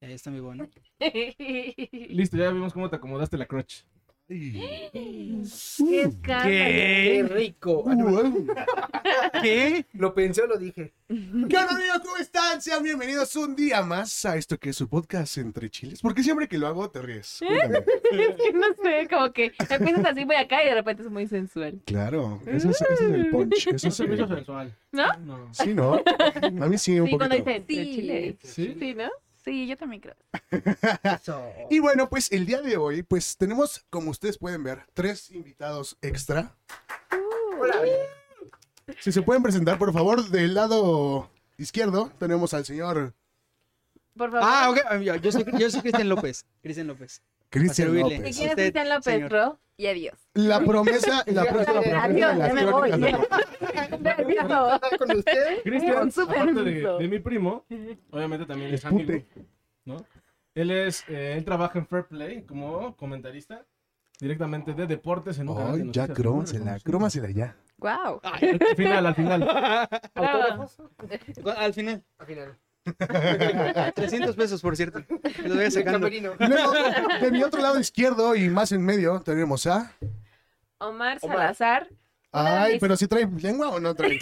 Ahí está mi bono. Listo, ya vimos cómo te acomodaste la crotch. ¡Qué Mm. escándalo! ¡Qué ¿Qué? rico! Ah, no, ¿Qué? Lo pensé o lo dije. ¿Qué onda amigos? ¿Cómo están? Sean bienvenidos un día más a esto que es su podcast entre chiles. Porque siempre que lo hago te ríes. Cuéntame. Es que no sé, como que empiezas así muy acá y de repente es muy sensual. Claro, ese es, ese es el punch. Eso No es se me hizo el... sensual. ¿No? No. Sí, ¿no? A mí sí, un Sí, poquito. cuando dicen de Sí. chile. ¿Sí? Sí, ¿no? Sí, yo también creo. Eso. Y bueno, pues el día de hoy, pues tenemos, como ustedes pueden ver, tres invitados extra. Uh. Si se pueden presentar, por favor, del lado izquierdo tenemos al señor Por favor. Ah, ok. Yo, yo soy, yo soy Cristian López. Cristian López. Cristian servirle. ¿Y López. quién es usted, Cristian López, señor. bro? Y adiós. La promesa, la Ya, promesa, la promesa adiós, de las ya me voy. crónicas de Popo. Nervioso. ¿Está con usted? Cristian, Un súper aparte de, gusto. de mi primo, obviamente también es Es pute. amigo, ¿no? Él es, eh, él trabaja en Fair Play como comentarista directamente de deportes en un canal de Ay, ya noticias. crómasela, crómasela ya. Wow. Al final, al final. Bravo. Al final. Al final. 300 pesos, por cierto. Me los voy a El sacando. camerino. Y luego, de mi otro lado izquierdo y más en medio tenemos a... Omar Omar. Salazar. Ay, pero si trae lengua o no trae.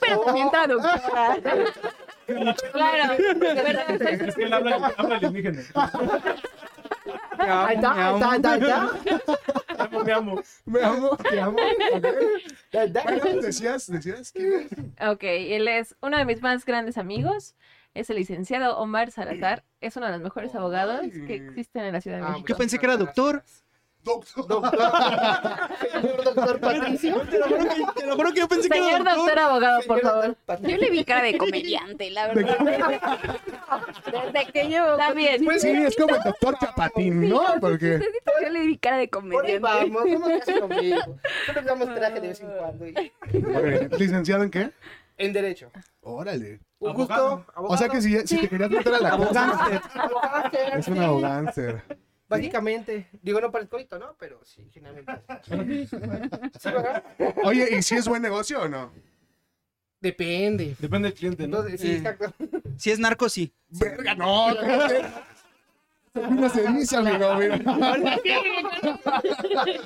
Pero también traductora. Claro. Perdón, soy Es que él habla, habla alienígena. Ahí está, ahí está, ahí está, ahí está. Te amo, te amo. Me amo, te amo. Ahí está. Bueno, decías, decías que... Ok, él es uno de mis más grandes amigos. Es el licenciado Omar Salazar. Es uno de los mejores abogados que existen en la Ciudad de Ah, México. Yo pensé que era doctor. Señor doctor Patricio. Te lo juro que, te lo juro que yo pensé que era Señor doctor abogado, por Señor favor. doctor Yo Patricio. le vi cara de comediante, la verdad. Desde que yo. Está bien. Pues sí, es como el doctor Chapatín, ¿no? Porque Yo le vi cara de Por ahí comediante. vamos, somos casi lo mismo. Solo damos traje de vez en cuando. y- eh, licenciado en qué? En derecho. Órale. Un Abogado. gusto. O sea que si, si te querías meter a la cosa, Abogánster. Abogado, es un sí. abogánster. Básicamente, digo no para el coito, ¿no? Pero sí, generalmente. ¿Sí, ¿verdad? Oye, ¿y si es buen negocio o no? Depende. Depende del cliente, ¿no? Entonces, sí, Eh. exacto. Si es narco, sí. Verga, no. Una ceniza, amigo, mira.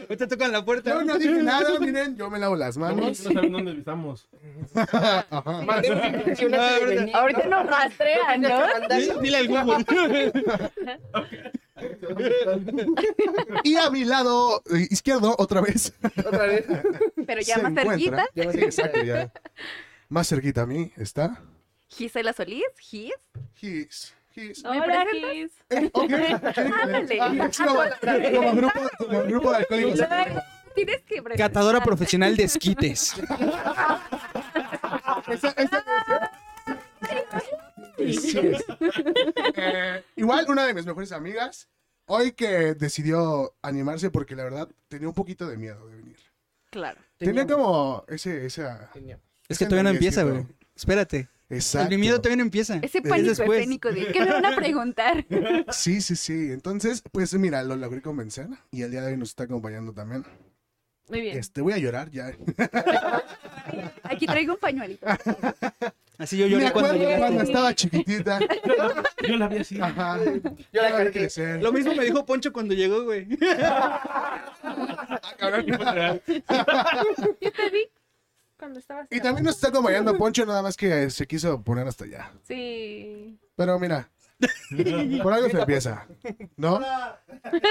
Ahorita tocan la puerta. Yo no dije nada, miren, yo me lavo las No, no manos. saben dónde estamos. Ajá. Mandemos instrucciones Ah, de ahorita- venir, Ahorita nos rastrean, Tienes ¿no? que mandar- Dile- Dile al Google. Y a mi lado eh, izquierdo, otra vez. Otra vez. Pero ya se más encuentra- cerquita, Ya me Sí, exacto, ya. Más cerquita a mí está. Gisela Solís, Gis. His. His. ¿Me Hola, presentas? Gis. Eh, ok. Ándale. Ah, sí, como, como grupo, como grupo de alcohólicos. Tienes que presentar. Catadora profesional de esquites. Esa- esa- Sí es. Eh, igual una de mis mejores amigas, hoy que decidió animarse porque la verdad tenía un poquito de miedo de venir. Claro. Tenía Teníamos, como ese, esa... teníamos. Es que todavía no empieza, güey. Espérate. Exacto. El miedo todavía no empieza. Ese Es pánico después. escénico de ¿qué me van a preguntar? Sí, sí, sí. Entonces, pues mira, lo logré convencer y el día de hoy nos está acompañando también. Muy bien. Este, voy a llorar ya. Aquí traigo un pañuelito. Así yo Me lloré cuando acuerdo cuando, llegaste. estaba chiquitita. Yo la vi así. Ajá. Yo la Ver cargué. crecer. Lo mismo me dijo Poncho cuando llegó, güey. Ah, Yo te vi cuando estabas. Y también nos está acompañando Poncho, nada más que eh, se quiso poner hasta allá. Sí. Pero mira, por algo se empieza, ¿no?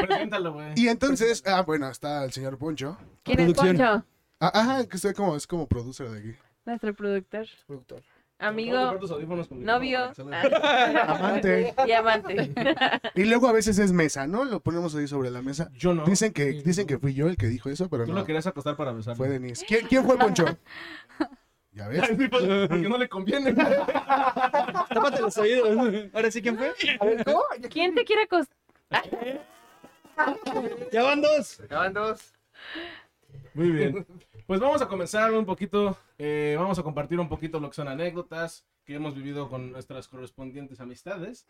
Preséntalo, güey. Y entonces, ah, bueno, está el señor Poncho. ¿Quién es Producción. Poncho? Ah, ajá, que usted como, es como producer de aquí. Nuestro productor. Productor. Vamos a dejar Amigo, tus audífonos con mi novio micrófono, Amante. ah, y amante. Y luego a veces es mesa, ¿no? Lo ponemos ahí sobre la Ah. mesa. Yo no. Dicen que, dicen que fui yo el que dijo eso, pero Tú lo no. querías acostar para besar. Fue Denise. ¿Quién, quién fue Poncho? ¿Ya ves? pues, Porque no le conviene. Tápate los oídos. Ahora sí, ¿quién fue? A ver, ¿cómo? ¿Quién te quiere acostar? Ya van dos. Acaban dos. Muy bien. Pues vamos a comenzar un poquito. eh, vamos a compartir un poquito lo que son anécdotas que hemos vivido con nuestras correspondientes amistades.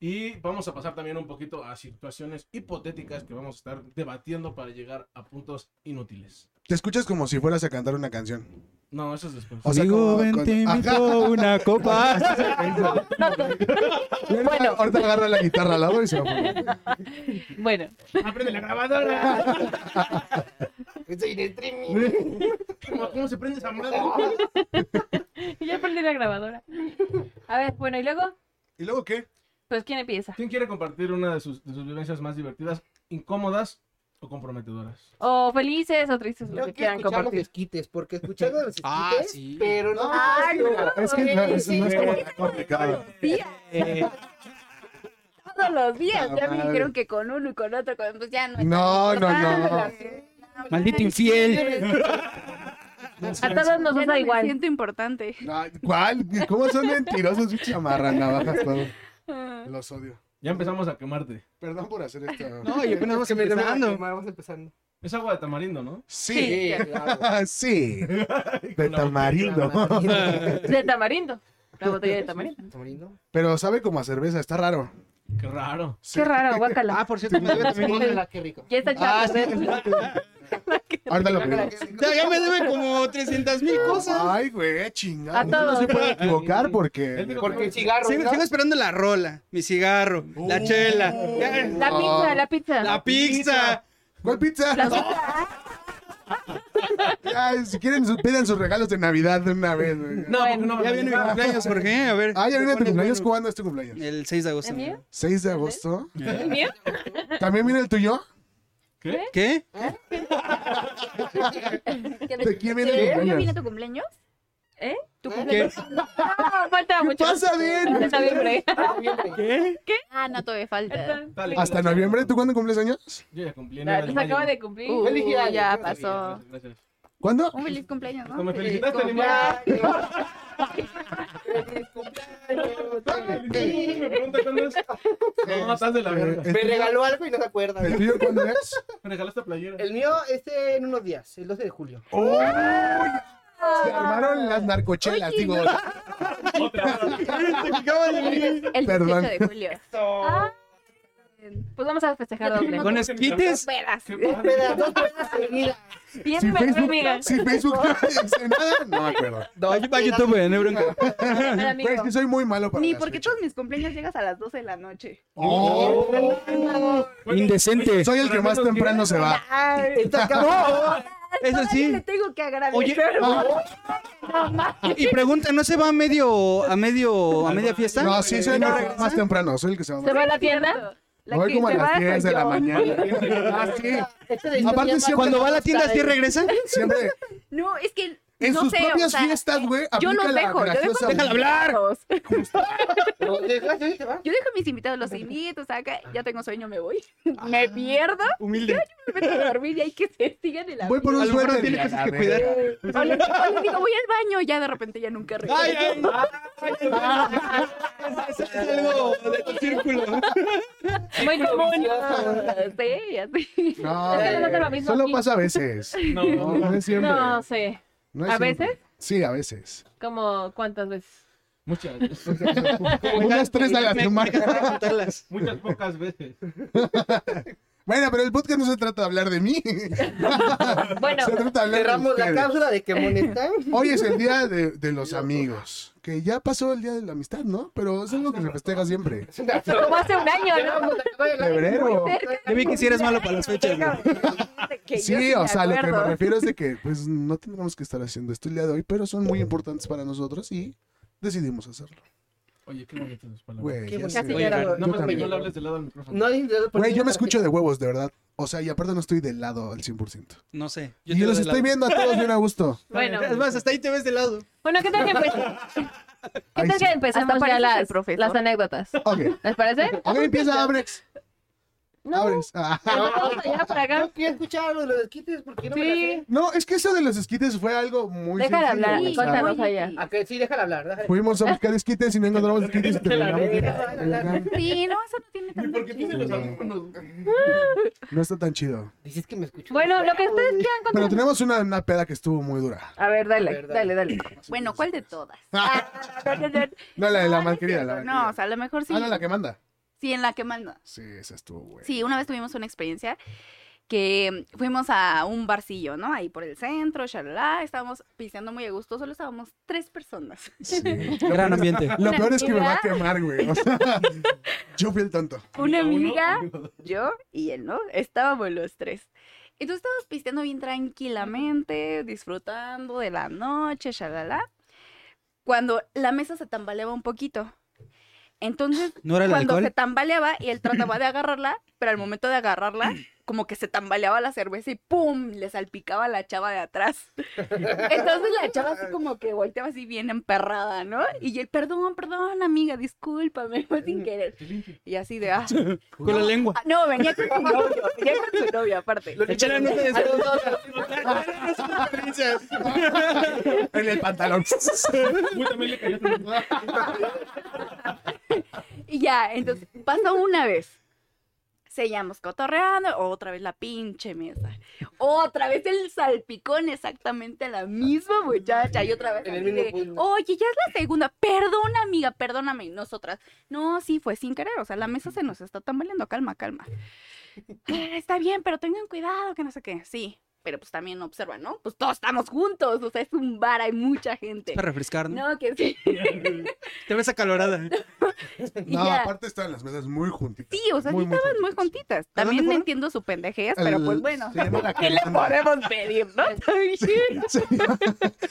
Y vamos a pasar también un poquito a situaciones hipotéticas que vamos a estar debatiendo para llegar a puntos inútiles. Te escuchas como si fueras a cantar una canción. No, eso es después. O sea, como cuando- una copa. Bueno, ahorita agarra la guitarra al lado y se va a poner. Bueno, ¡Aprende la grabadora! Estoy en streaming. ¿Cómo, cómo se prende esa madre? ya perdí la grabadora. A ver, bueno, y luego, ¿Y luego qué? pues, ¿quién empieza? ¿Quién quiere compartir una de sus, de sus vivencias más divertidas, incómodas o comprometedoras? O felices o tristes, lo Yo que quiero quieran escuchar los compartir. esquites, porque escuchando los esquites, Ah, sí. pero no. Ay, no. Es que no, es, no es como tan complicado. Días, todos los días. Puta Ya me madre. dijeron que con uno y con otro, con- pues ya no. No, no, no. Maldito infiel. A todos nos Ya no da me igual. siento importante. No, ¿Cuál? ¿Cómo son mentirosos? Pinche amarran navajas todo. Los odio. Ya empezamos a quemarte. Perdón por hacer esto. No, y apenas Es vas que me me- me- empezando. Vamos empezando. Es agua de tamarindo, ¿no? Sí. claro. Sí. De la tamarindo. De tamarindo. La botella de tamarindo. Tamarindo. Pero sabe como a cerveza, está raro. Qué raro. Sí. Qué raro, guácala. Ah, por cierto, me debe también una. Guácala, qué rico. Ya está echando Ah, sí. Red Bull. Ahorita lo Guácala, pido. qué rico. Ya, ya me debe como 300 mil cosas. Ay, güey, chingada. A Uno no se todos. puede equivocar Él porque. dijo Porque el que cigarro. Sigo, ¿no? sigo esperando la rola, mi cigarro, la Uh. chela, ya, eh, La pizza, la pizza. la pizza. ¿Cuál pizza? La pizza. Ay, si quieren, su- pidan sus regalos de Navidad de una vez. güey. No, porque no me Ya viene mi cumpleaños, Jorge, a ver. Ah, ya viene tu Bueno, cumpleaños. bueno, ¿Cuándo es tu cumpleaños? El 6 de agosto. ¿El mío? 6 de agosto. ¿El mío? ¿También viene el tuyo? ¿Qué? ¿De quién viene el ¿Yo cumpleaños? vine a tu cumpleaños? ¿Eh? ¿Tú ¿Qué? No, falta mucho. Pasa En bien. noviembre. ¿Qué? Ah, no, todavía falta. Dale, Hasta gracias. noviembre, ¿tú cuándo cumples años? Yo ya cumplí en el Se acaba mayo. de cumplir. Uh, Felicidades. ya Felicidades. pasó. Gracias, gracias. ¿Cuándo? Un feliz cumpleaños, Hasta ¿no? me Feliz felicitaste, cum- animal. Feliz cumpleaños. Me pregunta cuándo es. No, estás de la verga. Eh, Me regaló algo y no se acuerda. ¿El tuyo cuándo es? Me regalaste playera. El mío es en unos días, el 12 de julio. ¡Uy! Se armaron las narcochelas, digo. El 18 Perdón. de julio. Ah, Pues vamos a festejar doble. ¿Con esquites? Pedas. Qué Dos padre. pedas, dos pedas seguidas. Bien, Si mejor Facebook, amiga. si Facebook no dice nada, no me acuerdo. Dos Va a pedas YouTube, no hay bronca. Mejor amigo. Pues es que soy muy malo para Ni las porque fechas. todos mis cumpleaños llegas a las 12 de la noche. ¡Oh! Bueno, Indecente. Soy el que más temprano se va. Está acabó. Eso Todavía sí. Le tengo que agradecer. Oye, Ah, y pregunta, ¿no se va a medio, a medio, a media fiesta? No, sí, soy el no que regresa? más temprano. Soy el que se va ¿Se más va a la tienda? La Voy que como a se va las soy 10 de la yo. mañana. Ah, sí. Este de- Aparte, siempre- Cuando va a la tienda, ¿sí regresa? Siempre. No, es que En no sus sé, propias o sea, fiestas, güey, yo aplica los la dejo, yo dejo- graciosa- ¡Déjala hablar! Todos. ¿Lo dejas? ¿Ya te vas? Yo dejo a mis invitados, los invito, o sea, acá ya tengo sueño, me voy. Ah. Me pierdo, Humilde. me meto a dormir y hay que se sigan el Voy por A un lo mejor suéter. tiene cosas que cuidar. O le, o le digo, voy al baño, ya de repente ya nunca regreso. ¡Ay, ay! Eso es algo de tu círculo. Muy común. Deliciosa. Sí, así. No, Es que no güey, pasa lo mismo solo aquí. pasa a veces. No, No, no es siempre. No sé. No es ¿A siempre. veces? Sí, a veces. ¿Cómo cuántas veces? muchas, Unas tres a la Me- me semana. encanta contarlas. muchas pocas veces. Bueno, pero el podcast no se trata de hablar de mí. Bueno, Se trata de hablar Cerramos de la ustedes. cápsula de que molestan. Hoy es el día de, de los amigos. Que ya pasó el día de la amistad, ¿no? Pero es algo que se festeja siempre. Es una- como hace un año, ¿no? Febrero. Yo vi que si eres malo para las fechas. güey. Que yo Sí, o me sea, lo que me acuerdo. refiero es de que pues no tendremos que estar haciendo esto el día de hoy, pero son muy importantes para nosotros y decidimos hacerlo. Oye, qué bonitas tus palabras. Güey, Qué ya bonita sé. señora, Oye, güey. No, yo pues, también. no le hables de lado al micrófono. No dices, Güey, yo me escucho de huevos, de verdad. O sea, y aparte no estoy del lado al 100%. No sé. y te los doy la- estoy viendo a todos bien a gusto. Bueno, Es más, hasta ahí te ves de lado. bueno, ¿qué tal que, empe- ¿qué Ahí tal sí. que empezamos Hasta para ya eso es el las, profesor. las anécdotas? Ok. ¿Les parece? Ok, empieza Abrex. No, Abrex. Ah. pero vamos allá para acá. Yo quería escuchar lo de los esquites porque no me Sí, la No, es que eso de los esquites fue algo muy deja de sencillo, hablar, güey, o sea, cuéntanos Oye, allá. y- sé. ¿A Ah, que sí, déjala hablar. déjala. Fuimos a buscar esquites y no encontramos esquites y terminamos de- de- Sí, no, eso no tiene Ni tanto porque chiste. tienes los audífonos. No está tan chido. Dices que me escucho. Bueno, lo que ustedes quieran Pero contar. tenemos una, una peda que estuvo muy dura. A ver, dale, A ver, dale, dale. dale. Bueno, ¿cuál de todas? Ah, no, no, no, no. No, la de la No, no es malquerida. cierto. la No, malquerida. o sea, a lo mejor sí. Ah, no, la que manda. Sí, en la que manda. Sí, esa estuvo, güey. Sí, una vez tuvimos una experiencia que fuimos a un barcillo, ¿no? Ahí por el centro, shalala, estábamos pisteando muy a gusto, solo estábamos tres personas. Gran ambiente. Lo Una peor es que me va a amiga. quemar, güey. O sea, yo fui el tonto. Una amiga, uno, uno. yo y él, ¿no? Estábamos los tres. Entonces estábamos pisteando bien tranquilamente, disfrutando de la noche, shalala. Cuando la mesa se tambaleaba un poquito. Entonces, ¿No era el cuando se alcohol? tambaleaba y él trataba de agarrarla, pero al momento de agarrarla, como que se tambaleaba la cerveza y ¡pum! le salpicaba a la chava de atrás. Entonces la chava así como que volteaba así bien emperrada, ¿no? Y él, perdón, perdón, amiga, discúlpame, fue sin querer. Y así de, ah, Con la lengua. Ah, no, venía con su novio, venía con su novio aparte. Échale, no te des- En el pantalón. Uy, también le cayó también. Y ya, entonces pasó una vez. Seguíamos cotorreando, otra vez la pinche mesa. Otra vez el salpicón, exactamente la misma muchacha. Y otra vez. En el así mismo de, punto. Oye, ya es la segunda. Perdona, amiga, perdóname. Y Nosotras. No, sí, fue sin querer. O sea, la mesa se nos está tambaleando. Calma, calma. "Ah, Está bien, pero tengan cuidado, que no sé qué. Sí, pero pues también observa, ¿no? Pues todos estamos juntos. O sea, es un bar, hay mucha gente. Para refrescar, ¿no? No, que sí. Te ves acalorada. Y No, ya. aparte estaban las mesas muy juntitas. Sí, o sea, Muy, sí muy estaban muy juntitas. juntitas. ¿A dónde También fueron? entiendo su pendejez, pero El- pues bueno. Se llama la ¿Qué le quemanda. podemos pedir, no? Se llama,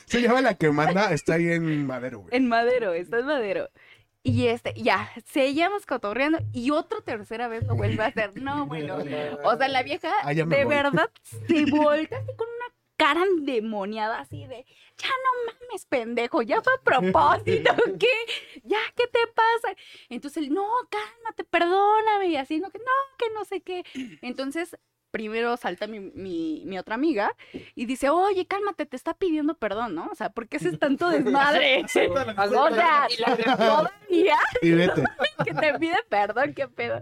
se llama la quemanda. Está ahí en madero, güey. en madero, está en madero. Y este, ya, seguíamos cotorreando y otra tercera vez lo vuelve a hacer. No, bueno. O sea, la vieja Ah, ya me de voy. verdad se voltea así con una cara endemoniada así de, ya no mames, pendejo, ya fue a propósito, ¿qué? ¿Ya qué te pasa? Entonces él, no, cálmate, perdóname, y así, no, que no, que no sé qué. Entonces, primero salta mi, mi, mi otra amiga y dice, oye, cálmate, te está pidiendo perdón, ¿no? O sea, ¿por qué haces tanto desmadre? Al- O sea, y la- todavía Y vete. que te pide perdón, qué pedo.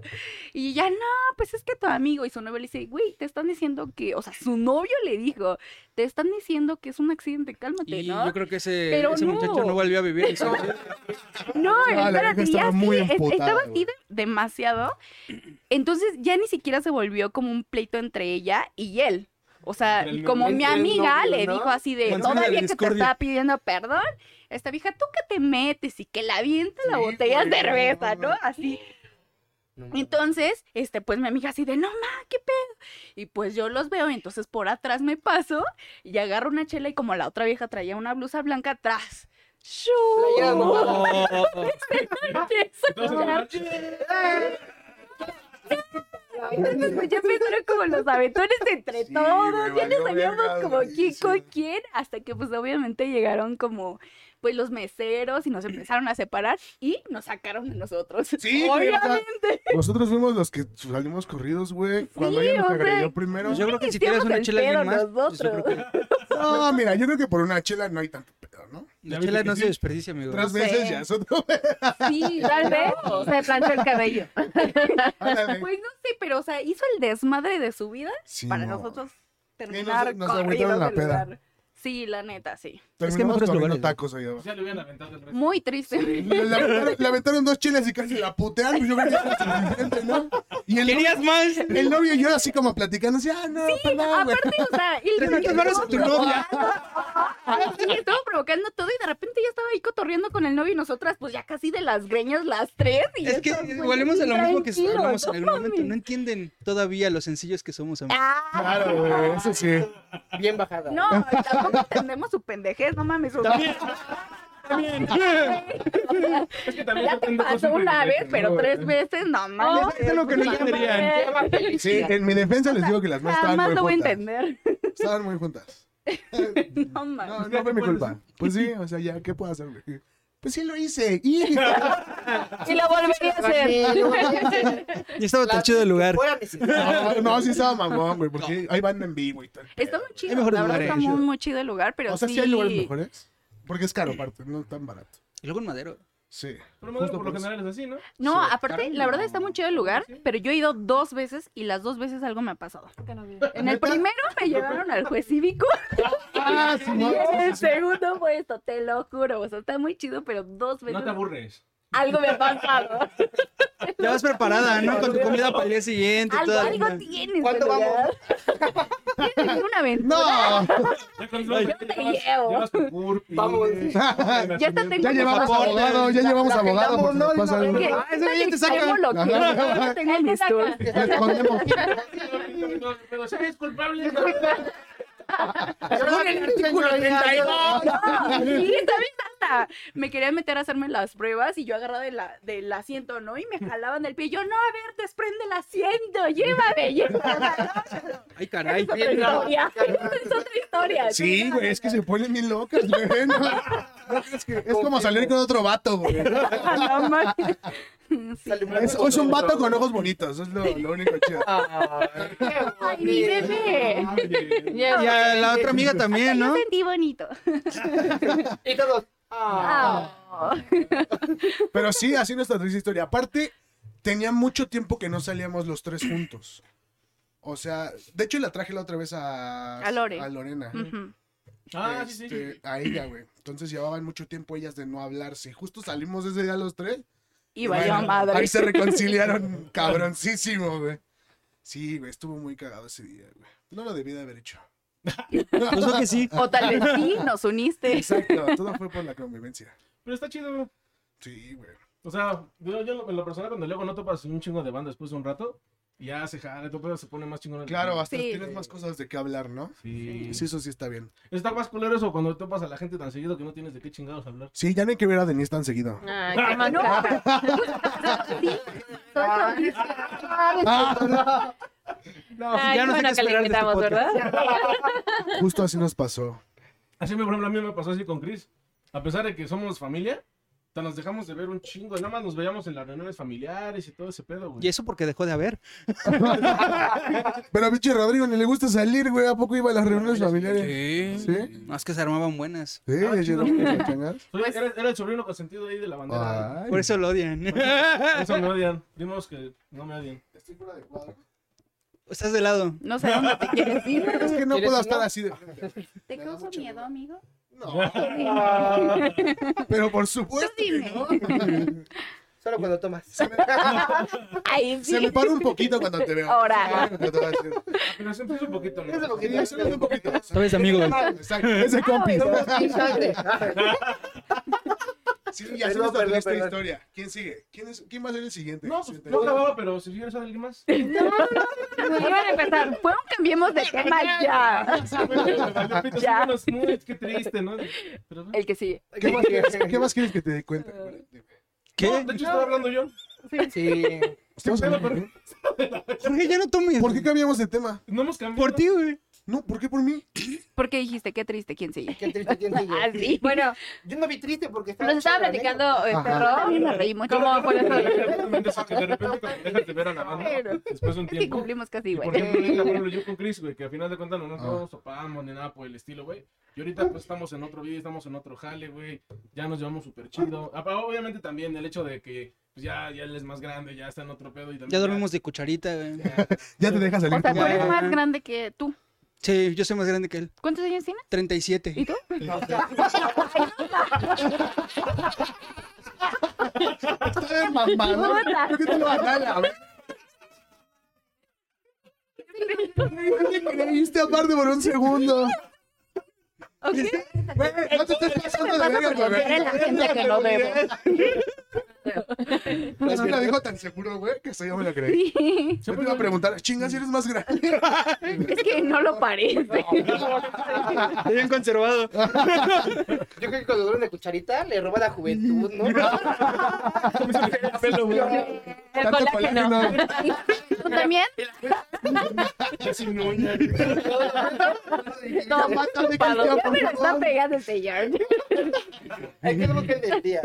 Y ya, no, pues es que tu amigo y su novio le dice, güey, te están diciendo que, o sea, su novio le dijo, te están diciendo que es un accidente, cálmate, Y ¿no? yo creo que ese, Pero ese no. muchacho no volvió a vivir. eso. No, la vieja espérate, estaba ya sí, muy es- emputada, estaba así de- demasiado. Entonces ya ni siquiera se volvió como un pleito entre ella y él. O sea, Entre el como novio- mi entre el amiga novio, le ¿no? dijo así de, Mantiene la todavía que te discordia. estaba pidiendo perdón, esta vieja, tú que te metes y que la avienta la botella de cerveza, ¿no? Así. Entonces, este, pues mi amiga así de, no, ma, qué pedo. Y pues yo los veo, entonces por atrás me paso y agarro una chela y como la otra vieja traía una blusa blanca atrás. ¡Shuu! Playera mojada. Entonces, Entonces, pues ya empezaron como los aventones entre Sí, todos, güey, ya no valió sabíamos verga, como güey, quién sí. con quién, hasta que pues obviamente llegaron como pues los meseros y nos empezaron a separar y nos sacaron de nosotros. Sí, güey, o sea, obviamente. Nosotros fuimos los que salimos corridos, güey. Cuando Sí, ella nos o sea, agredió primero. Pues yo creo que si tiras una el chela a alguien pedo más, pues yo nosotros. creo que No, mira, yo creo que por una chela no hay tanto pedo, ¿no? la chela no se desperdicia, amigo. Tres veces ya es otro. Sí, Tal vez se planchó el cabello. Ándale. Pues no sé, pero o sea, hizo el desmadre de su vida Sí, para no. nosotros nos- terminar nos corridos aguantaron la del peda. lugar. Sí, la neta, sí. Es Terminamos que en otros comiendo lugares, ¿no? tacos ahí abajo. Ya le hubieran aventado el resto. Muy triste. Le, le aventaron, le aventaron dos chelas y casi la putearon. pues Yo creo que era suficiente, ¿no? Y el, ¿Querías más? el novio y yo así como platicando. Así, ah, no, perdón, güey. Aparte, o sea, él Te metes manos a tu novia. Sí, estuvo provocando todo y de repente ya estaba ahí cotorreando con el novio y nosotras, pues ya casi de las greñas las tres. Y Es ya que estábamos, volvemos a lo mismo que tranquilos, hablamos en no algún momento. mames. No entienden todavía lo sencillos que somos, amigos. Ah, Claro, güey, eso sí. Bien bajada. no, tampoco entendemos su pendejez, no mames. o sea, Es que también ya son te pendejos pasó siempre una vez, diferentes, pero ¿no? tres veces, no mames. eso es lo que no Pues, mames. entenderían. Sí, en mi defensa les digo que las más estaban Jamás muy lo voy a juntas. entender. Estaban muy juntas. No mames. No, no fue mi culpa. Pues sí, o sea, ya, ¿qué puedo hacer, güey? Pues sí lo hice. Y... Y lo volvería a hacer. Y estaba tan chido el lugar. Fuera No, necesario. no, sí estaba mamón, güey, porque hay banda en vivo y tal. Está muy chido. Hay mejores la verdad lugares. está muy, muy chido el lugar, pero O sea, sí hay lugares mejores. Porque es caro, aparte, no tan barato. Y luego en Madero. Sí. Pero modelo Justo pues, por lo por pues. eso. general es así, ¿no? No, Sí. aparte, la verdad está muy chido el lugar, pero yo he ido dos veces y las dos veces algo me ha pasado. En el ¿Neta? primero me llevaron al juez cívico Ah, sí, y en el segundo fue esto, te lo juro. O sea, está muy chido, pero dos veces. No te aburres. algo me ha pasado. Ya vas preparada, ¿no? Con tu comida para el día siguiente y Algo, todo. algo tienes. ¿Cuánto ¿verdad? vamos? Tienes que tener una aventura. No, Ya con eso, yo te llevas- llevo. llevas tu curpi, Vamos. eh, Ya hasta tengo ya mi llevamos papel. abogado, ya La- llevamos la abogado por si agendamos, nos ¿no? pasa Y algo. no- ¿Qué? Ah, ese ya te saca. Ahí bloqueo. Ajá. Yo tengo Ahí te mis saca. tours. Te escondemos. Pero si eres culpable, Según el artículo 32. Sí, está bien tata. Me querían meter a hacerme las pruebas y yo agarraba de la, del asiento, ¿no? Y me jalaban del pie. Yo, no, a ver, desprende el asiento, llévame, llévame. Ay, caray. Esa es otra historia. Esa es otra historia. Sí, güey, es que se ponen bien locas, güey. No, no creas que- es como salir con otro vato, güey. No mames. Sí. Sale Es, es un vato con ojos bonitos, es lo, lo único chido. Ay, qué Ay, mi bonito. bebé. oye, Y a la otra amiga también, Yo ¿no? sentí bonito. Y todos. Ah. Ah. Pero sí, así nuestra triste historia. Aparte, tenía mucho tiempo que no salíamos los tres juntos. O sea, de hecho la traje la otra vez a, A Lore. Lorena. Ujú. Ah, sí, sí. Este, A ella, güey. Entonces llevaban mucho tiempo ellas de no hablarse. Y justo salimos ese día los tres. Y valió Bueno, madre. Ahí se reconciliaron cabroncísimo, güey. Sí, güey, estuvo muy cagado ese día, güey. No lo debí de haber hecho. Pues lo que sí. O tal vez sí, nos uniste. Exacto, todo fue por la convivencia. Pero está chido, güey. Sí, güey. O sea, yo, yo en lo personal, cuando luego no topas un chingo de banda después de un rato, ya se jala, tu pedo se pone más chingón. el- Claro, hasta Sí, tienes güey. más cosas de qué hablar, ¿no? Sí. Sí, eso sí está bien. Está más culero eso cuando topas a la gente tan seguido que no tienes de qué chingados hablar. Sí, ya no hay que ver a Denise tan seguido. Ay, qué macabra. Ay, ya no sé bueno qué que esperar le de este invitamos, podcast. ¿verdad? Justo así nos pasó. Así, por ejemplo, a mí me pasó así con Chris. A pesar de que somos familia, hasta nos dejamos de ver un chingo. Nada más nos veíamos en las reuniones familiares y todo ese pedo, güey. Y eso porque dejó de haber. Pero a pinche Rodrigo ni le gusta salir, güey. ¿A poco iba a las reuniones familiares? Sí. Sí. No, es que se armaban buenas. Sí, Ah, ya chido. no me chingas. Soy- era, era el sobrino consentido ahí de la Ah. bandera. Ay. Por eso lo odian. Por Eso me odian. Primos que no me odian. Estoy fuera de cuadro. Estás de lado. No sé a dónde te quieres ir. Es que no puedo ¿Quieres uno? estar así de. Me ¿Te da causa mucho miedo, miedo. amigo? No, pero por supuesto. que dime. no, güey. Solo cuando tomas. Ahí Se sí. me para un poquito cuando te veo. Ahora. Sí, cuando te voy a decir. Pero se empieza un poquito. ¿no? Es un Sí, poquito. eso es un poquito. Sabes, amigo. Exacto, ese compi. Somos pinchante. Sí, ya se Perdón, nos perdón, esta perdón. historia. ¿Quién sigue? ¿Quién, es, ¿Quién va a ser el siguiente? No, Sí, pues, te- no acababa, pero si quieres a alguien más. Iban a empezar. Fue un cambiemos de tema ya. Ya. Ya. Qué triste, ¿no? Pero, El que sigue. Ah, ¿Qué, más quieres, ¿Qué más quieres que te dé cuenta? No, ¿Qué? de hecho, estaba hablando yo. Sí. Estamos hablando, ¿eh? Jorge, ya no tomes. ¿Por qué cambiamos de tema? No hemos cambiado. Por ti, güey. No, ¿por qué por mí? ¿Por qué dijiste? Qué triste, ¿quién sigue? Qué triste quién sigue. Así. Bueno, Yo no vi triste porque estaba. nos estaba chido, la platicando este Ajá. Ro, También me reí mucho. ¿Cómo fue eso? de- Exactamente, eso, que de repente cuando dejas de ver a la banda, después de un Es que tiempo. cumplimos casi Y por igual. ejemplo, ahorita, por ejemplo, yo con Chris, güey, que al final de cuentas no nos Ah. topamos, topamos ni nada por el estilo, güey. Y ahorita pues estamos en otro video, estamos en otro jale, güey. Ya nos llevamos súper chido. Ah, pero Obviamente también el hecho de que pues, ya, ya él es más grande, ya está en otro pedo y también. Ya dormimos de cucharita, güey. ya- Ya te dejas salir. O sea, tú. tú eres más grande que tú. Sí, yo soy más grande que él. ¿Cuántos años tienes? 37. ¿Y tú? Está bien mamador. Creo que te lo van a dar, a ver. No te creíste aparte por un segundo. ¿Ok? Güey, no te estés pasando de verga, güey. la gente que no debo. Es que la dijo tan seguro, güey, que eso yo me lo creí. Sí. Yo te iba a preguntar, chinga, si eres más grande. Es que no lo parece. Está bien conservado. neta. ¿eh? Yo creo que cuando duele una cucharita le roba la juventud, ¿no? El Tanto colágeno. colágeno. ¿Tú también? No, mátame, Pado. Cristian, Ya por me lo está favor. pegando el señor. Hay que ver qué vendría.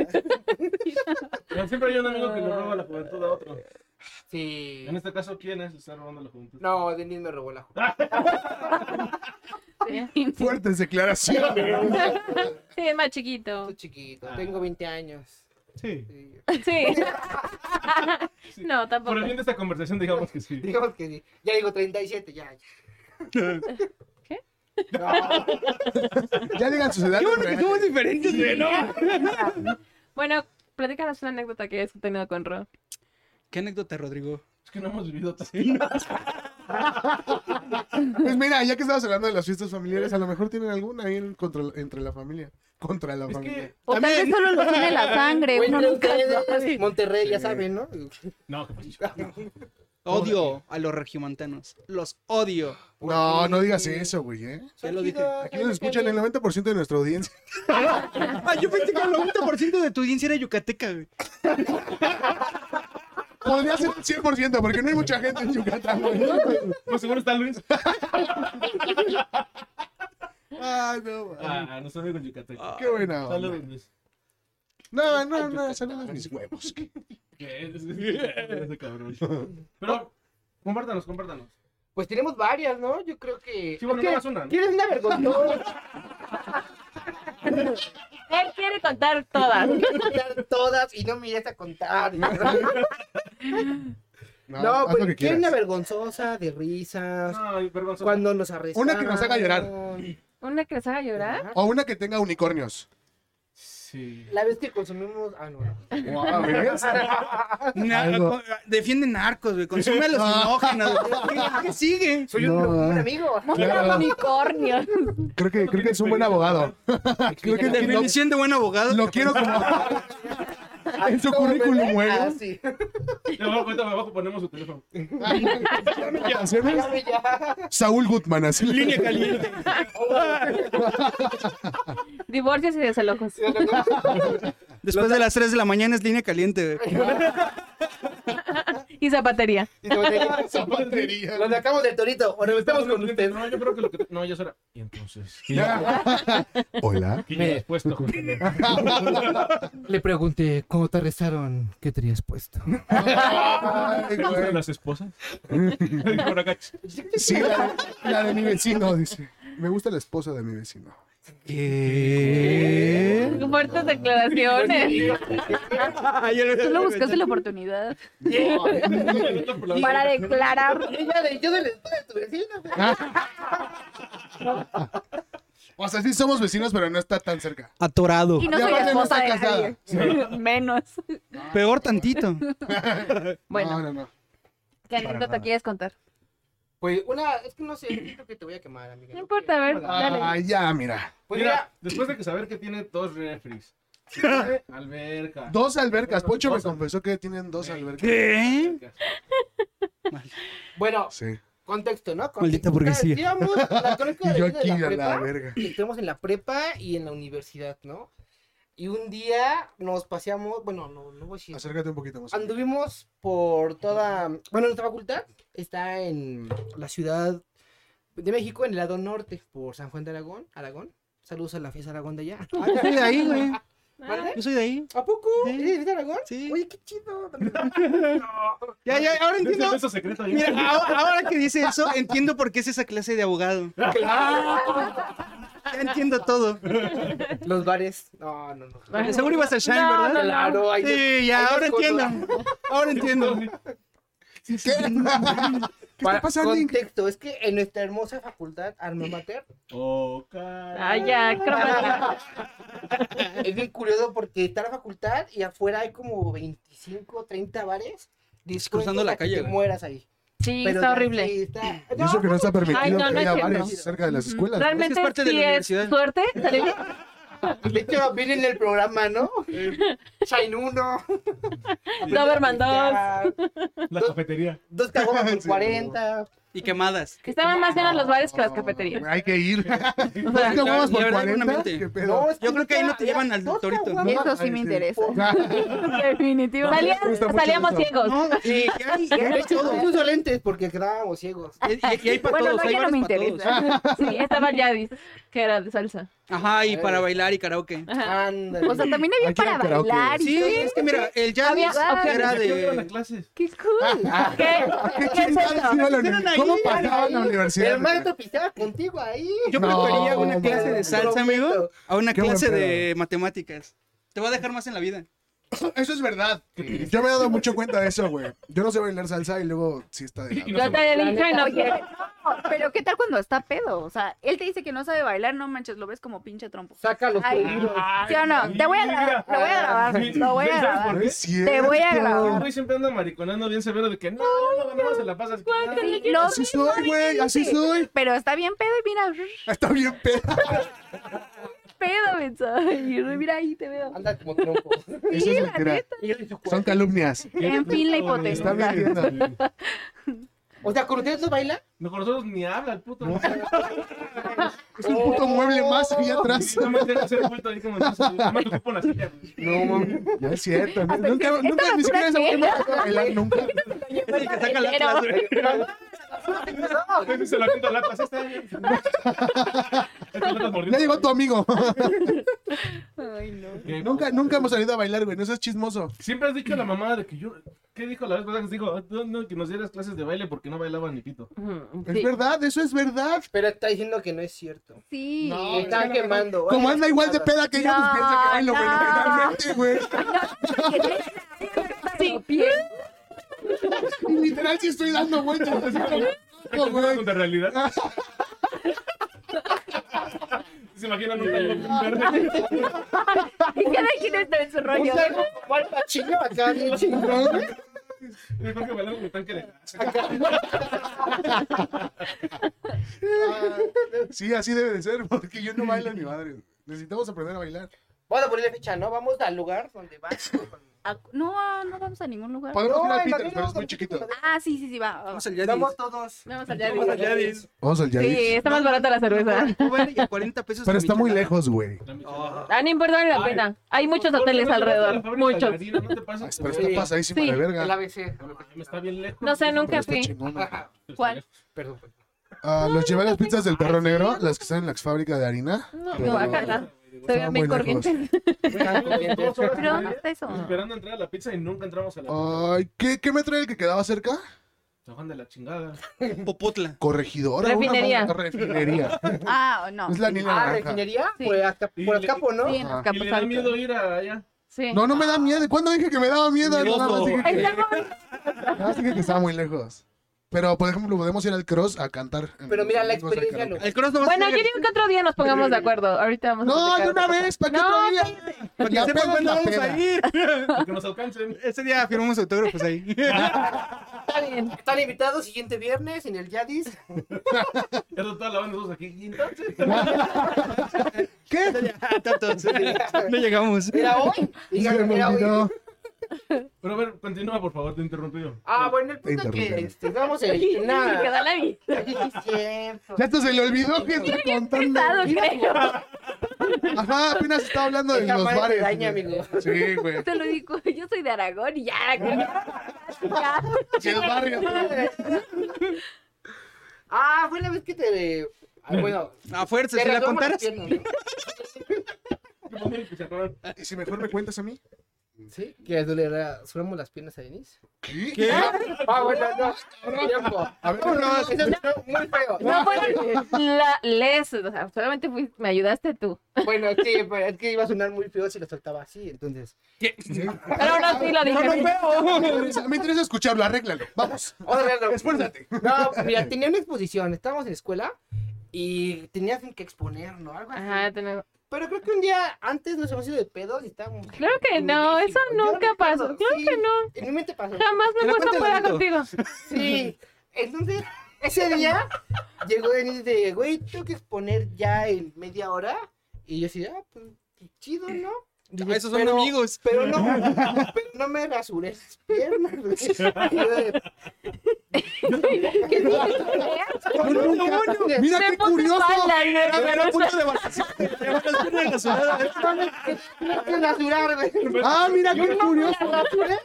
Pero Siempre hay un amigo que le roba la juventud a otro. Sí. En este caso, ¿quién es? Le está robando la juventud. No, Denis me robó la juventud. Fuertes declaraciones. Sí, es más chiquito. Estoy chiquito, Ah. tengo 20 años. Sí. Sí. Sí. No, Por tampoco. el bien de esta conversación, digamos que sí. Digamos que sí. Ya digo 37, ya, ya. ¿Qué? No, Ya digan sus edades. Qué bueno que reales. somos diferentes, güey, ¿no? Bueno, platícanos una anécdota que hayas tenido con Ro. ¿Qué anécdota, Rodrigo? Es que no hemos vivido tan Pues mira, ya que estabas hablando de las fiestas familiares, a lo mejor tienen alguna ahí en contra, entre la familia. Contra la Es familia. que. O tal vez solo lo tiene la sangre. Güey, uno entre nunca ustedes, sabe. Monterrey, ya Sí. saben, ¿no? No, qué pinche. Odio a los regiomontanos. Los odio. No, no digas eso, güey, ¿eh? Ya lo dije. Aquí nos escuchan el 90% de nuestra audiencia. Ah, yo pensé que el 90% de tu audiencia era yucateca, güey. Podría ser el 100%, porque no hay mucha gente en Yucatán, güey. No, seguro está Luis. Ay, no, güey. Ah, nuestro amigo Yucatán. Qué buena. onda. Saludos, Luis. No, no, no, saludos mis huevos. ¿Qué? Ese cabrón. Pero, compártanos, compártanos. Pues tenemos varias, ¿no? Yo creo que. Sí, bueno, ¿Qué? nada más una, ¿no? ¿Quieres una vergonzosa? Él quiere contar todas. todas y no me irás a contar. No, No, haz lo pues que ¿quieres una quieras. vergonzosa de risas? No, y vergonzoso. Cuando nos arrestaron. Una que nos haga llorar. ¿Una que les haga llorar? O una que tenga unicornios. Sí. La vez que consumimos. Ah, no. no. Wow, ¿ves? Na- Algo. con- defienden narcos, güey. Consume a los finógenos. güey. ¿Qué sigue? Soy un, No, un ah. amigo. Claro. Unicornio. Creo que, creo que es un buen abogado. Creo que tiene- Definición de buen abogado. lo quiero como en su currículum, güey. Ah, sí. Ya, abajo, ahorita abajo ponemos su teléfono. ¿Sí ves? Ya, ya. Saúl Goodman, así. Línea caliente. Divorcios y desalojos. Después de las 3 de la mañana es línea caliente, güey. Y zapatería. Y te volteé. Zapatería. Los sacamos del torito. O nos metemos con usted. No, yo creo que lo que. No, ya será. Y entonces. ¿Qué Hola. qué llevas puesto? Le pregunté, ¿cómo te arrestaron? ¿Qué tenías puesto? Ay, ¿Te güey. gustan las esposas? Por acá. Sí, la, la de mi vecino, dice. Me gusta la esposa de mi vecino. ¿Qué? Fuertes declaraciones. Tú lo buscaste la oportunidad para declarar. Ella de, yo de la esposa de tu vecino. güey. O sea, sí somos vecinos, pero no está tan cerca. Atorado. Y no Y soy aparte no esposa está de nadie. Menos. Peor tantito. Bueno, No, no, no. ¿qué anécdota quieres contar? Pues una, es que no sé, creo que te voy a quemar, amiga. No importa, a ver, dale. Ah, ya, mira. Pues Mira, mira, después de que saber que tiene dos refries, que tiene alberca. Dos albercas. Bueno, Poncho me dos confesó que tienen dos albercas. ¿Qué? albercas. bueno, Sí. contexto, ¿no? Contexto. Maldita burguesía. Digamos, la conozco Y de yo la aquí a la prepa, verga. que estuvimos en la prepa y en la universidad, ¿no? Y un día nos paseamos, bueno, no, no voy a decir. Acércate un poquito más. Anduvimos por toda, bueno, nuestra facultad está en la ciudad de México, en el lado norte, por San Juan de Aragón, Aragón. Saludos a la fiesta Aragón de allá. Yo soy de Ah, ahí, güey. ¿Vale? Yo soy de ahí. ¿A poco? Sí. ¿Eres de Fiesta Aragón? Sí. Oye, qué chido. Ya, ya, ahora Es entiendo. el beso secreto. ahí. Mira, ahora, ahora que dice eso, entiendo por qué es esa clase de abogado. Ya entiendo todo. Los bares. No, no, no. De seguro ibas a Shine, No, ¿verdad? Claro, ahí Ah, Sí, ya, ahí ahora descono- entiendo. Ahora entiendo. ¿Qué? ¿Qué está Para pasando? contexto, es que en nuestra hermosa facultad, alma mater, Oh, cara. Ay, ya, creo es bien curioso porque está la facultad y afuera hay como 25, 30 bares. Es cruzando dispuestos la a que calle, te güey. mueras ahí. Sí, Pero está ya horrible. sí está- Y eso que no está permitido Ay, no, no que haya es cierto. bares cerca de las escuelas. ¿no? Realmente parte de sí la es universidad. suerte. salir- De hecho, viene en el programa, ¿no? Eh, Shine 1. Doberman 2. La cafetería. Dos caguamas por Sí. 40. Y quemadas. Estaban más llenos los bares que las cafeterías. Hay que ir. O ¿Dos sea, caguamas la por verdad, 40? buenamente. ¿Qué pedo? este, es Yo creo que ahí no te había llevan al dos torito. caguamas. Eso sí me sí. interesa. Vale. Definitivamente. salían- Me gusta mucho salíamos eso. ciegos. No, y, y hay, y De hay hecho, todo. no puso lentes porque quedábamos ciegos. Y, y- y hay para Bueno, todos. no, hay ya no bares me pa' todos. interesa. Sí, estaba Yadis, que era de salsa. Ajá, y para bailar y karaoke. Ajá. Ándale. O sea, también había Aquí para hay karaoke. bailar y Sí, todo. es que mira, el Había Janis opciones. era ¿De qué iban a de... clases? ¡Qué cool! ¿Qué? ¿Qué ¿Qué es chingados eso? iba a la Estuvieron uni- ahí, ¿Cómo estuvieron pasaba la ahí. universidad? el maestro pisteaba contigo ahí. Yo No, prefería una hombre. clase de salsa, amigo, a una Qué buen clase pedo. de matemáticas. Te va a dejar más en la vida. Eso es verdad. Yo me he dado mucho cuenta de eso, güey. Yo no sé bailar salsa y luego sí está de Y la- no se Yo te dije, no, Oye, no, pero ¿qué tal cuando está pedo? O sea, él te dice que no sabe bailar, no manches, lo ves como pinche trompo. Saca los Ay, tobillos. ¿Sí o no? Te voy a grabar, lo voy a grabar, lo voy a ¿Sabes grabar. Ah. por No qué? es cierto. Te voy a Un grabar. güey siempre anda mariconando bien severo de que no, no, no, no, se la pasas. Sí, lo Así ves, soy, güey. Así sí. soy. Pero está bien pedo y mira, Está bien pedo. pedo, mensaje. Mira ahí, te veo. Anda como tronco. Eso es mentira. Y yo le dije, Son calumnias. En fin, la hipótesis. Está mintiendo. O sea, ¿con ustedes no baila? No, con nosotros ni habla el puto. No, Es un puto mueble más ahí atrás. no me dejas hacer vuelta ahí como si- no me ocupo la silla. güey. No, mami. No es cierto. Nunca, que- nunca, esta ni siquiera esa basura mujer me dejó bailar nunca. El que saca la clase. Entonces se la aviento a latas. Está bien. Este Es que latas mordiendo. Ya llegó tu amigo. Ay, no. Ok, Nunca, nunca hemos salido a bailar, güey. No seas chismoso. Siempre has dicho a la mamá de que yo. ¿Qué dijo la vez pasada que dijo "Ah, no, no, que nos dieras clases de baile porque no bailaba ni pito? Mm, Es sí. verdad, eso es verdad. Pero está diciendo que no es cierto. Sí. Me están quemando. güey. Como anda igual de peda que yo, pues No, piensa que bailo no. fenomenalmente, güey. Sí. Y Literal, sí estoy dando vueltas. así como- "Ah, Con güey. la realidad. Se imaginan un talón verde. Y cada quien está en su rollo. Un saco como Al Pacino acá, bien chingón, güey. Yo creo que bailaron con tanque de gas. Sí, así debe de ser, porque yo no bailo ni madre. Necesitamos aprender a bailar. Vamos a ponerle fecha, ¿no? Vamos al lugar donde va. Ah, No, no vamos a ningún lugar. Podemos No, ir al en la Peter, vida pero es no, muy chiquito. Ah, sí, sí, sí, va. va, va. Vamos al Yadis. Vamos todos. Vamos allá. Vamos al Yadis. Vamos al Yadis. Sí, está más barata la cerveza. Uber y a 40 pesos. Pero la está muy michelada. lejos, güey. La michelada. Oh, Ah, no importa, vale la Ay. pena. Hay muchos No, hoteles no, no, no, alrededor. la fábrica Muchos. Galerina, No te pases. Ah, Pero Sí. está pasadísima Sí. de El verga. ABC. No mames, Está bien lejos. No sé, nunca Pero está fui. chingona. ¿Cuál? Perdón. Ah, ¿Los llevé a las pizzas del perro negro? Las que están en la fábrica de harina. No, Pero- guácala. Se Estaba vean bien muy lejos. corrientes. Dos horas y Pero media hasta eso. Esperando entrar a la pizza y nunca entramos a la Oh. pizza. Ay, ¿qué, ¿qué metro era el que quedaba cerca? Se van de la chingada. Popotla. Corregidora. una Refinería. madre- Refinería. Ah, no. Es la niña Ah, naranja. refinería. Sí. Por, acá, Y por le- Azcapo, ¿no? Sí, Y le Ajá. en da Azcapasalco. miedo ir a allá. Sí. No, no me da miedo. ¿Cuándo dije que me daba miedo? No, nada más dije que, nada más dije que estaba muy lejos. Pero, por ejemplo, podemos ir al cross a cantar. en Pero los mira, la domingos hay experiencia karaoke. El cross no va Bueno, a yo ser. digo que otro día nos pongamos de acuerdo. Ahorita vamos a No, platicar de una otra cosa. vez, ¿para qué No, otro día? Para que La sepan peda cuándo es la vamos a peda. ir. Que nos alcancen. Ese día firmamos autógrafos ahí. Está bien. Están invitados siguiente viernes en el Yadis. Ya toda la banda todos aquí. Y entonces. ¿Qué? No llegamos. Era hoy. Se Díganme, me era hoy. olvidó. Pero a ver, continúa, por favor, te he interrumpido. Ah, bueno, el punto es que Interrumpieron. este, vamos a ir. Se Nada. quedó la vida. Ya hasta se le olvidó que está contando. Pesado, creo. Ajá, apenas estaba hablando de Esa los madre bares. daña, güey. amigo. Sí, güey. Te lo digo, yo soy de Aragón y ya. ya. Sí, el barrio. Ah, fue la vez que te. Ah, bueno, A fuerza, te si la rasgamos contaras. piernas, ¿no? ¿Qué pasó? Que se acabaron. ¿Y si mejor me cuentas a mí? Sí, que le rasuramos las piernas a Denise. ¿Qué? Ah, bueno, no. Tiempo. A ver, Eso es muy feo. No, bueno, la les, o sea, solamente fui- me ayudaste tú. Bueno, sí, pero es que iba a sonar muy feo si lo soltaba así, entonces. Pero aún así lo dije. me interesa- me interesa escucharlo, arréglalo. Vamos. Vamos a verlo. Esfuérzate. No, pues mira, tenía una exposición, estábamos en la escuela y tenías que exponer, ¿no? Algo así. Ajá, tenemos- Pero creo que un día antes nos hemos ido de pedos y estábamos. Claro que no, eso Yo nunca recuerdo, pasó. Claro sí, que no. En mi mente pasó. Jamás me he Pero puesto cuéntalo, fuera Beto. contigo. Sí. Entonces, ese día llegó Denis de, güey, tengo que exponer ya en media hora. Y yo así, ah, pues qué chido, ¿no? Dije, Esos son pero- amigos. Pero no, pero no me rasuré las piernas. güey. Y yo de, Mira Me qué puse curioso. falda y era Pero menos- punto de vacaciones. Llevan las piernas rasuradas. tengo que rasurar, güey. Ah, mira Pues, Yo qué no me curioso. rasuré.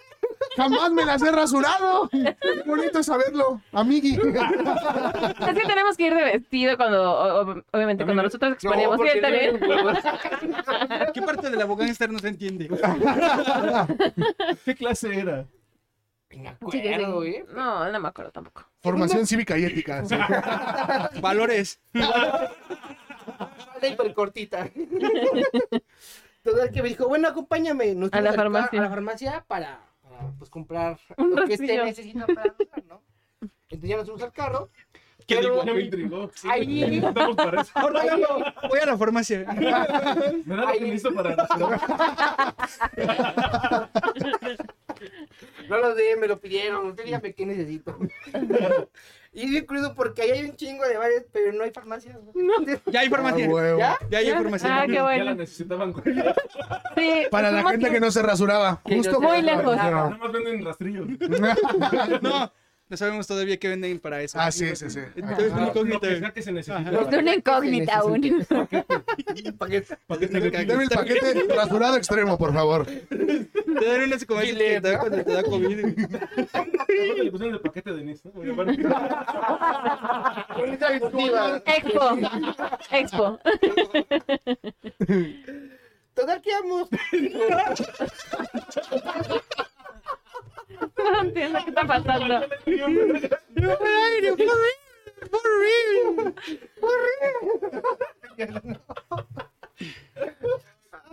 Jamás me las he rasurado. Qué bonito es saberlo, amigui. Es que tenemos que ir de vestido cuando, o- o- obviamente, cuando nosotros exponemos. porque Sí, está bien. ¿Qué parte de la boca externa no se entiende? ¿Qué clase era? Me Sí, ya acuerdo, sé. güey. No, no me acuerdo tampoco. Formación cívica y ética. sí. Valores. Falda hipercortita. Total que me dijo, bueno, acompáñame. nos A la fuimos al car- farmacia. A la farmacia para, para, pues, comprar Un lo que este rastrillo. necesita para alumbrar, ¿no? Entonces ya nos subimos al carro. ¿Qué pero- digo? Ya me intrigó. Ahí- Estamos para eso. Ahí- Voy a la farmacia. Me da lo que Ahí- necesito para racionar. No lo sé, me lo pidieron. Usted dígame qué necesito. y es bien curioso porque ahí hay un chingo de bares, pero no hay farmacias. Ya hay farmacia. Ah, huevo. ¿Ya? Ya hay farmacia. Ah, qué Ya la bueno. necesitaban, güey. Nada Sí, Para la fuimos gente y- que no se rasuraba. Sí, Justo. yo Muy lejos. Ah. más venden rastrillos. No, no sabemos todavía qué venden para eso. Ah, sí, sí, sí. Entonces, es una Lo que incógnita. sea que se necesita. Ah. Ajá. De una incógnita aún. Para que te Dame el paquete rasurado extremo, por favor. Te dan unas comidas que te da cuando te da COVID. le pusieron el paquete de Nis, ¿no? Bueno, bueno. Expo. Expo. Total que vamos. No entiendo qué está pasando.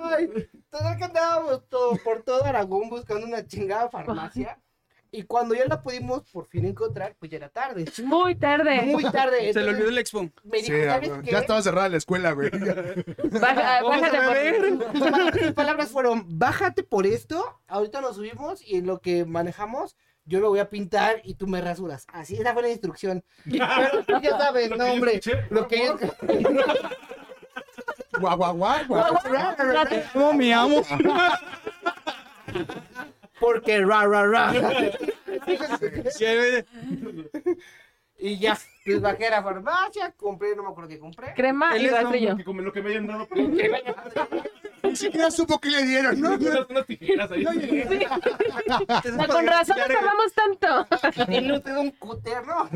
Ay, total que andábamos todo, por todo Aragón buscando una chingada farmacia. Y cuando ya la pudimos por fin encontrar, pues ya era tarde. Muy tarde. Muy tarde. Se le entonces olvidó el expo. Me Sí, ah, dijo, ¿sabes qué? ya estaba cerrada la escuela, güey. Ya. Baja- bájate por- Sus palabras fueron, bájate por esto, ahorita nos subimos y en lo que manejamos, yo me voy a pintar y tú me rasuras. Así, esa fue la instrucción. Pero tú ya sabes, Lo que no, yo hombre. escuché, Lo que yo- Guau, guau, guau, guau. ¿Cómo me amo? Porque ra, ra, ra. Sí, ahí ve- Y ya, pues bajé a la farmacia, compré, no me acuerdo qué compré. Crema Él y es lo rastrillo. Que como lo que me hayan dado. pues, Ni siquiera supo qué le dieron, ¿no? Unas unas tijeras ahí. No, con razón nos tardamos tanto. Tiene usted un cúter, ¿no?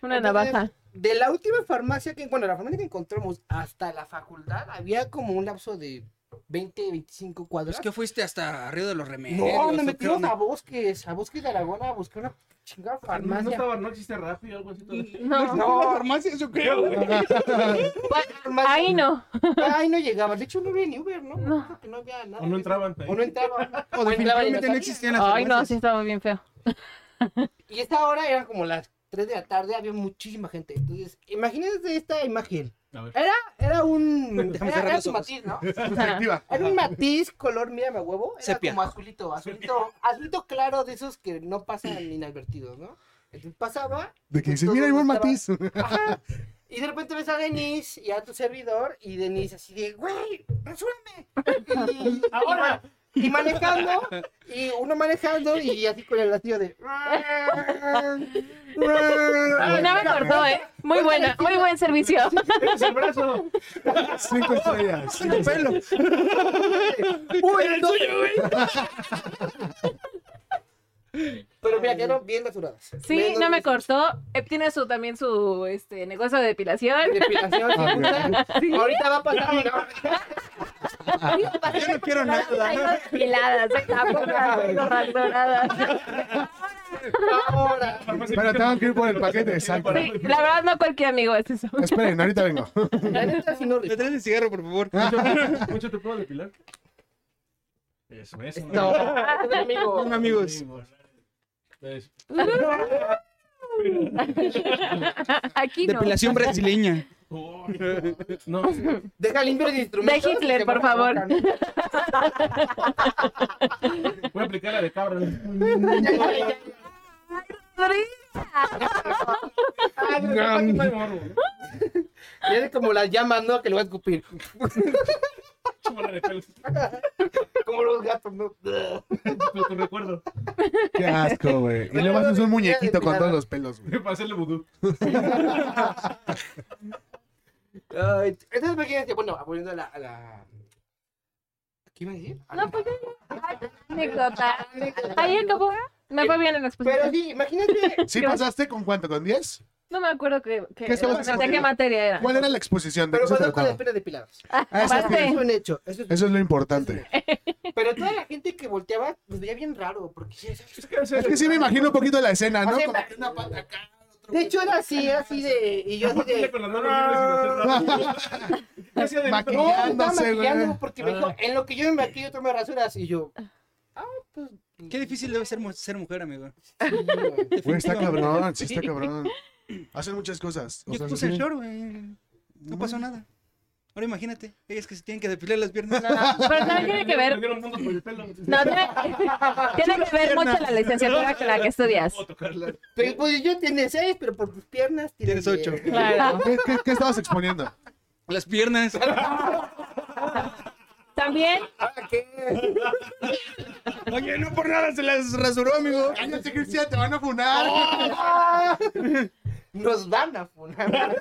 Una Entonces, navaja. De la última farmacia que, bueno, la farmacia que encontramos hasta la facultad, había como un lapso de 20, 25 cuadros. Es que fuiste hasta arriba de los remedios. No, nos ¿o qué metimos onda? a bosques, a bosques de Aragón a buscar una chingada No, no farmacia. estaba, no existe Rappi o algo así. todavía. No. No, la farmacia, yo creo. farmacia. Ahí no. Ahí no llegaba. De hecho, no había ni Uber, ¿no? No. Creo que no había nada. O no entraban. ahí. O no entraba. O definitivamente no existían las Ay, no, farmacias. sí estaba bien feo. Y esta hora eran como las 3 de la tarde, había muchísima gente. Entonces, imagínense esta imagen. A ver. Era, era un. Déjame Era, cerrar era los su ojos. matiz, ¿no? Perspectiva. Era un matiz color, mírame a huevo. Era Sepia. como azulito, azulito, azulito claro de esos que no pasan inadvertidos, ¿no? Entonces pasaba De que dice, mira, hay buen matiz. Ajá. Y de repente ves a Denise y a tu servidor, y Denise así de, güey, resúrame. Y, ahora. Y manejando, y uno manejando, y así con el latido de. No me cortó, ¿eh? Muy buena, muy buen servicio. ¡Tienes el brazo! Cinco estrellas. Cinco Pelo. Uy, el suyo, Pero mira, quedaron bien rasuradas. Sí, no me cortó. Eh, Tiene su también su este negocio de depilación. Depilación, Ah, sin duda. Ahorita va a pasar. Yo no quiero nada. Piladas, ¿eh? Ahora. Pero tengo que ir por el paquete, exacto. Sí, la verdad no cualquier amigo es eso. Esperen, ahorita vengo. La neta, sí no ¿Me rifó. traes el cigarro, por favor? Mucho- Mucho te puedo depilar. Eso, eso. No, amigo. Son amigos. ¿Ves? Aquí no. Depilación brasileña. Oh, no. Deja limpio el instrumento. De Hitler, y se por moja la favor. boca, ¿no? Voy a aplicar la de cabra. Ah, no, Ah, no, no no, hay no. morbo, ¿no? Ya es como las llamas, ¿no? Que le voy a escupir. Chúpala de pelo. Como los gatos, ¿no? Pero Pero te recuerdo. Qué asco, güey. Y luego haces un muñequito con todos los pelos, güey. Para hacerle vudú. Ay, entonces imagínense, bueno, volviendo a la, a la... ¿Qué iba a decir? A No, la- pues ya, Anécdota. ahí acabó. Me fue bien en la Pero exposición. sí, imagínate. ¿Sí Gracias. pasaste con cuánto? ¿Con 10? No me acuerdo qué, qué, ¿Qué estabas de haciendo? qué materia era. ¿Cuál era la exposición? ¿De Pero qué se pasó con las trataba? penas depiladas. Ah, eso, Aparte. es- Eso es un hecho. Eso es... eso es lo importante. Pero toda la gente que volteaba los veía bien raro, porque... Es que, Es que sí me imagino un poquito la escena, Ah, ¿no? O sea, Como que una pata acá, De hecho, era así, era así de. Y yo así de. "Ah". Con las manos libres sin hacer nada. ¿Qué hacía de- Maquillaje. No, estaba Maquillándose, güey. Ah. maquillando porque me dijo, en lo que yo me maquillo, tú me rasuras. Y yo, ah, pues. Qué difícil debe ser mu- ser mujer, amigo. sí, güey. Güey, está cabrón, sí está cabrón. Hacen muchas cosas. o Yo sea, puse sí. el short, güey. No pasó nada. Ahora imagínate, ellas que se tienen que depilar las piernas. No, pero también tiene que Me ver. dieron puntos por el pelo. No, tiene, tiene que ver mucho la licenciatura con la que estudias. Puedo tocarla. Pero pues yo tiene seis, pero por tus piernas Tienes ocho. Claro. ¿Qué, qué, qué estabas exponiendo? Las piernas. También, Oye, no por nada se las rasuró, amigo. Cállate, Cristian, te van a funar. Nos van a funar.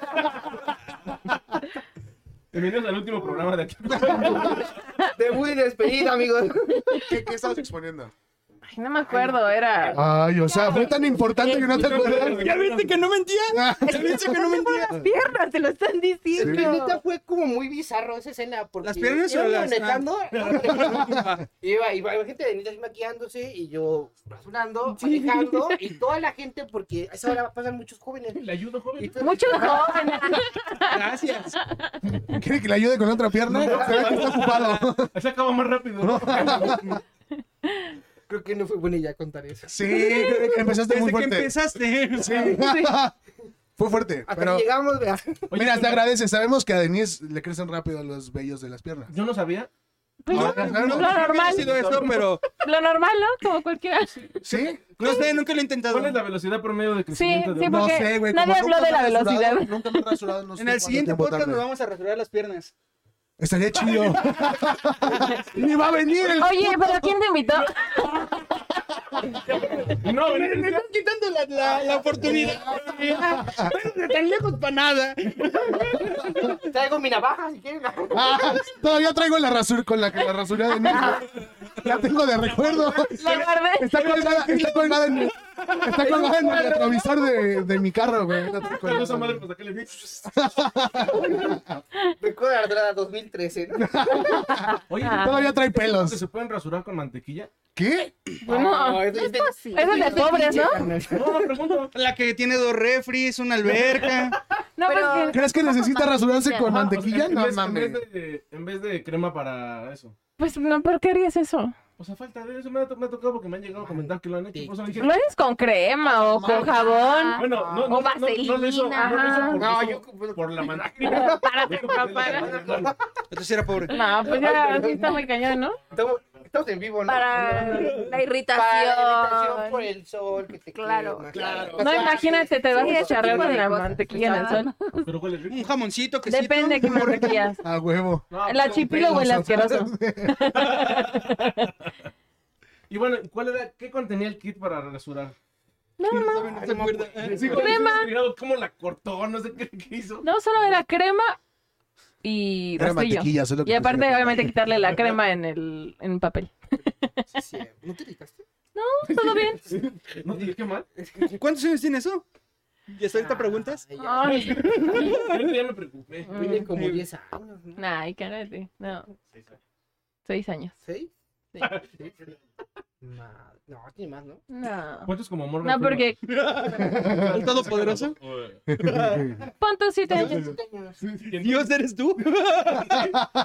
Bienvenidos al último programa de aquí. De muy despedida, amigos. ¿Qué, qué estabas exponiendo? ay, no me acuerdo, era. Ay, o sea, fue tan importante que no te acuerdas. ¿Ya viste que no mentía? ¿Ya viste que no mentía? Las piernas, te lo están Es diciendo. que neta fue como muy bizarro esa escena. Porque ¿Las piernas o iba las- manejando, iba, iba, iba gente de neta así maquillándose y yo rasurando, manejando. Y toda la gente, porque a esa hora pasan muchos jóvenes. Le ayudo, Y joven. todo- Mucho jóvenes. Gracias. ¿Quiere que le ayude con la otra pierna? Se ve que está ocupado. Se acaba más rápido. Creo que no fue buena idea contar eso. Sí, creo que empezaste Desde muy que fuerte. empezaste. Sí. Fue fuerte, Hasta pero... que llegamos, vea. Oye, Mira, te agradece. Sabemos que a Denise le crecen rápido los vellos de las piernas. Yo no sabía. Pues, Ahora, claro. lo normal, Ha sido eso, pero lo normal, ¿no? Como cualquiera. ¿Sí? no sé, nunca lo he intentado. ¿Cuál es la velocidad promedio de crecimiento de sí, un- No porque sé, güey. nadie como habló nunca de me he la rasurado, velocidad. Nunca me he rasurado. no sé En el cuánto siguiente tiempo podcast tarde. nos vamos a rasurar las piernas. Estaría chido. Ni va a venir el... Oye, pero ¿quién te invitó? No, no, no. quitando la, la, la oportunidad. Bueno, de tan lejos para nada. Traigo mi navaja si quieren. Ah, todavía traigo la rasura con la que la rasuré de Denise. La tengo de recuerdo. La guardé. Está colgada, está colgada en, está colgada en el retrovisor de, de mi carro, güey. La tengo Pero esa colgada. madre, pues, ¿a qué le vi? Recuerdo la entrada 2013, ¿no? Oye, Ah. Todavía trae ¿que pelos. se pueden rasurar con mantequilla? ¿qué? Bueno, eso Ah, es de- eso es de pobres, ¿no? No, no pregunto. La que tiene dos refries, una alberca. No, pues Pero- pero... ¿Crees que necesita rasurarse con mantequilla? Ah, En No vez- en mames. vez de- En vez de crema para eso. Pues no, ¿por qué harías eso? O sea, falta de eso. Me ha, to- me ha tocado porque me han llegado a comentar que lo han hecho. pues, Por eso dije, ¿Lo haces con crema o con jabón? Bueno, no, no, no, O no, no le hizo, no le hizo vaselina. por, No, eso, por la mantequilla. Para Dijo papá. porque le tenía mal. Entonces era pobre. No, pues ya sí está muy cañón, ¿no? Estamos, estamos en vivo, ¿no? Para la Para irritación. la irritación por el sol que te Claro, quema. claro. O No, sea, imagínate, te vas sí, a ese charlar tipo con de la cosas, mantequilla en el exacto. sol. Pero ¿cuál es rico? Un jamoncito que Depende qué mantequillas. A huevo. No, La pero- chipilo o el asqueroso. Y bueno, ¿cuál era, ¿qué contenía el kit para rasurar? No se acuerda. Sí, Crema. como- ¿Cómo la cortó? No sé qué, qué hizo. No, solo era crema y Era rastrillo. mantequilla, pues, eso es lo que Y aparte, quisiera. obviamente, quitarle la crema en el en papel. sí, sí. ¿No te irritaste? ¿Todo bien? No te dije mal. ¿Cuántos años tiene eso? ¿Y hasta ahorita preguntas? Ay, Ah, ya. Ay, Ahorita ya me preocupé. Tiene Ah, mm. como 10 años, ¿no? Ay, cállate. No, seis años. ¿Sí? Sí. Sí. Ma- No, tiene más, ¿no? No. ¿Cuántos como Morgan No, porque Ah. ¿El todopoderoso? pon tú siete Tiene años. 7 años. Dios, ¿eres tú?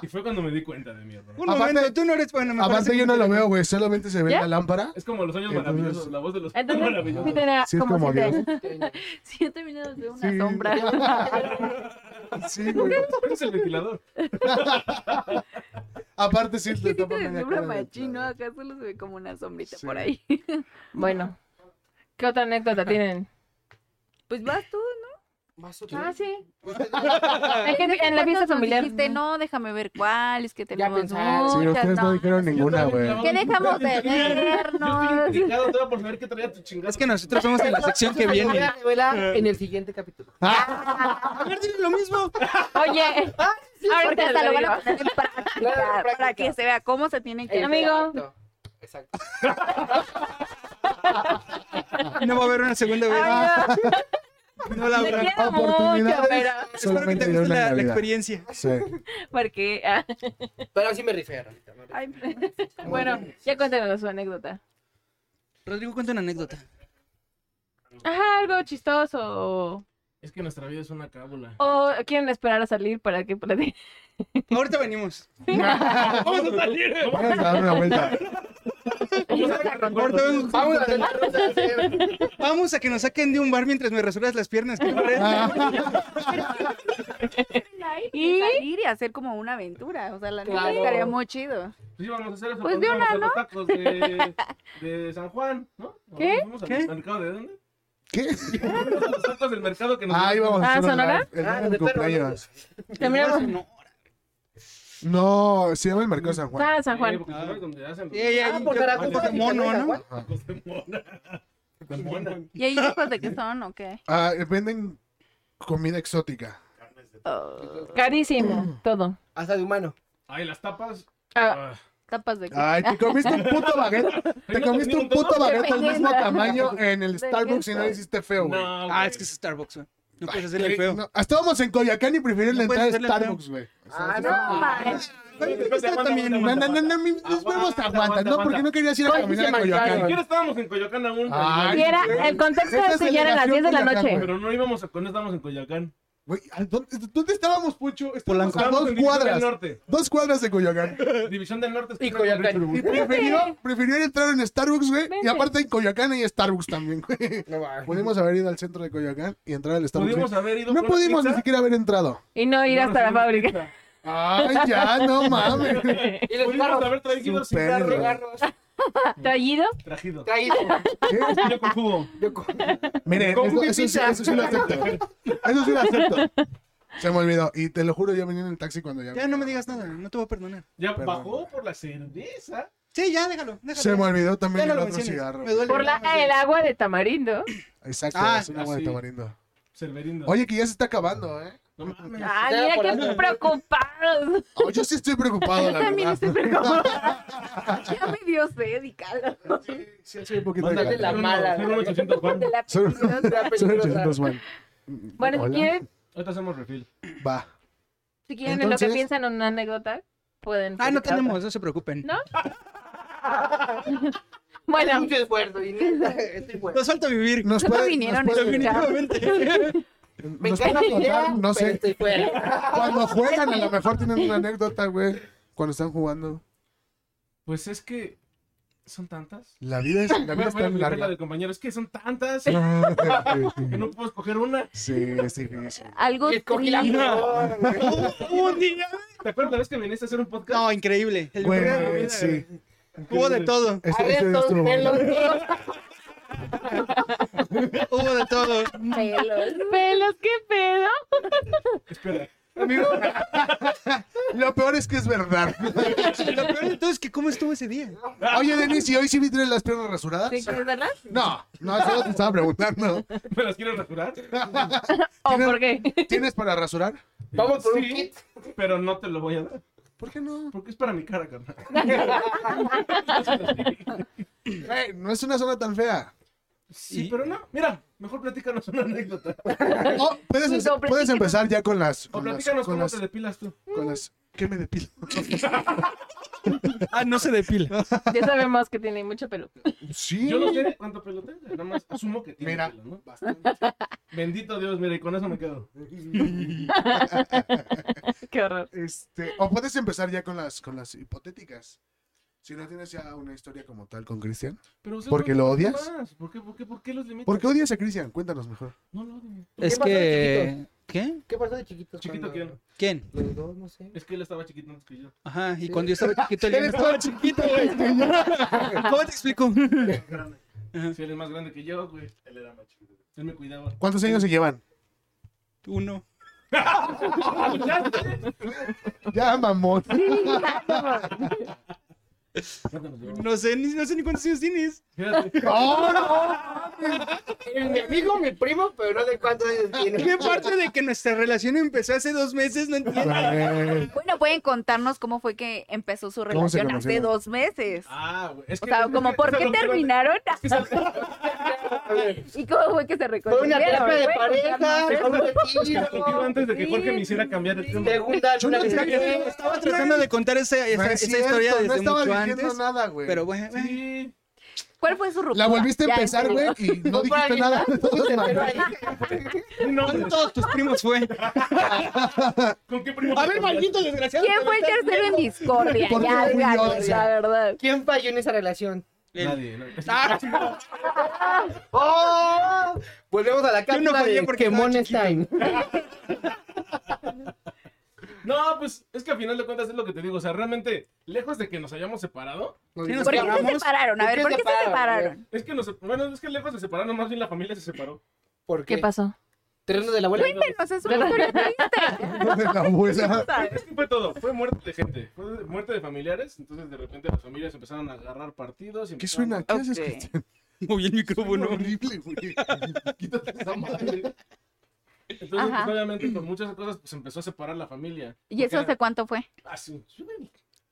Y fue cuando me di cuenta de mi error. Un Aparte- momento, tú no eres bueno. me Aparte parece yo no que- lo veo, güey. Solamente se ve ¿Ya? la lámpara. Es como los años Entonces- maravillosos, la voz de los años Entonces, sí maravillosos. tenía Sí, es como como siete Dios. años. Siete minutos de Sí. una sombra. Sí, güey. Es el ventilador. Aparte sí Es le que sí tapa te media deslumbra cara de- machino, acá solo se ve como una sombrita Sí. por ahí. Bueno, ¿qué otra anécdota tienen? Pues vas tú, Más otro. Ah, sí. Es que en la fiesta ¿Cuántas nos familiar. mm. Dijiste, no, déjame ver cuáles, que tenemos pensaron. Sí, muchas, ustedes no dijeron ninguna, güey. ¿Qué dejamos de Yo estoy vernos? intrigado todavía por saber qué traía tu chingada. Es que nosotros somos en la sección que Eso se lo voy viene. a Ah. revelar en el siguiente capítulo. A ver, dile lo mismo. Oye, Porque ahorita hasta te lo lo van digo. a poner en práctica, práctica. para que se vea cómo se tienen que Eh. Amigo. Exacto. Exacto. No va a haber una segunda vez. Ay, no, No la te habrá. quiero mucho, Oportunidades. pero. Espero que Solamente te yo en guste la la, la Navidad. experiencia. Sí. Porque. ah, Pero sí me rifé, Ranita, me rifé. Ay, Bueno, ya cuéntanos su anécdota. Rodrigo, cuenta una anécdota. Ajá, algo chistoso. Es que nuestra vida es una cábula. O quieren esperar a salir para que platiquen. Ahorita venimos. ¡Vamos a salir! Vamos a dar una vuelta. Vamos a sacar Ahorita recuerdos. vengo. Vamos a hacer la ruta de hacer- Vamos a que nos saquen de un bar mientras me resuelvas las piernas. ¿qué parece? Y Y- salir y hacer como una aventura. O sea, la neta Claro. estaría muy chido. Sí, vamos a hacer eso. Pues cuando de vamos una, a los tacos de, de San Juan, ¿no? ¿Qué? Vamos al ¿Qué? mercado de dónde? ¿Qué? Vamos a los tacos del mercado que nos Ahí vamos. Ah, hacer un ¿Sonora? live. El Ah, día de mi de perro, cumpleaños. Terminamos. No, se llama el mercado San Juan. Ah, San Sí, Juan. porque se ve donde hacen Sí, ya, Ah, por yo- Zaragoza, yo- mono, ¿no? tacos de mona. De mona. ¿Y ahí hijos de qué son o qué? Ah, venden comida exótica. Carísimo, todo. Hasta de humano. Ay, las tapas. Ah, Ah, Tapas de qué. Ay, te comiste un puto baguette. Te comiste un puto baguette del mismo tamaño en el Starbucks y no lo hiciste feo, güey. no, Ah, güey. es que es Starbucks, güey. No puedes hacerle Ay, feo. no, hasta vamos en Coyacán y prefieren No la entrada de puedes hacerle Starbucks, güey. O sea, Ah, sí, no, sí. manches. Ay, Espérate, está aguanta, también, aguanta, no, no, no, aguanta. no, mis mis huevos te Aguanta, aguantan, ¿no? aguanta. Porque no querías ir a Ay, caminar sí a Ni se mancharon. Coyoacán. siquiera estábamos en Coyoacán aún. Ay, Y era, el contexto Esa es que ya eran las 10 de la celebración noche. Pero no íbamos a con estábamos en Coyoacán. Güey, ¿a ¿dónde, dónde estábamos, Pucho? Estábamos a Estábamos dos en División cuadras. del Norte. Dos cuadras de Coyoacán. División del Norte. es Y que- Coyoacán. Y prefirió, prefirió entrar en Starbucks, güey. Y Vente. aparte en Coyoacán hay Starbucks también, güey. No va. Pudimos haber ido al centro de Coyoacán y entrar al Starbucks. Pudimos haber ido No con pudimos ni pizza. siquiera haber entrado. Y no ir No hasta la recibimos fábrica. pizza. Ay, ya, no mames. Y los Pudimos carros. haber traído Súper. cigarros. Los carros Traído. Trajido. traídos. ¿Qué? Yo con jugo. Yo con- Miren, Con eso, mi eso sí- pizza. eso sí lo acepto. Eso sí lo acepto. Se me olvidó. Y te lo juro, yo venía en el taxi cuando ya. Ya no me digas nada, no te voy a perdonar. Ya Perdón. bajó por la cerveza. Sí, ya, déjalo. déjalo Se me olvidó Ya también no el lo otro menciones. cigarro. Me duele. Por la, el agua de tamarindo. Exacto, Ah, es un agua así. de tamarindo. Cerverindo. Oye, que ya se está acabando, ¿eh? No mames. Ah, Estaba mira por qué algo. preocupados. Oh, yo sí estoy preocupado, la También verdad. estoy preocupada. ya me dio sed y calor. Sí, sí, estoy un poquito Mándale de la mala, Son la- 800 Juan. De la Son- peligrosa. Era Son peligrosa. 800 man. Bueno, si Hola. quieren, Ahorita hacemos refil. Va. si quieren en lo Entonces- que piensan en una anécdota, pueden. Ah, no platicar. tenemos, no se preocupen. No. Bueno, Bueno, mucho esfuerzo. y neta, estoy bueno. Nos falta vivir. Nos Solo puede- vinieron nos puede- Definitivamente. Me nos encanta pueden la idea, contar, no pero sé, estoy fuera. cuando juegan a lo mejor tienen una anécdota, güey, cuando están jugando. Pues es que son tantas. La vida es, la vida Bueno, es tan bueno, la larga. de compañero, es que son tantas que No, no puedo escoger una. Sí, es difícil. Algo Y escogí la triste. mejor, güey. ¿Te acuerdas la vez que viniste a hacer un podcast? No, increíble. El Güey, programa, sí. Hubo de todo, Este, este Arresto, estuvo bueno. pelos, hubo de todo. Pelos. pelos, qué pedo. Espera. Amigo, lo peor es que es verdad. Lo peor de todo es que cómo estuvo ese día. Oye, Denis, ¿y hoy sí tienes las piernas rasuradas? ¿Sí quieres verlas? No, no, solo te estaba preguntando. ¿Me las quieres rasurar? ¿O Tiene- por qué? ¿Tienes para rasurar? Vamos por un Sí, kit. Pero no te lo voy a dar. ¿Por qué no? Porque es para mi cara, carnal. Güey, no es una zona tan fea. Sí, Y- pero no. Mira, mejor platícanos una anécdota. Oh, puedes, Sí, no, puedes empezar ya con las. O Con las, platícanos con cómo las, te depilas tú. con las- ¿Qué me depilo? Ah, no se depila. Ya sabemos que tiene mucho pelo. Sí. Yo no sé cuánto pelo tengo, nada más asumo que tiene Mira. pelo, ¿no? Bendito Dios, mira, y con eso me quedo. Qué horror. Este, o puedes empezar ya con las, con las hipotéticas. Si no tienes ya una historia como tal con Cristian. Pero, ustedes ¿Porque no lo tienen odias? más. ¿Por qué, por qué, por qué los limitas? ¿Por qué odias a Cristian? Cuéntanos mejor. No lo odio. Es pasó de que. ¿Qué? ¿Qué pasó de chiquitos? Chiquito cuando- quién. ¿Quién? Los dos, no sé. Es que él estaba chiquito antes que yo. Ajá, y cuando yo estaba chiquito, él estaba chiquito, güey. ¿Cómo te explico? Ajá. Si él es más grande que yo, güey. Él era más chiquito. Él me cuidaba. ¿Cuántos años se llevan? Uno. Ya, mamón. No sé, ni, no sé ni cuántos años tienes. Fíjate. ¡Oh, Es mi amigo, mi primo, pero no sé cuántos años tiene. ¿Qué parte de que nuestra relación empezó hace dos meses? No entiendo. no! Bueno, pueden contarnos cómo fue que empezó su ¿Cómo se relación hace conocieron? dos meses. Ah, güey. Es O que. sea, es que- como, ¿por es qué lo que- terminaron? A ver, ¿Y cómo fue que se Fue reconciliaron? una terapia de Bueno, pareja, contarnos. fue un Es lo que iba retiro. antes de que Jorge me hiciera cambiar el tema. Segunda Yo no luna de sabía miel. Estaba tratando de contar esa, esa, esa historia desde no estaba mucho diciendo antes. nada, güey. Pero bueno, bueno, Sí. ¿Cuál fue su ruptura? La volviste Ya a empezar, entendí. güey, y no ¿Fue por dijiste alguien nada. más? de todas maneras. Con todos tus primos fue. ¿Con qué primo? A ver, maldito desgraciado. ¿Quién te fue el metes. tercero en discordia? ¿Por qué Ya, no fui yo? díganos, la verdad. ¿Quién falló en esa relación? Nadie, nadie. ¡Oh! Volvemos a la Yo no cápsula fallé de porque estaba Pokémon chiquito. Time. No, pues es que al final de cuentas es lo que te digo. O sea, realmente, lejos de que nos hayamos separado, nos ¿Por qué se separamos? separaron? A ¿Por ver, qué ¿por qué se separaron? separaron? es que nos. Bueno, es que lejos de separarnos, más bien la familia se separó. ¿Por ¿Qué pasó? Terreno de la abuela. Cuéntenos, es una historia triste. De la abuela. Es que fue todo. Fue muerte de gente. Fue muerte de familiares. Entonces, de repente, las familias empezaron a agarrar partidos. Y ¿Qué empezaron suena? a- ¿Qué haces, Ok. Cristian? Moví el micrófono. horrible, güey. Quítate esa madre. Entonces, Ajá. pues, obviamente, con muchas cosas, pues empezó a separar la familia. ¿Y eso hace cuánto fue? Así.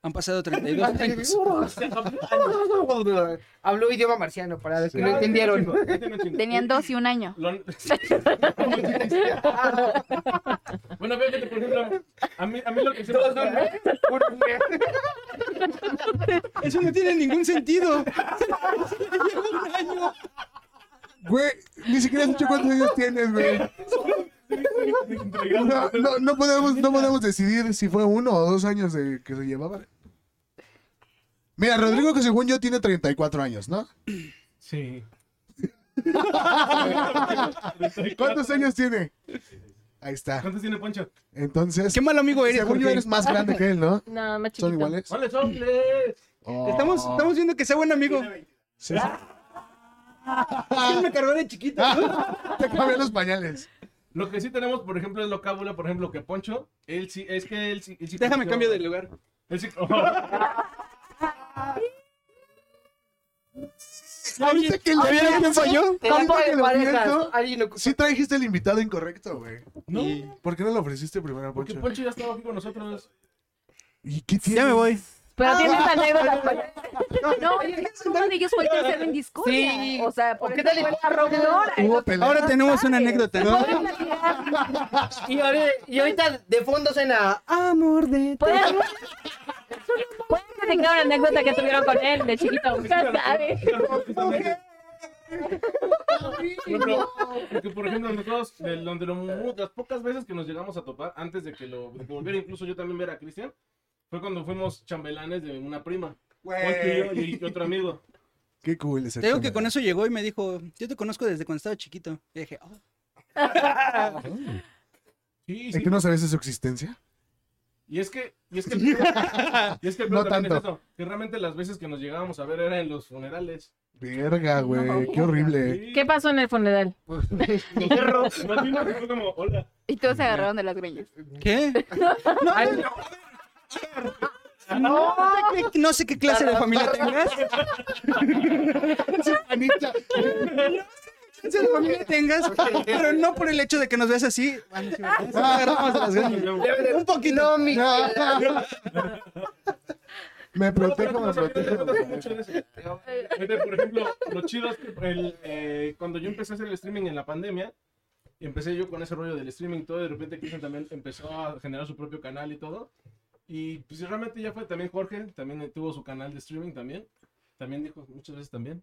Han pasado 32 años. Habló idioma marciano para los que no entendieron. Tenían dos y un año. Lo- bueno, veo que, por ejemplo, a mí, a mí lo que siempre... Eso no tiene ningún sentido. Güey, ni siquiera has dicho cuántos años tienes, güey. No, no, no podemos, no podemos decidir si fue uno o dos años de que se llevaban. Mira, Rodrigo, que según yo tiene 34 años, ¿no? Sí. ¿Cuántos años tiene? Ahí está. ¿Cuántos tiene Poncho? Entonces, Qué mal amigo eres, según yo Jorge. eres más grande que él, ¿no? No, más chiquito. ¿Son iguales? ¡Hola, Sople! Oh. Estamos, estamos viendo que sea buen amigo. Sí, sí. ¿Quién me cargó de chiquito? Te cambié los pañales. Lo que sí tenemos, por ejemplo, es lo cábula, por ejemplo, que Poncho, él sí, es que él sí... él sí Déjame conoció- cambio de lugar. Él sí... ¿Viste que le ¿Vieron quién falló? Ahorita Campo que de lo parejas. pienso, Alguien ocupa. Sí trajiste el invitado incorrecto, güey. No, ¿Por qué no lo ofreciste primero, porque Poncho? Poncho ya estaba aquí con nosotros. ¿Y qué tiene? Ya me voy. Ah, Pero tienes anécdotas con No, uno de ellos fue el tercero en discordia. Sí. O sea, ¿O ¿por qué tal y eh, Hubo pelea. Ahora tenemos una anécdota. Y ahora- y ahorita de fondo suena amor de ¿Pueden, pueden platicar una anécdota que tuvieron con él de chiquito. Ya sabes. Bueno, porque por ejemplo nosotros, de donde lo, mu- las pocas veces que nos llegamos a topar, antes de que lo de que volviera incluso yo también ver a Cristian, fue cuando fuimos chambelanes de una prima. Poncho Eh. y yo y otro amigo. Qué cool ese Te digo tema. que con eso llegó y me dijo, yo te conozco desde cuando estaba chiquito. Y dije, oh, Sí, ¿Y sí. tú no sabes de su existencia? Y es que, y es que, el pedo- y es que el pedo No también tanto. es eso, que realmente las veces que nos llegábamos a ver era en los funerales. Verga, güey. qué horrible. ¿Qué pasó en el funeral? perro? Imagino que fue como, hola. Y todos se agarraron de las greñas. ¿qué? No, no, no, no sé qué clase de familia tengas. Anita, No sé qué clase de familia tengas, pero no por el hecho de que nos veas así. ah, no sé, nos agarramos de las greñas. Un poquito. No, mi. me No, pero protejo, me no sabía, no protejo. sabía mucho de eso. Fíjate, eh, por ejemplo, lo chido es que el, eh, cuando yo empecé a hacer el streaming en la pandemia, y empecé yo con ese rollo del streaming y todo, de repente Cristian también empezó a generar su propio canal y todo. Y pues realmente ya fue también Jorge, también tuvo su canal de streaming también. También dijo muchas veces también.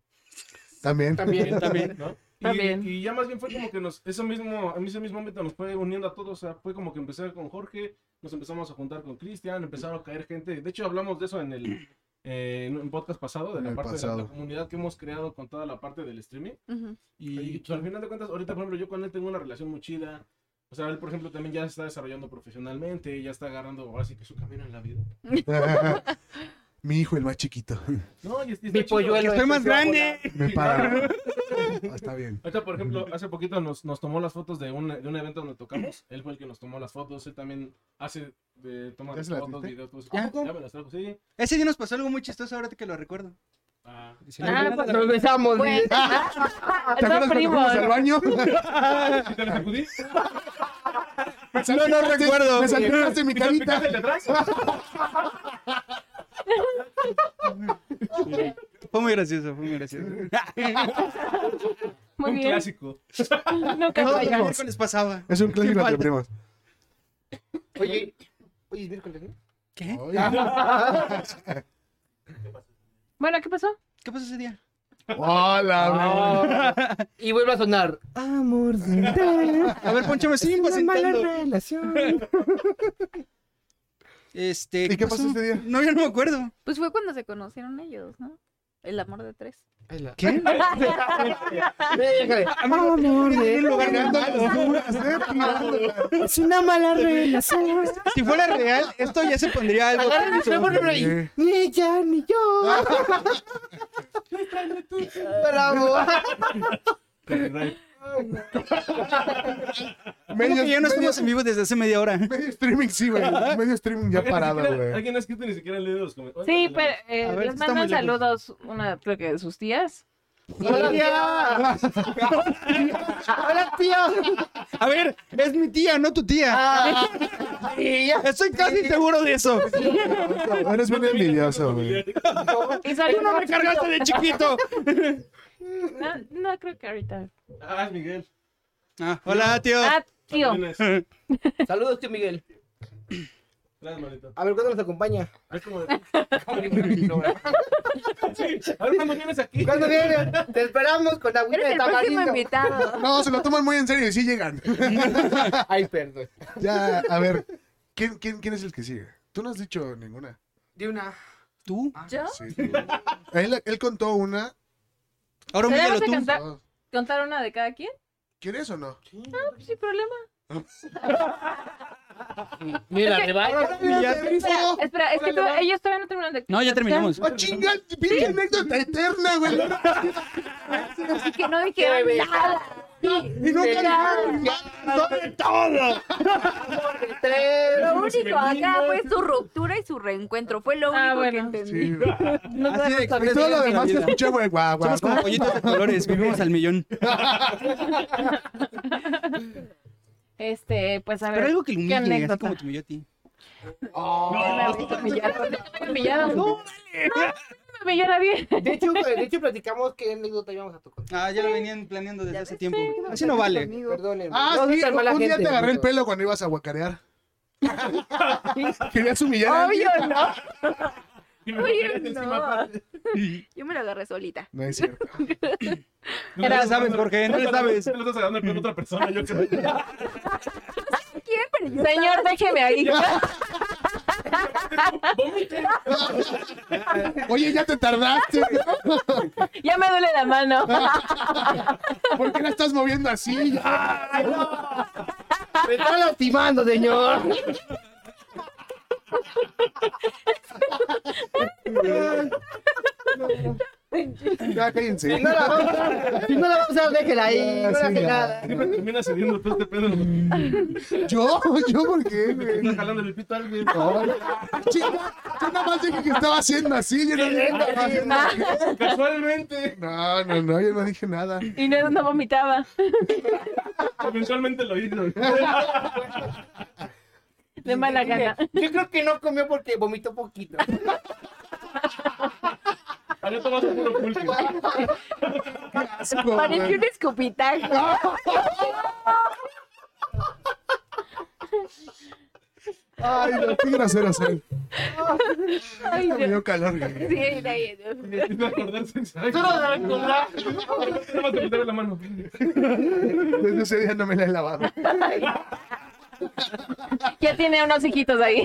También. También. También, ¿no? Y, También. y ya más bien fue como que nos, eso mismo, a mí ese mismo ámbito nos fue uniendo a todos. O sea, fue como que empecé con Jorge, nos empezamos a juntar con Cristian, empezaron a caer gente. De hecho, hablamos de eso en el eh, en un podcast pasado, de En la el parte de pasado. la comunidad que hemos creado con toda la parte del streaming. Ujú. Y pues, al final de cuentas, ahorita, por ejemplo, yo con él tengo una relación muy chida. O sea, él, por ejemplo, también ya se está desarrollando profesionalmente, ya está agarrando ahora sí que su camino en la vida. Mi hijo, el más chiquito. No, y, es- y está Mi chido. polluelo. Estoy más empezó a grande. Me para. Ah, está bien. Ahorita, por ejemplo, hace poquito nos, nos tomó las fotos de un, de un evento donde tocamos. Él fue el que nos tomó las fotos. Él también hace de tomar ¿Ya se las fotos, diste? videos, todo eso. ¿A Ya poco? me las trajo, sí. Ese día nos pasó algo muy chistoso ahora que lo recuerdo. Ah, Ah, pues, Nos besamos. Bueno, dice. Ah, Ah, ¿Te son acuerdas cuando primos. fuimos al baño? ¿Sí te las sacudí? No, no recuerdo. Me saltaste mi ¿Y te picaste carita. el de atrás? Fue muy gracioso, fue muy gracioso. Muy Un bien. clásico. Nunca No, falla. miércoles les pasaba. Es un clásico entre Falta. primos. Oye. Oye, es miércoles, ¿no? ¿Qué? Ay, Bueno, ¿qué pasó? ¿Qué pasó ese día? Ah. Hola, Y vuelve a sonar. Ah, Amor, A ver, Poncho, me siguen una mala presentando. relación. Este, ¿Y qué pasó este día? No, yo no me acuerdo. Pues fue cuando se conocieron ellos, ¿no? El amor de tres. ¿Qué? Déjale. Amor, de- en un lugar duras, ¿eh? Es una mala relación. Si fuera real, esto ya se pondría algo. Agarra el teléfono y Eh, ni ella ni yo. Bravo. Copyright. Como Medio, que ya no medio- estamos en vivo desde hace media hora. medio streaming, sí, güey. Medio streaming ya Oigan, ni parado, siquiera- Ah, güey. Alguien no ha escrito ni siquiera leído los comentarios. Sí, pero eh, A ver, les está muy mandan lejos. saludos, una creo que de sus tías. Hola, tía. Hola, tía. A ver, es mi tía, no tu tía. Ah, tía. Estoy casi seguro de eso. Eres bien envidioso, güey. Y Tú saludos. no me cargaste de chiquito. No, no creo que ahorita. Ah, es Miguel. Ah, hola, tío. Ah, tío. Tienes- Saludos, tío Miguel. Gracias, manito. A ver, ¿cuándo nos acompaña? Es como de- Sí, a ver cuándo vienes aquí. ¿Cuándo viene? Te esperamos con agüita Eres de el próximo tamarindo. invitado. No, se lo toman muy en serio y sí llegan. Ay, perdón. Ya, a ver. ¿Quién, quién, quién es el que sigue? Tú no has dicho ninguna. De una. ¿Tú? ¿Yo? Sí. Él, él contó una. Ahora humíllalo ¿Tenemos que tú. cantar, dos. contar una de cada quien? ¿Quieres o no? Sin problema. Mira, Es que- rebaño. Espera, espera, es que tú- ellos todavía no terminaron de No, ya terminamos. ¡Ah, chinga! ¡Pinche anécdota eterna, güey! Así que no dijeron Qué nada. ¡Y nunca Nada. ¡Sobre todo! Lo único acá fue su ruptura y su reencuentro. Fue lo único Ah, bueno. que entendí. Sí, güey. Nos Así de vemos Y expresión todo de lo la demás que vida. escuché, güey, guau, guau. Somos como pollitos de colores, vivimos al millón. Este, pues a ver. Pero algo que lo humille, ¿Qué anécdota? así como te humilló a ti. Me gusta humillar. No me humillar. No, no me humilló nadie. De hecho, de hecho, platicamos qué anécdota íbamos a tocar. Ah, ya lo venían planeando desde hace tiempo. Así no vale. Perdónenme. Ah, No soy sí, tan un mala día gente, te agarré el amigo. pelo cuando ibas a guacarear. Querías humillar a alguien. Obvio, no. Y me Oye, pones encima, no. aparte. Yo me lo agarré solita. No es cierto. No Era- le sabes, Jorge, no le sabes. No le estás agarrando el pelo a otra persona, yo creo. ¿Quién? Pero yo Señor, déjeme ahí. Vomite. Oye, ya te tardaste. Ya me duele la mano. ¿Por qué la estás moviendo así? Me está lastimando, señor. Ya, cállense. Si no la vamos a usar, si no la vamos a usar, déjela ahí. No le hace nada. Siempre termina cediendo todo este pedo. ¿Yo? ¿Yo por qué, güey? Está jalando el pito a alguien. Ay, Chinga, yo nada más dije que estaba haciendo así. Yo no dije nada. Casualmente. No, no, no, yo no dije nada. Y no, no vomitaba. Eventualmente lo hizo. De mala gana. Yo creo que no comió porque vomitó poquito. Había tomado puro pulque. Asco, parecí güey. un escupitajo. Ay, no, qué grosero soy. Ay, Me Dios. dio calor, güey. Sí, ahí, ahí. Necesito acordarse. Tú no la recordás. Nada más te meteré la mano. Desde ese día no me la he lavado. Ya tiene unos hijitos ahí.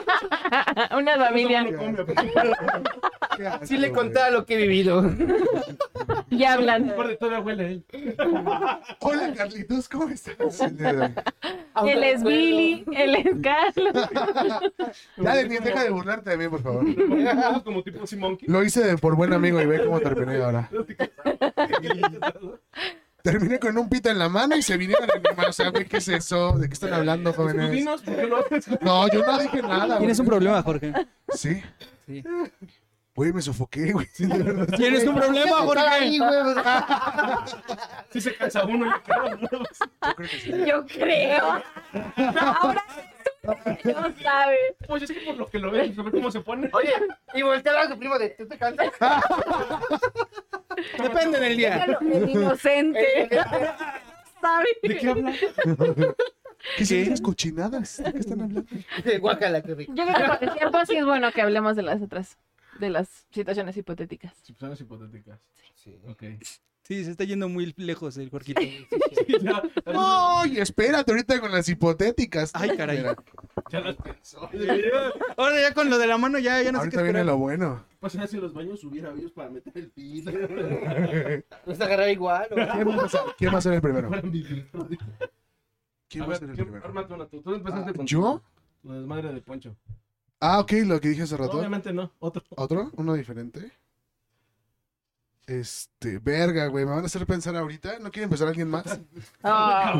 Una familia. No lo come, Qué asco, Sí le güey. contaba lo que he vivido. Ya hablan. aparte todavía huele a él. Hola, Carlitos, ¿cómo estás? el día de hoy? Él es Billy, él es Carlos. Ya, de mí, deja de burlarte de mí, por favor. Como- Como tipo así monkey. Lo hice de por buen amigo y ve cómo terminé ahora. "Ah, Terminé con un pito en la mano y se vinieron en mi mano. O sea, güey, ¿qué es eso? ¿De qué están hablando, Tú jóvenes? dinos, ¿por qué lo haces? No, yo no dije nada. Tienes un güey. problema, Jorge. Sí. Sí. Güey, me sofoqué, güey. Sí, de verdad. Tienes un problema, Ahí, Jorge. güey, o sea, Si se cansa uno, yo creo, ¿no? Yo creo que sí. Yo creo. Ahora tú no sabes. Pues es que por lo que lo ves, a ver cómo se pone. Oye, y volteaba a su primo de, ¿tú te cansas? Depende del día. Déjalo, El inocente. ¿Sabes? ¿De qué habla? ¿Qué son esas cochinadas? ¿De qué están hablando? Dice, guácala, qué rico. Yo creo que por el tiempo sí es bueno que hablemos de las otras. de las situaciones hipotéticas. Situaciones hipotéticas. Sí. Ok. Sí, se está yendo muy lejos el Jorquito. Ya, ¡Ay, espérate ahorita con las hipotéticas! Ay, caray. Mira, ya las pensó. Ahora ya con lo de la mano ya, ya no sé qué ahorita viene esperar. lo bueno. Pues ya si los baños hubiera hoyos para meter el pito. ¿Nos agarrará igual? o ¿Quién va a ser- quién va a ser el primero? Fueran mi filtro. ¿Quién A va a ver, ser el ¿quién- primero? ármate una tú. Tú empezaste Ah, con ¿yo? tu- tu desmadre de Poncho. Ah, ok, lo que dije hace rato. Obviamente no, otro. ¿Otro? ¿Uno diferente? Este, verga, güey, me van a hacer pensar ahorita. ¿No quiere empezar alguien más? Ah.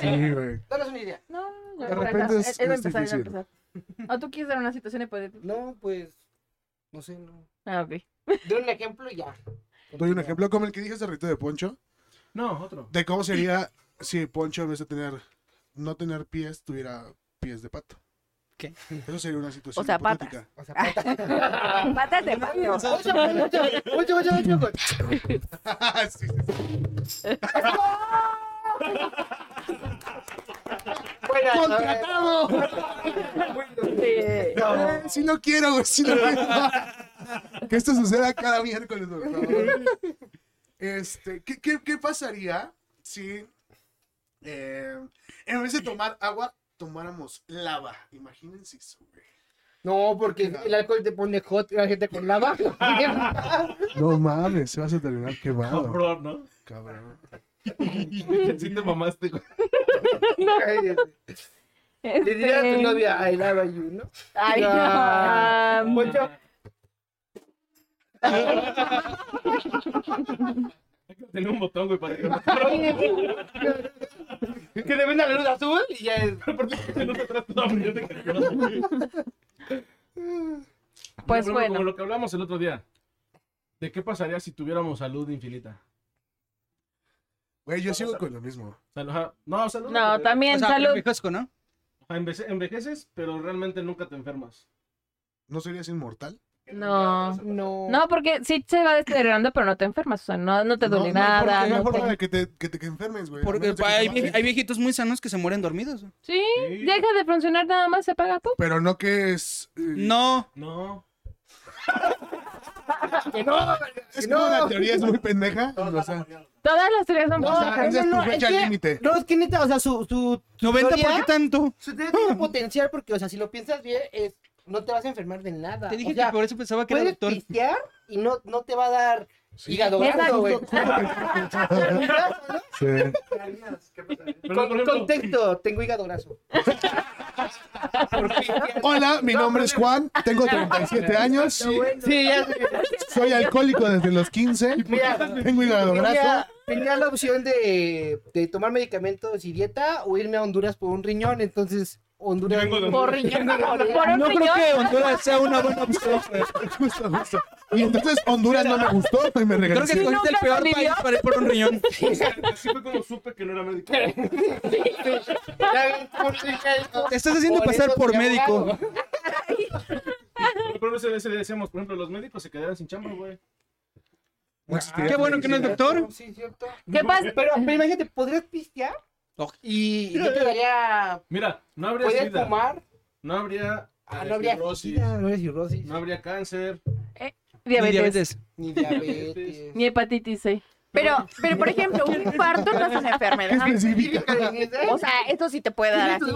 Sí, güey. Danos una idea. No, no, De no, repente no, es- es- es es empezar, es difícil. empezar. ¿O tú quieres dar una situación hipotética? No, pues. No sé, no. Ah, ok. De un ejemplo y ya. Doy un ejemplo como el que dije hace rato de Poncho. No, otro. De cómo sería si Poncho, en vez de tener, no tener pies, tuviera pies de pato. ¿Qué? Eso sería una situación O sea, patas. hipotética. O sea, pata. Ah, Patas de pato. Ocho, ocho, ocho, ocho, ocho, ocho. Ah, Sí, sí, sí. Bueno, ¡Contratado! Sí. No. Si no quiero, güey, si no quiero. que esto suceda cada miércoles, por favor. Este, ¿qué, qué, qué pasaría si eh, en vez de tomar agua, tomáramos lava? Imagínense eso, güey. No, porque el alcohol te pone hot la gente con lava. No mames, se vas a terminar quemado, Horror, ¿no? cabrón. Sí te mamaste, güey. Ay, Dios mío. Le diré a tu Este, novia, I love you, ¿no? Ay, no. ah, Poncho, Hay que tener un botón, güey, para que no que te venda la luz azul y ya es. Porque no te tratas de yo te quiero conocer, güey. Pues Por ejemplo, bueno. Como lo que hablamos el otro día. ¿De qué pasaría si tuviéramos salud infinita? Güey, yo sigo con lo mismo. O sea, ajá, no, salud. No, pero- también, O sea, salud. perfecto, ¿no? ajá, envece- envejeces, pero realmente nunca te enfermas. ¿No serías inmortal? No. No. No, porque sí se va deteriorando, pero no te enfermas. O sea, no, no te duele No, no, nada. porque no no hay forma te- de que te, que te enfermes, güey. a Porque menos de que hay, te mates. vie- hay viejitos muy sanos que se mueren dormidos. Sí, Sí. deja de funcionar nada más, se apaga. ¡pum! Pero no que es... eh, No, No. Que no. eh, Es que como no. una teoría, es muy pendeja. o sea, Todas las teorías son o sea, pendejas. esa es tu no, no, fecha es que- límite. No, es que neta, o sea, su, su, 90 ¿Teoría? por qué tanto. su teoría tiene potencial porque, o sea, si lo piensas bien, es, no te vas a enfermar de nada. Te dije o sea, que por eso pensaba que era puedes doctor. pistear y no, no te va a dar hígado Exacto. graso, güey. Sí. Pero, Con- por ejemplo, contexto, tengo hígado graso. Hola, mi nombre es Juan, tengo 37 años, y Sí, ya sé. soy alcohólico desde los 15, Mira, tengo hígado graso. tenía, tenía la opción de, de tomar medicamentos y dieta o irme a Honduras por un riñón, entonces Honduras. Vengo de Por Honduras. riñón, por un No creo riñón. que Honduras sea una buena opción. Justo, justo. Y entonces Honduras no me gustó y me Creo que escogiste regresé. el nunca peor convivió. país para ir por un riñón. Así fue como supe que no era médico. Ya ven, por riñón. Te estás haciendo pasar eso por soy médico. abogado. Pero ese ese le decíamos, por ejemplo, los médicos se quedaran sin chamba, güey. Qué bueno que no es doctor. Sí, cierto. ¿Qué pasa? Pero, pero imagínate, ¿podrías pistear? No. Y yo te daría. Mira, no habría ¿Podrías sida, fumar? no habría Ah, eh, no habría fibrosis, sida, no habría cirrosis, no habría cáncer. Diabetes. Diabetes. ni diabetes. Ni hepatitis C. Pero, pero por ejemplo, un infarto no es una enfermedad. O sea, esto sí te puede dar así.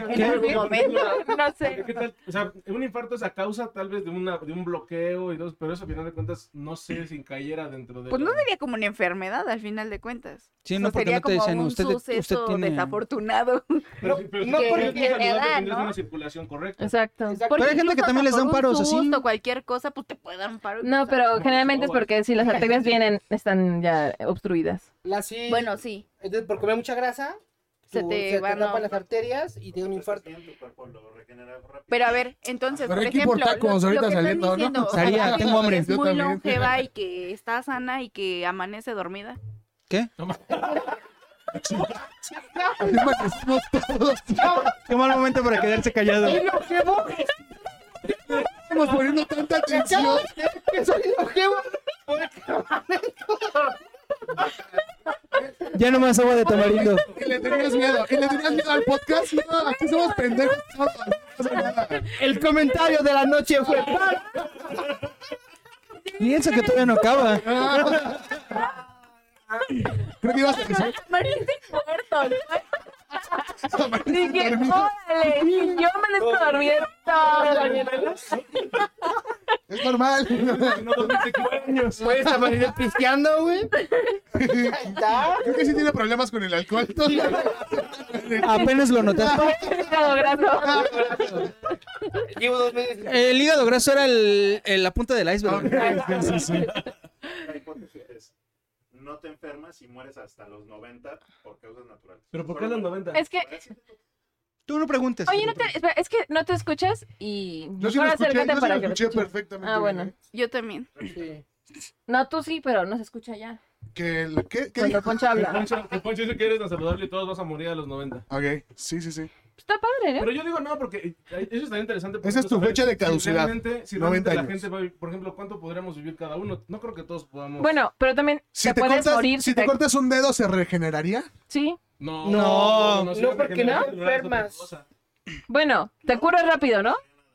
En algún momento. No sé. ¿Qué tal? O sea, un infarto es a causa tal vez de, una, de un bloqueo y dos, pero eso a final de cuentas no sé si cayera dentro de. Pues la- no sería como una enfermedad al final de cuentas. Sí, O no, sea, porque sería no te como dicen, un usted, suceso usted tiene... desafortunado. Pero, No, si- pero si no, tú porque tienes una saludable, edad, tendrías ¿no? una circulación correcta. Exacto. Exacto. Pero hay gente que incluso también les hasta dan por paros un así. susto, cualquier cosa, pues te puede dar un paro. No, pero generalmente es porque si las arterias vienen, están ya obstruidas. La sí. Bueno, sí. Entonces, por comer mucha grasa, Se tu- te se van tapan a- las arterias y te da un infarto. Pero a ver, entonces, Pero por hay que ir ejemplo, por tacos lo, lo ahorita que estás saliendo, ¿no? diciendo, o sea, Estaría, la tengo gente hambre. es Yo muy también. longeva y que está sana y que amanece dormida. ¿Qué? Así amanecimos todos. Qué mal momento para quedarse callado. Estamos poniendo tanta atención. Que soy longevo. Ya nomás agua de tamarindo. Y le tenías miedo. Y le tenías miedo al podcast. No, aquí somos pendejos todos. No pasa nada. El comentario de la noche fue... Piensa que todavía no acaba. Creo que ibas a decir. Marín de muerto. Dije, órale, y yo amanezco dormida todo el día. Es normal. No, dormiste 15 años. Pues Puedes amarillo pisteando, güey. Creo que sí tiene problemas con el alcohol. Apenas lo notaste. Hígado graso. Llevo dos meses. El hígado graso era el, el- la punta del iceberg. Sí, sí, sí. La hipótesis es, no te enfermas y mueres hasta los 90 por causas naturales. Pero ¿por qué a los 90? Es que, Tú no preguntes. oye, no te, espera, es que no te escuchas y Yo sí lo mejor escuché, acércate yo sí lo para que lo escuché escuches. perfectamente. Ah, bien, bueno. ¿eh? Yo también. Sí. No, tú sí, pero no se escucha ya. Que, el- ¿qué, qué Cuando dijo? Poncho habla. Poncho, que Poncho dice que eres tan saludable y todos vas a morir a los 90. Ok, sí, sí, sí. Está padre, ¿no? Pero yo digo no, porque eh, eso está interesante. porque Esa es tu saber fecha de si caducidad, realmente- si 90 realmente la años. gente va a vivir- por ejemplo, ¿cuánto podríamos vivir cada uno? No creo que todos podamos. Bueno, pero también Si te, te, puedes cortas, morir. si te cortas un dedo, ¿se regeneraría? Sí. no, No. si No, la porque regeneración celular no es otra enfermas. cosa. Bueno, te curas rápido, ¿no?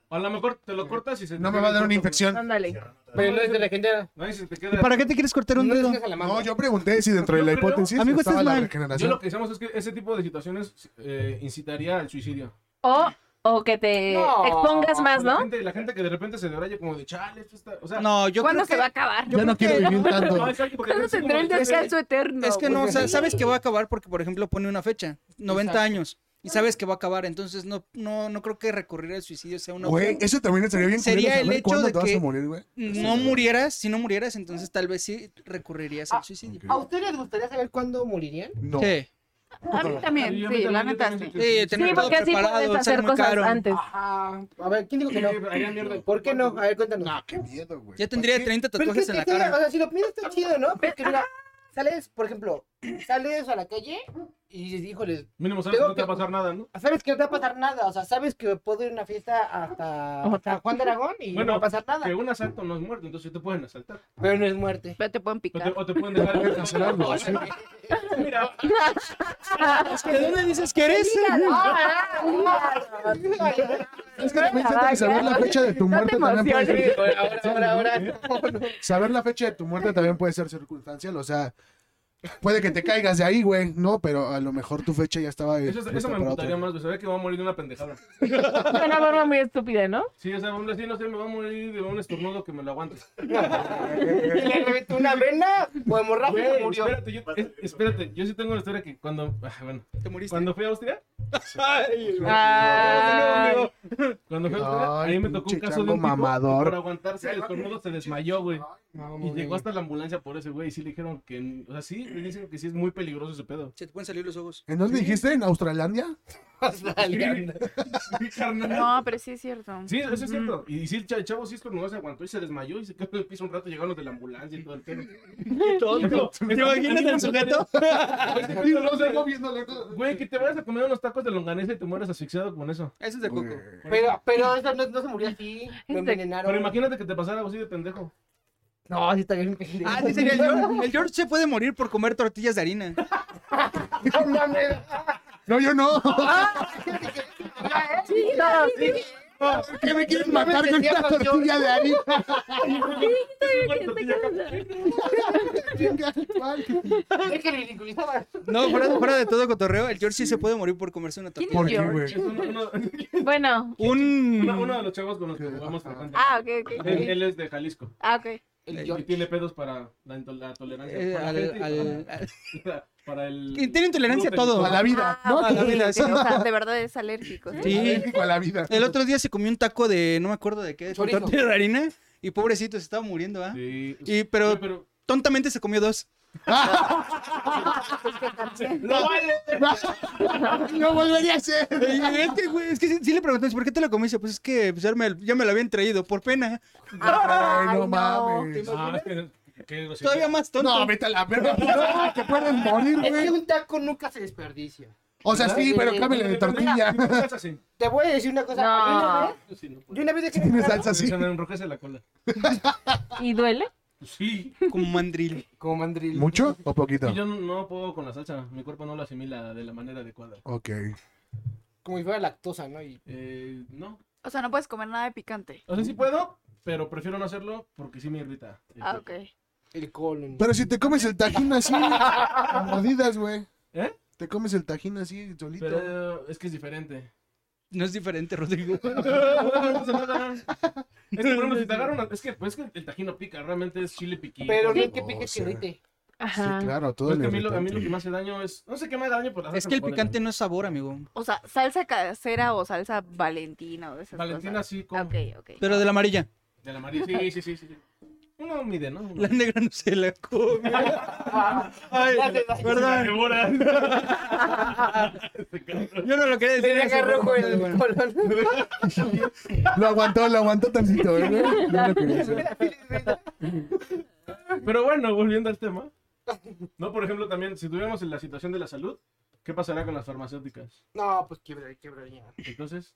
A lo mejor te lo cortas y se No me va a dar una infección. Ándale. Pero no es de la gente. No, y si te ¿Y queda. para qué te quieres cortar un No dedo? le a la mano. No, yo pregunté si dentro de la Yo creo- hipótesis Amigo, estaba estás la mal. Yo lo regeneración. que decíamos es que ese tipo de situaciones eh, incitaría al suicidio. O, o que te No. expongas más, La ¿no? gente, la gente que de repente se debraye como de chale, esto está. O sea, No, yo creo ¿Cuándo se que... va a acabar? Ya no quiero vivir tanto. no, exacto, porque ¿Cuándo es como tendré el de- descanso eterno? Es que no, güey? o sea, sabes que va a acabar porque, por ejemplo, pone una fecha, 90 años, y sabes que va a acabar, entonces no, no, no creo que recurrir al suicidio sea una Güey, opción. eso también estaría bien Sería culero el saber hecho cuándo de te vas que- a morir, güey. No murieras, si no murieras, entonces tal vez sí recurrirías al suicidio. ¿A ustedes les gustaría saber cuándo morirían? No. Sí, A Sí, mí yo también, sí, también, la yo neta también sí. estoy- Sí, tener Sí, todo porque así preparado, puedes ser hacer muy cosas caro. antes. Ajá. A ver, ¿quién dijo que no? haría mierda. ¿Por qué no? A ver, cuéntanos. No, qué miedo, güey. ya tendría ¿Para qué? 30 Pero es tatuajes que en la te queda- O cara. sea, si lo piensas está chido, ¿no? Porque mira, sales, por ejemplo, sales a la calle y dices, híjole, Mínimo sabes que Tengo no te va a que- pasar nada, ¿no? sabes que no te va a pasar nada. O sea, sabes que puedo ir a una fiesta hasta, hasta Juan de Aragón y Bueno, no va a pasar nada. Que un asalto no es muerto, entonces te pueden asaltar. Pero no es muerte. Pero te pueden O te, picar. o te pueden dejar Puede cancelarlo, sí. Mira, ¿De dónde dices que eres? Es que también siento que saber la fecha de tu muerte también puede ser. Ahora, ahora, ahora. Saber la fecha de tu muerte también puede ser circunstancial, o sea, puede que te caigas de ahí, güey, no, pero a lo mejor tu fecha ya estaba eh, eso, eso puesta me para importaría otra. más, güey. Saber que voy a morir de una pendejada. De una forma muy estúpida, ¿no? Sí, o sea, hombre, sí, no sé, me va a morir de un estornudo que me lo aguante. Y le reventó una vena o hemorragia y Güey, murió. espérate, yo, es- espérate, yo sí tengo una historia que cuando, ah, bueno, Te moriste. cuando fui a Austria, Ay. cuando fui a Austria, Ay, ahí me tocó un pinche caso de chango un tipo mamador. que por aguantarse el estornudo se desmayó, güey. No, Y muy bien. llegó hasta la ambulancia por ese güey y sí le dijeron que, o sea, sí, le dicen que sí es muy peligroso ese pedo. Se te pueden salir los ojos. ¿En dónde dijiste? ¿En Australandia? Australia. Sí, carnal. No, pero sí es cierto. Sí, eso es cierto. Y sí, el cha- chavo sí estornudó, se aguantó y se desmayó y se quedó en el piso un rato. Llegaron los de la ambulancia y todo el pedo. ¿Te imaginas el sujeto? Güey, que te vayas a comer unos tacos de longaniza y te mueras asfixiado con eso. Eso es de coco. Pero, pero eso no, no se murió así. Lo Este- envenenaron. Pero imagínate que te pasara algo así de pendejo. No, sí está bien pendejo. Ah, dicen que el George, el George se puede morir por comer tortillas de harina. No mames. No, yo no. Sí, todos. ¿Por qué me quieren matar mames, con una decía Juan tortilla de harina? Es que ridiculizaba. No, fuera, fuera de todo cotorreo, el George sí se puede morir por comerse una tortilla. ¿Por qué, güey? Es uno, uno- Bueno, Un... uno- uno de los chavos con los que jugamos frecuente. Ah, ok, ok. Él, él es de Jalisco Ah, ok. El y George. tiene pedos para la, intol- la tolerancia. eh, para, al- la gente y al- al- para- para el. Que tienen tolerancia a gluten. todo. A la vida. No, a la vida, sí. ok, o sea, de verdad es alérgico. sí. Sí. Alérgico a la vida. El otro día se comió un taco de, no me acuerdo de qué, con Chorizo. tortilla de harina. Y pobrecito, se estaba muriendo, ¿ah? Sí. Y, Güey, pero pero tontamente se comió dos. No volvería a ser. Y es que, güey, es que sí, sí le preguntamos, ¿por qué te lo comiste? Pues es que pues, ya, me, ya me lo habían traído, por pena. Ay, no no. mames. Ah, es que- qué grosero. Todavía más tonto. No, vete a la verga. Te puedes morir, Es que güey. un taco nunca se desperdicia. O sea, sí, pero cámbiale de tortilla. Eh, Si me dejas así, Te voy a decir una cosa. No. Yo una vez- yo sí, no puedo. Yo una vez dejé Tiene de salsa así. Se me enrojece la cola. ¿y duele? Pues Sí. Como mandril. Como mandril. ¿Mucho o poquito? Y yo no puedo con la salsa. Mi cuerpo no la asimila de la manera adecuada. Ok. Como si fuera lactosa, ¿no? Y Eh, no. O sea, no puedes comer nada de picante. O sea, sí puedo, pero prefiero no hacerlo porque sí me irrita. el Ah, ok. coco. El colon. Pero si te comes el tajín así, a mordidas, güey. ¿Eh? Te comes el tajín así, solito. Pero es que es diferente. No es diferente, Rodrigo. Ah, No pasa nada. Es que, por ejemplo, si te agarra una- Es que, pues, es que el tajín no pica, realmente es chile piquín. Pero no Sí. es que pique O sea, chirrite. Sí, Ajá. claro, todo Pues que a el mí, lo, a mí lo que me hace daño es. No sé qué me hace daño por las Es que el picante no es sabor, amigo. O sea, salsa casera o salsa valentina o de esas Valentina cosas. sí, como. Ok, ok. Pero de la amarilla. De la amarilla. Sí, sí, sí, sí, sí. Uno mide, ¿no? La negra no se la come. Ay, Ya te da- ¿verdad? Yo no lo quería decir. Le eso, agarró con pero el bueno. colon. Lo aguantó, lo aguantó tantito, ¿eh, güey. No lo quería hacer. Pero bueno, volviendo al tema. No, por ejemplo, también, si tuviéramos la situación de la salud, ¿qué pasará con las farmacéuticas? No, pues quebra, quebra ya. Entonces,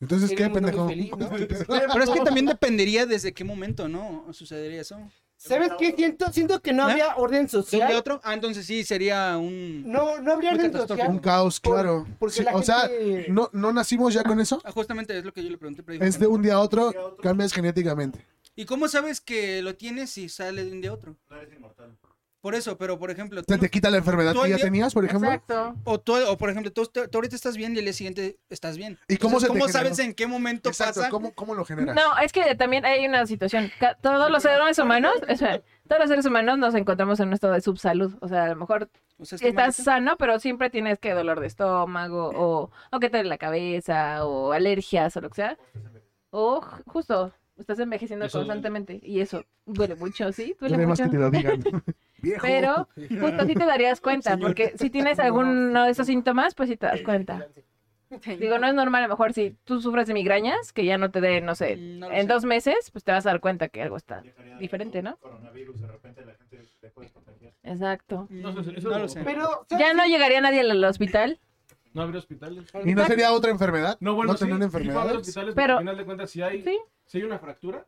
Entonces, Sería ¿qué, un mundo pendejo? muy feliz, ¿no? Pero es que también dependería desde qué momento, ¿no? Sucedería eso. ¿Sabes qué? Siento, siento que no ¿Eh? había orden ¿De un día a social. otro? Ah, entonces sí, sería un... No, no habría Muy orden catastrófico. Un social. caos, Por- claro. porque Sí, la O sea, gente- ¿no, ¿no nacimos ya con eso? Ah, justamente es lo que yo le pregunté. pero dijo Este, Es que de no. un día a otro, cambias genéticamente. ¿Y cómo sabes que lo tienes si sale de un día a otro? No eres inmortal. Por eso, pero por ejemplo... tú ¿Te, te no- quita la enfermedad Todo que el ya día- tenías, por ejemplo? Exacto. o, tú- o por ejemplo, tú, tú ahorita estás bien y el día siguiente estás bien. ¿Y cómo se te generó? sabes en qué momento Exacto, pasa? ¿cómo, cómo lo generas? No, es que también hay una situación. Ca- Todos los seres humanos, espera, todos los seres humanos nos encontramos en un estado de subsalud. O sea, a lo mejor O sea, este está malito. estás sano, pero siempre tienes que dolor de estómago o, o que te duele la cabeza o alergias o lo que sea. O ju- justo, estás envejeciendo Eso duele. constantemente y eso duele mucho, ¿sí? Duele Duele más mucho. que te lo digan. Viejo. Pero justo sí te darías cuenta, porque si tienes alguno de esos síntomas, pues sí te das cuenta. Digo, no es normal, a lo mejor si tú sufres de migrañas, que ya no te dé, no sé, Mm, no lo en sé. dos meses, pues te vas a dar cuenta que algo está. Dejaría de Diferente, ¿no? Coronavirus, de repente la gente dejó de contagiar. Exacto. no, sé, eso No lo sé. Pero, ¿sabes Ya no llegaría nadie al hospital. no habría hospitales. ¿Y no sería otra enfermedad? No, bueno, sí, sí va a tener haber enfermedades. hospitales, pero Pero- al final de cuentas, si hay, Sí. si hay una fractura,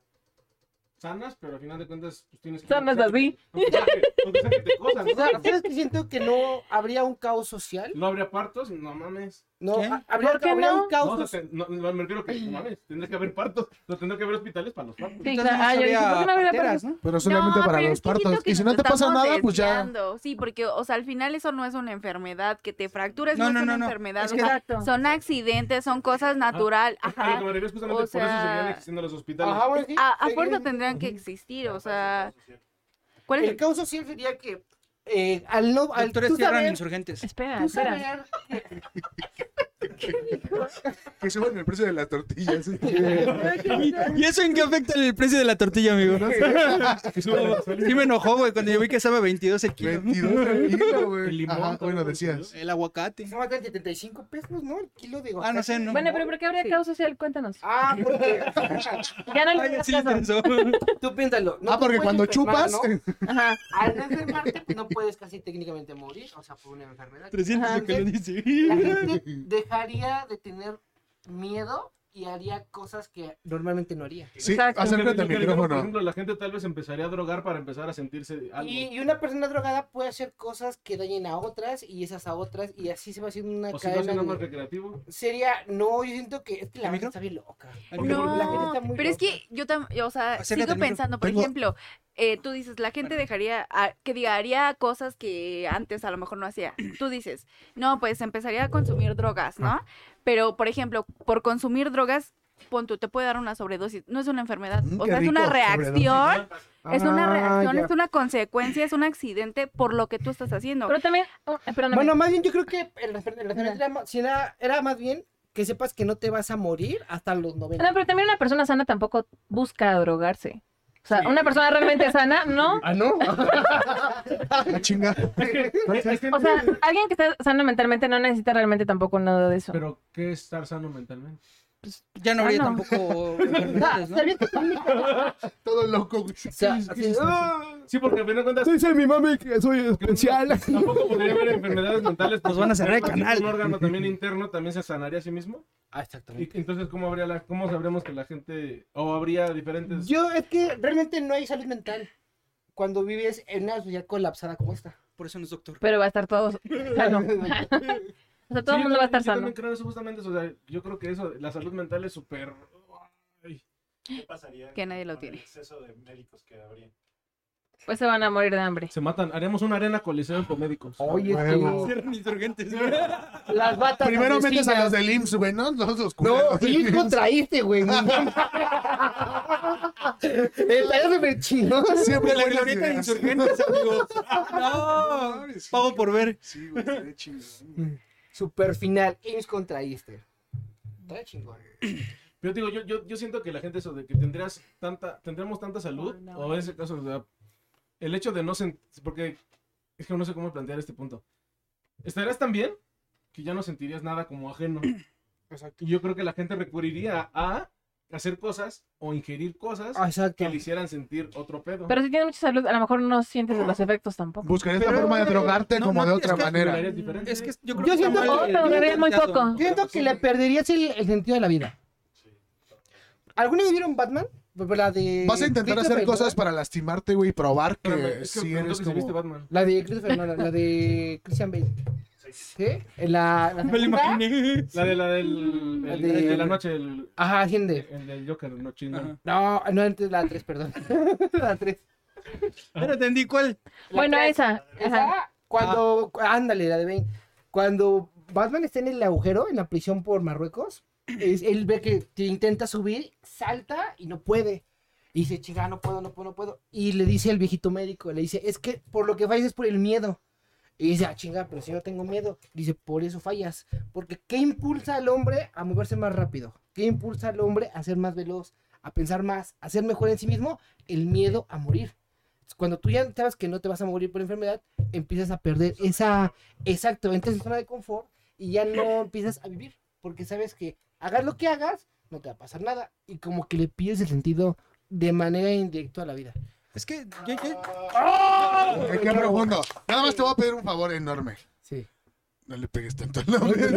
sanas, pero al final de cuentas, pues tienes que. Sanas aunque sea así. que- Aunque sea que- aunque sea que te cosan, O sea, ¿no? ¿sabes que siento que no habría un caos social? No habría partos, no mames. No, ¿Qué? ha- habría, ¿Por qué habría no? un No, o caos sea, social. te- no, no, me refiero que no mames, tendría que haber partos, no tendría que haber hospitales para los partos. Sí, Entonces, claro. Ah, yo dije, habría ¿por qué no habría parteras, partos? ¿no? Pero Pues solamente No, para pero los es que siento partos. que Y si nos no te pasa estamos nada, pues ya. desviando. Sí, porque, o sea, al final eso no es una enfermedad, que te fractures no, No, no, es no, una no. enfermedad. Es o que- sea, Exacto. son accidentes, son cosas naturales. A lo que Ajá. me refiero es justamente O por eso seguirían sea- existiendo los hospitales. Ajá, bueno, sí. Eh, A, a Sí, fuerza sí. tendrían que existir, o Ah. sea, ¿cuál es El el caos social sería que eh, al no, al Doctores tú cierran saber, insurgentes. Espera, tú espera. saber, Que suben el precio de las tortillas. ¿Y eso en qué afecta el precio de la tortilla, amigo? Que suben los hospitales. Sí me enojó, güey, cuando yo vi que estaba 22 el kilo. 22 el kilo, El güey. limón, Ajá, todo Bueno, el decías. El aguacate. no más de 75 pesos, ¿no? El kilo de Ah, no sé, no. Bueno, pero ¿por qué habría caos social? Cuéntanos. Ah, porque Ya no le Ay, hagas sí le caso. interesó. tú piénsalo. no Ah, te porque puedes cuando enfermar, chupas. ¿no? Ajá. Al no enfermarte, pues, no puedes casi técnicamente morir, o sea, por una enfermedad. 300 lo que lo La dice. gente dejaría de tener miedo y haría cosas que normalmente no haría. Sí, Exacto. acércate Lo al que digamos, Por micrófono. ejemplo, la gente tal vez empezaría a drogar para empezar a sentirse algo. Y, y una persona drogada puede hacer cosas que dañen a otras y esas a otras y así se va haciendo una O si no cadena. hace nada más de- recreativo. Sería, no, yo siento que es que la ¿El gente micro? está bien loca. Al Porque No, la gente está muy pero es loca. que yo también, o sea, Acércate al sigo micro. pensando, por Tengo- ejemplo, eh, tú dices, la gente dejaría, a- que diga, haría cosas que antes a lo mejor no hacía. Tú dices, no, pues empezaría a consumir drogas, ¿no? Pero, por ejemplo, por consumir drogas, pon tú, te puede dar una sobredosis, no es una enfermedad, Mm, o qué sea, es una rico, reacción, es una Ah, reacción, ya. es una consecuencia, es un accidente por lo que tú estás haciendo. Pero también, oh, perdóname. Bueno, más bien yo creo que el refer- el referente era, ma- si era, era más bien que sepas que no te vas a morir hasta los 90. No, pero también una persona sana tampoco busca drogarse. O sea, una persona realmente sana, no. Ah, ¿no? La chinga. O sea, alguien que está sano mentalmente no necesita realmente tampoco nada de eso. Pero, ¿qué es estar sano mentalmente? Ya no habría Ah, no. tampoco enfermedades, ¿no? Todo loco, güey. O sea, así, ¡ah! Sí, porque al final de cuentas, Dice mi mami que soy tampoco podría haber enfermedades mentales. Nos van a cerrar el porque canal. Un órgano también interno también se sanaría a sí mismo. Ah, Y exactamente. entonces, ¿cómo, habría la, ¿cómo sabremos que la gente. o habría diferentes. Yo, es que realmente no hay salud mental cuando vives en una sociedad colapsada como esta. Por eso no es doctor. Pero va a estar todo sano. o sea, todo el Sí, yo mundo va a también- estar Yo sano. también creo eso justamente. O sea, yo creo que eso, la salud mental es súper. ay, ¿Qué pasaría Que nadie lo con el tiene. exceso de médicos que habría? Pues se van a morir de hambre. Se matan. Haremos una arena coliseo con médicos. Oye, Huevo. sí. Cierran insurgentes, Las batas. Primero metes a los asesinas. del IMSS, güey, ¿no? Los, los No, culeros del y IMSS. contraíste, güey. No mames. El payaso me chingó. Siempre De la buenas glorieta de ideas. insurgentes, amigos. No, pago por ver. Sí, güey, estaría chingón. Super final. Ims contraíste. Está chingón. Yo digo, yo, yo, yo siento que la gente eso de que tendrías tanta, tendremos tanta salud, o en ese caso, o sea, el hecho de no sentir, porque es que no sé cómo plantear este punto. Estarás tan bien que ya no sentirías nada como ajeno. Exacto. Y yo creo que la gente recurriría a hacer cosas o ingerir cosas Ah, Exacto. que le hicieran sentir otro pedo. Pero si tienes mucha salud, a lo mejor no sientes los efectos tampoco. Buscarías la Pero, forma de güey, drogarte no, como no, de es otra que- manera. Era diferente. Es que yo creo que está Yo siento- mal oh, el- te dolería muy planteado. poco. Yo siento que le perderías el, el sentido de la vida. ¿Alguna vez vieron Batman? Pues La de Vas a intentar hacer Christopher cosas Nolan. para lastimarte, güey, y probar que Espérame, es que sí me preguntó eres que si viste como... Batman. La de Christopher Nolan, la de Christian Bale. ¿Sí? La, la Me lo segunda. imaginé. La de la del el- de- el de la noche, el, Ajá, Hinder. el del Joker, no Ajá. chingón. No, no, antes la 3, perdón. la 3. Pero entendí cuál. Bueno, esa. Ajá. Esa, cuando, cu- ándale, la de Bane. Cuando Batman está en el agujero, en la prisión por Marruecos, es- él ve que te intenta subir, salta y no puede. Y dice, chinga, no puedo, no puedo, no puedo. Y le dice al viejito médico, le dice, es que por lo que fallas es por el miedo. Y dice, ah, chinga, pero si yo tengo miedo. Dice, por eso fallas. Porque ¿qué impulsa al hombre a moverse más rápido? ¿Qué impulsa al hombre a ser más veloz? A pensar más, a ser mejor en sí mismo, el miedo a morir. Cuando tú ya sabes que no te vas a morir por enfermedad, empiezas a perder esa, exacto, entras en zona de confort y ya no empiezas a vivir, porque sabes que hagas lo que hagas, no te va a pasar nada, y como que le pides el sentido de manera indirecta a la vida. Es que yo- yo- Ay, qué profundo. Nada más te voy a pedir un favor enorme. Sí. No le pegues tanto al nombre.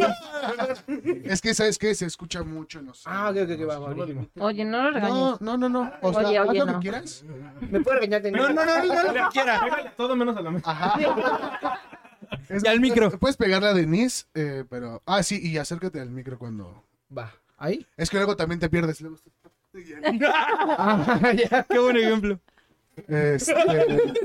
es que, ¿sabes qué? Se escucha mucho en los... Ah, ok, ok, ok, va, va, buenísimo. Oye, no lo regañes. No, no, no, no. O sea, Oye, haz oye, lo que no. quieras. Me puedo regañar de No, nuevo? no, no, no, no. Pégale a todo menos a la mesa. Ah. Ajá. Es- Y al micro. Puedes pegarle a Denise, eh, pero... Ah, sí, y acércate al micro cuando... Va, ahí. Es que luego también te pierdes. Luego estás- Ah, ya. Qué buen ejemplo. Este, Pues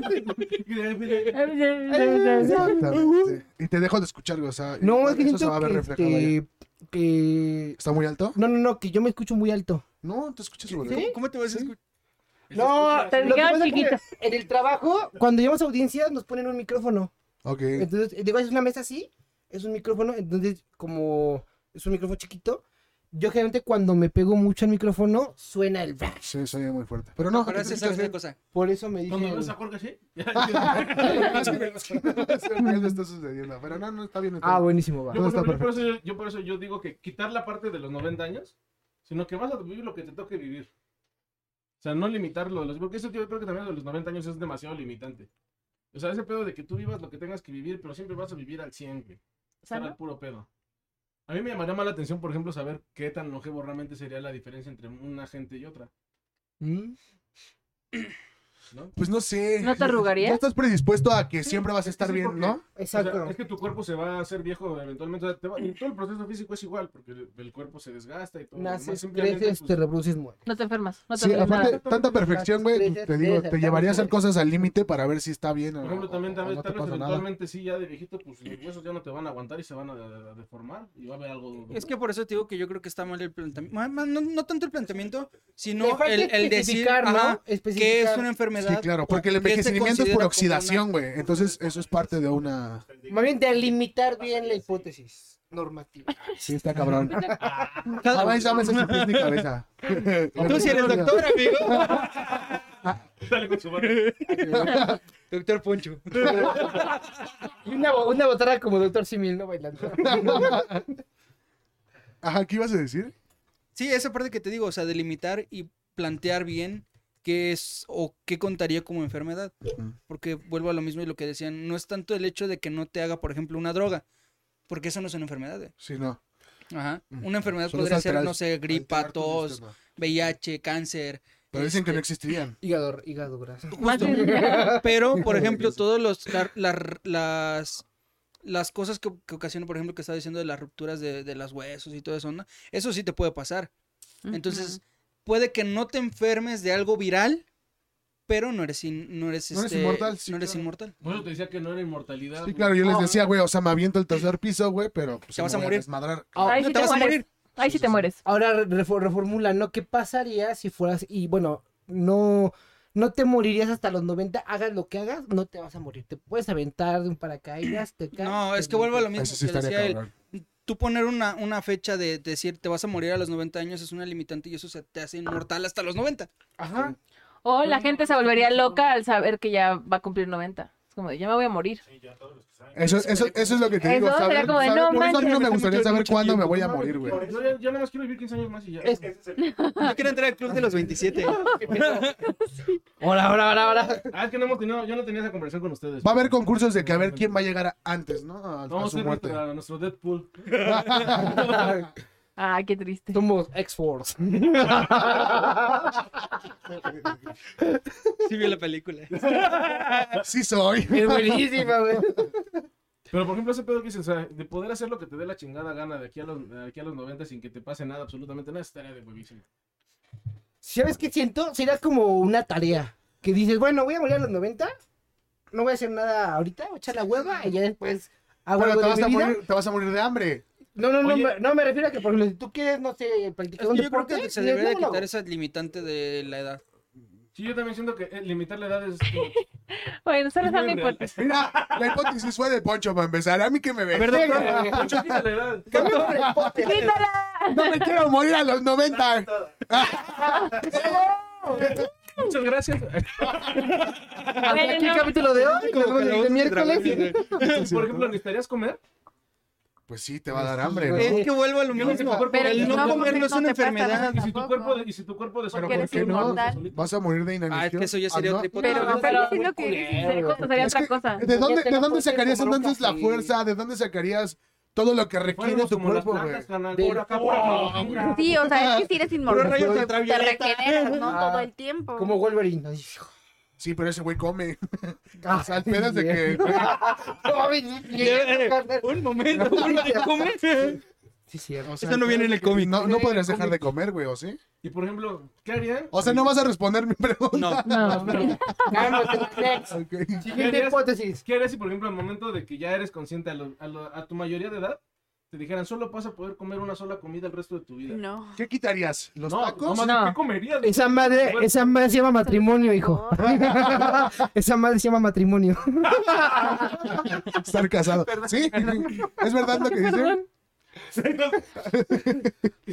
exactamente. Y te dejo de escuchar, güey, o sea... No, igual es que eso se va siento a ver que, reflejado ahí. este, que... ¿Está muy alto? No, no, no, que yo me escucho muy alto. No, te escuchas súper bien. ¿Cómo, cómo te vas a Sí. escuchar? No, Te lo que dijeron pasa es que chiquito. En el trabajo, cuando llevamos audiencias, nos ponen un micrófono. Ok. Entonces, eh, digo, es una mesa así, es un micrófono, entonces como es un micrófono chiquito, yo generalmente cuando me pego mucho al micrófono suena el... bra- Sí, soy muy fuerte. Pero no, Pero te haces escuchas sabes una bien. cosa. Por eso me dicen... Cuando ves a Jorge así, Algo está sucediendo. Pero no, no está bien. está Ah, bien. buenísimo, va. Yo, por Todo está ejemplo, yo por eso, yo, yo por eso yo digo que quitar la parte de los 90 años, sino que vas a vivir lo que te toque vivir. O sea, no limitarlo. de los- Porque eso yo creo que también lo de los 90 años es demasiado limitante. O sea, ese pedo de que tú vivas lo que tengas que vivir, pero siempre vas a vivir al 100, güey. Estar ¿Sano? al puro pedo. A mí me llamaría más la atención, por ejemplo, saber qué tan longevo realmente sería la diferencia entre una gente y otra. Mm. ¿no? Pues no sé. ¿No te arrugarías? Ya estás predispuesto a que siempre vas a es estar que sí, bien, porque- ¿no? O sea, Exacto. es que tu cuerpo se va a hacer viejo eventualmente. o sea, te va- y todo el proceso físico es igual, porque el, el cuerpo se desgasta y todo. lo demás, Naces, simplemente, creces, pues, te reproduces, mueres. No te enfermas. No te Sí, enfermas. aparte, nada. tanta perfección, güey, te digo, te llevaría a hacer cosas al límite para ver si está bien o, Por ejemplo, también o- tal o vez, no te tal vez pasa nada. eventualmente sí, ya de viejito, pues los huesos ya no te van a aguantar y se van a, a- a deformar y va a haber algo. Es que por eso te digo que yo creo que está mal el planteamiento. Ma- ma- No, no tanto el planteamiento, Le sino falta el, el decir especificar, ¿no? ajá, que es Especificar. una enfermedad. Sí, claro, porque el o qué se este envejecimiento es considera por como oxidación, güey. Entonces, eso es parte de una... Más bien delimitar bien la hipótesis normativa. Sí, está cabrón. una- A ver, ya me haces pis mi cabeza. Tú si eres doctor, amigo. Dale con su madre. Doctor Poncho. Y una, bo- una botarga como Doctor Simil, ¿no? Bailando. Ajá, ¿qué ibas a decir? Sí, esa parte que te digo, o sea, delimitar y plantear bien qué es o qué contaría como enfermedad. Ujú. Porque vuelvo a lo mismo y lo que decían, no es tanto el hecho de que no te haga, por ejemplo, una droga, porque eso no es una enfermedad. güey. Sí, no. Ajá. Mm. Una enfermedad Solo es podría ser, alterar- no sé, gripa, Alterar tu tos, sistema. VIH, cáncer. Pero dicen que no este, existirían. Hígado, hígado graso. Más Justo. bien- Pero, por ejemplo, todas las, las cosas que, que ocasionan, por ejemplo, que estaba diciendo de las rupturas de, de las huesos y todo eso, ¿no? eso sí te puede pasar. Entonces, puede que no te enfermes de algo viral, pero no eres, in- no eres, No eres este, inmortal, sí, no eres claro. inmortal. Por eso te decía que no era inmortalidad. Sí, güey. claro, yo les decía, güey, o sea, me aviento el tercer piso, güey, pero pues, Te vas me a voy morir. desmadrar. Ahí no sí te te vas a mueres. morir. Ahí sí te mueres. Ahora refo- reformula, ¿no? ¿Qué pasaría si fueras, y bueno, no, no te morirías hasta los 90, hagas lo que hagas, no te vas a morir, te puedes aventar de un paracaídas, te caes. No, te es que vuelvo a lo metes. mismo que Eso sí estaría decía él. cabrón. Tú poner una, una fecha de decir te vas a morir a los 90 años es una limitante y eso se te hace inmortal hasta los 90. Ajá. O la gente se volvería loca al saber que ya va a cumplir 90. Es como de, ya me voy a morir. Sí, ya todos los que saben. Eso, eso, eso es lo que te Eso digo. sería saber- como de, saber- no por eso a mí no me manches. gustaría saber cuándo me voy a morir, güey. Por eso- Yo, yo nada más quiero vivir 15 años más y ya. Es- ese es el- Yo quiero entrar al club de los 27. Ahora, ahora, ahora, ahora. Ah, es que no hemos tenido, yo no tenía esa conversación con ustedes. Va a haber concursos de que a ver quién va a llegar a- antes, ¿no? A, a Vamos a su hacer muerte. nuestra- nuestro Deadpool. Ah, qué triste. Somos X-Force. Sí vi la película. Sí soy. Es buenísima, güey. Pero por ejemplo, ese pedo que dices, o sea, de poder hacer lo que te dé la chingada gana de aquí a los, de aquí a los 90 sin que te pase nada, absolutamente nada, estaría de huevísimo. ¿Sabes qué siento? Sería como una tarea. Que dices, bueno, voy a morir a los 90. No voy a hacer nada ahorita, voy a echar la hueva y ya después hago Pero algo te de vas, mi a vida. morir, te vas a morir de hambre. No, no, no, Oye. me, no me refiero a que, por ejemplo, si tú quieres, no sé, Es practicar que un yo creo deporte. que se dices, debería de "No, no". quitar esa limitante de la edad. Sí, yo también siento que eh, limitar la edad es. como- Bueno, nosotros es muy dando real. hipótesis. Mira, la hipótesis fue de Poncho para empezar. A mí que me ve. Mucho quita la edad. No me quiero morir a los 90. Muchas gracias. Hasta aquí el Bueno. capítulo de hoy, nos vemos el miércoles. Por ejemplo, ¿necesitarías comer? Pues sí, te va a dar hambre, Sí. ¿no? Es que vuelvo a lo Yo no sé mismo. tu cuerpo- el no, no, no, comer no es no una te pasa enfermedad. nada. Y si tu tampoco. cuerpo, de- y si tu cuerpo de Pero Porque ¿por eres qué no? inmortal. Vas a morir de inanición. Ah, es que eso ya sería Ah, no. otra hipótesis. Pero me Pero- están diciendo que culero. eres Ser justo sería Es otra que, cosa. ¿De dónde, Ya te de la dónde puedes sacarías como entonces la sí. fuerza? ¿De dónde sacarías todo lo que requiere Fuéramos tu como las cuerpo, plantas, güey? carnal, De- por acá, por acá. Sí, o sea, es que si eres inmortal, rayos te- te ultravioleta. regeneras, ¿no? Ah. Todo el tiempo. Como Wolverine. Ay, hijo. Sí, pero ese güey come. Ah, O sea, esperas de que. ay, carnal. Un momento, ¿cómo? Sí, cierto. o sea, Eso no viene en el cómic. No, no podrías dejar de comer, güey, ¿o sí? Y por ejemplo, ¿qué harían? O sea, no vas a responder mi pregunta. No. No, Cálmate, next. Ok. Siguiente hipótesis. ¿Qué harías si, por ejemplo, al momento de que ya eres consciente a, lo- a lo- a tu mayoría de edad, te dijeran solo vas a poder comer una sola comida el resto de tu vida? No. ¿Qué quitarías? ¿Los no, tacos? no, No. ¿qué comerías? Esa madre, esa madre se llama matrimonio, hijo. No. Esa madre se llama matrimonio. Estar casado. ¿Sí? ¿Es verdad lo que dice?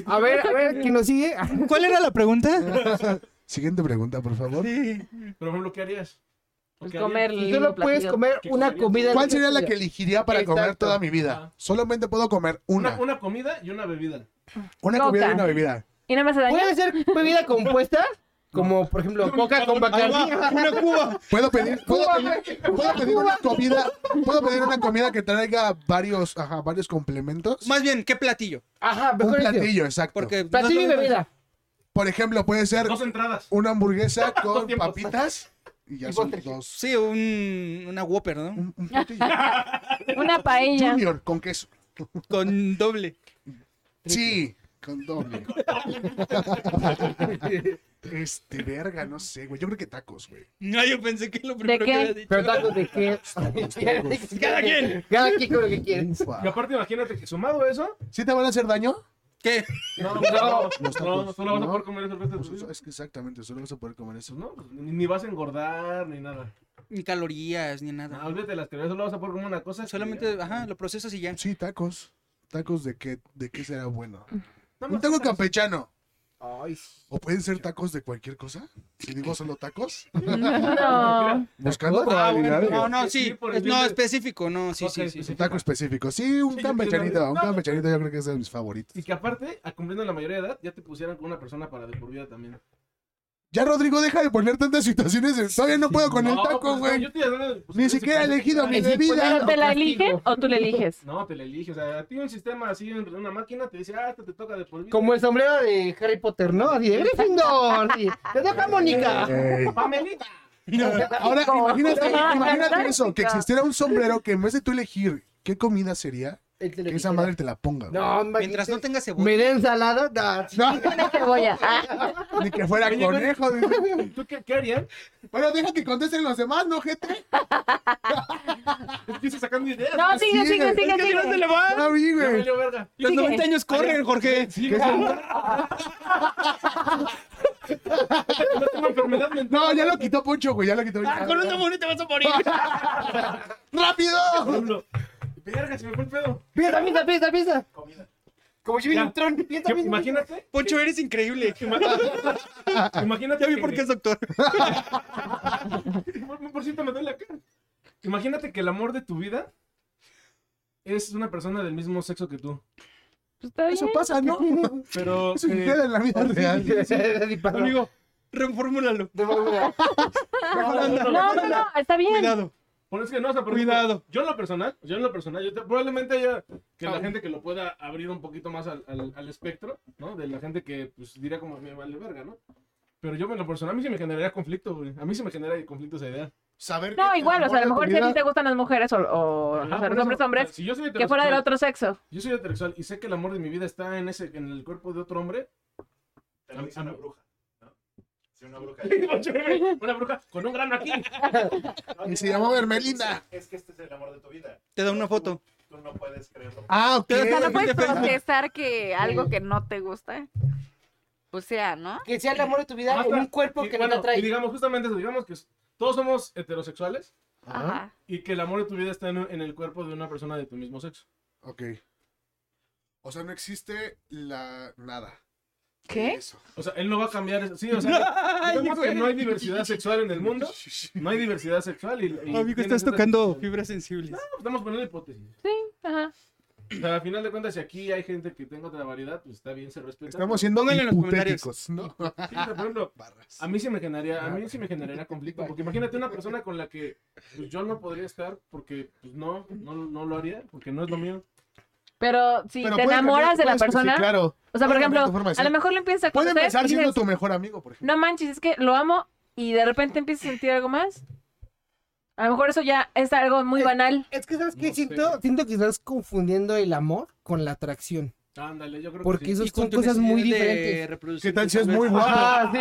A ver, a ver, ¿quién nos sigue? Ah, ¿Cuál era la pregunta? Siguiente pregunta, por favor. Pero, por ejemplo, ¿qué harías? ¿O pues qué harías? comer Y tú no puedes comer ¿Qué una comerías? comida. ¿Cuál sería la que elegiría para comer Exacto. toda mi vida? Ajá. Solamente puedo comer Una, una. una comida y una bebida. Una comida y Coca. una bebida. ¿Y no me hace daño? Puede ser bebida compuesta, como por ejemplo coca con bacardí. Una cuba. Puedo pedir, puedo pedir, puedo pedir una comida, puedo pedir una comida que traiga varios, ajá, varios complementos. Más bien, ¿qué platillo? Ajá, Un mejor eso. platillo, exacto. Porque Platillo y no- bebida. Por ejemplo, puede ser Dos entradas. una hamburguesa con tiempos. papitas y ya son dos. Sí, un, una Whopper, ¿no? Un, un platillo. Una paella. Junior con queso. Con doble. Sí, con doble. Este, verga, no sé, güey. Yo creo que tacos, güey. No, yo pensé que lo primero qué? que había dicho. Pero tacos de qué. Cada quien. Cada quien con lo que quiere. Ufa. Y aparte, imagínate que sumado a eso, ¿Sí te van a hacer daño? ¿Qué? no, no, Los no, solo tacos. vas a No. poder comer eso el resto de Pues tu eso- vida. es que exactamente, solo vas a poder comer eso. No, pues, ni, ni vas a engordar ni nada. Ni calorías, ni No, nada. olvídate de las calorías, solo vas a poder comer una cosa. que- Solamente, ajá, lo procesas y Ah, ya. Sí, tacos. ¿Tacos de qué, de qué será bueno? Mm. Nada Un más taco tacos. campechano. Ay, sí. ¿O pueden ser tacos de cualquier cosa? Si digo solo tacos. No. Buscando Ah, bueno, probabilidades. no, no, Sí, sí. por es- No, ejemplo. específico, no, sí, Ok, sí, sí. específico. Un taco específico. Sí, Sí, un yo campechanito. quiero- Un no, campechanito yo creo que es de mis favoritos. Y que aparte, a cumpliendo la mayoría de edad, ya te pusieran con una persona para de por vida también. Ya, Rodrigo, deja de poner tantas situaciones. en- Todavía no puedo con el No, taco, pues, güey. yo te- no, pues, Ni tú siquiera he decides. elegido mi Ay, sí, pues, bebida. nada, ¿Te la Castigo. eligen o tú la eliges? No, te la eliges. O sea, a ti un sistema así, un- una máquina, te dice, ah, esta te toca de por vida. Como el sombrero de Harry Potter, ¿no? Así de Gryffindor. así de, Te toca Mónica. Ey. Pamelita. Ahora, imagínate, No, imagínate fantástico. eso, que existiera un sombrero que en vez de tú elegir qué comida sería, el que le Que esa dijera. madre te la ponga. güey. No, hombre, Mientras no dice, tenga cebolla. ¿Me da ensalada? No, sí. Una cebolla. Ah, Ni que fuera Oye, güey. conejo. dice. ¿Tú qué, qué harían? Bueno, deja que contesten los demás, ¿no, gente? Es que Pues, estoy sacando ideas. No, sigue, Sí, sigue, güey. sigue, sigue. le va? Ah, vi, Ya güey. valió verga. Los Sigue. 90 años corren, Jorge. Sí, no tengo enfermedad mental. No, ya lo quitó Poncho, güey. Ya lo quitó. Con un demonio te vas a morir. Ah, ¡Rápido! Pablo. Verga, se me fue el pedo. Piensa, piensa, piensa, piensa. Como si hubiera Ya. un tron. Piensa, Que- piensa, Imagínate. Poncho, eres increíble. Imagínate. Ah, Ya vi que- por qué es doctor. Por, por cierto, me duele la cara. Imagínate que el amor de tu vida es una persona del mismo sexo que tú. Pues está Eso bien. pasa, ¿no? Pero. Eso eh, sucede en la vida real. piensa. Sí, para- amigo, Reformúlalo. de verdad. No, no, no, está bien. Cuidado. Por eso que no, o sea, por Cuidado. ejemplo, yo en lo personal, yo en lo personal, yo te- probablemente haya que la gente que lo pueda abrir un poquito más al, al- al espectro, ¿no? De la gente que pues diría como me vale verga, ¿no? Pero yo en lo personal, a mí sí me generaría conflicto, güey. A mí sí me genera conflicto esa idea. Saber que No, el igual, o sea, a lo mejor amor de si a tu ti te gustan las mujeres o, o, o Ajá, sea, por los eso, hombres, o sea, hombres, si yo soy que fuera del heterosexual- otro sexo. Yo soy heterosexual y sé que el amor de mi vida está en ese, en el cuerpo de otro hombre. Te lo dice Am- una am- bruja, ¿no? Si una bruja. Una bruja con un grano aquí. Y se llamó Ermelinda. Es que este es el amor de tu vida. Te da una foto. Tú no puedes creerlo. Ah, ok. Pero O sea, no Sí, puedes te pega. procesar que algo que no te gusta, pues sea, ¿no? Que sea el amor de tu vida en Basta. un cuerpo Y, que no bueno, te atrae. y digamos justamente eso, digamos que todos somos heterosexuales Ah, Ajá. y que el amor de tu vida está en, en el cuerpo de una persona de tu mismo sexo. Ok. O sea, no existe la nada. ¿Qué? Eso. O sea, él no va a cambiar eso. Sí, o sea, digamos que no hay diversidad sexual en el mundo. No hay diversidad sexual. Y, y Amigo, tienes estás esta- tocando fibras sensibles. pues Estamos poniendo hipótesis. Ajá. O sea, al final de cuentas, si aquí hay gente que tenga otra variedad, pues está bien, se respeta. Estamos siendo Pónganlo en los hipotéticos, ¿no? Sí, o sea, por ejemplo, Barras. a mí sí me generaría, a mí sí me generaría conflicto. Porque imagínate una persona con la que pues, yo no podría estar porque pues, no, no, no lo haría, porque no es lo mío. Pero si Pero te puede enamoras cambiar- de la puedes- sí, persona, claro. o sea, por puede cambiar ejemplo, tu forma de a lo ser. mejor lo empiezas a Puede conocer empezar y siendo dices, tu mejor amigo, por ejemplo. no manches, es que lo amo y de repente empiezas a sentir algo más. A lo mejor eso ya es algo muy Eh, banal. Es que, ¿sabes qué? No siento, sé. siento que estás confundiendo el amor con la atracción. Ándale, yo creo Porque que sí. eso Y con son tu cosas muy necesidad de diferentes. reproducir ¿Qué tal si es tus muy besos? guapo?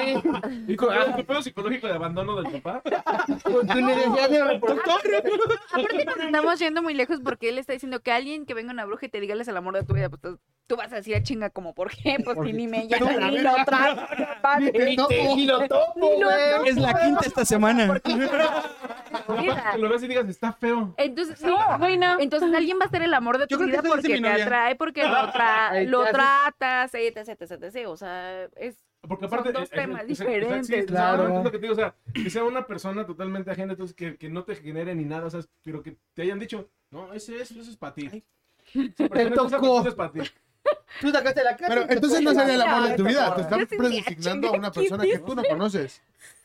sí. Y con- ah, el pedo psicológico de abandono del papá. Con tu necesidad de Aparte nos estamos yendo muy lejos porque él está diciendo que alguien que venga una bruja y te diga él es el amor de tu vida, pues tú- tú vas a decir a chinga como por qué, pues si ni me llama ni lo trato, papá, Ni te ni topo. te- Ni lo topo, Ni lo güey. Es la quinta esta semana. Mira. Que lo ves y digas, está feo. Entonces, no, No, güey, no. Entonces alguien va a ser el amor de Yo tu creo vida que eso dice porque mi te novia. atrae, porque lo, tra- Ay, lo ya sé. tratas, etc, etc, etc. O sea, es... Porque Son aparte. dos eh, eh, temas o sea, diferentes, sí, o sea, claro. ahora entiendo que te digo, o sea, que sea una persona totalmente ajena, entonces que, que no te genere ni nada, o sea, pero que te hayan dicho, no, ese es, eso es para ti. Esa persona, esa tocó. persona es para ti. Tú sacaste la cara. Pero y te entonces no tocó sería el la amor de cara, tu vida. cabrón. Te están Yo sentía, predignando a una persona que tú no conoces.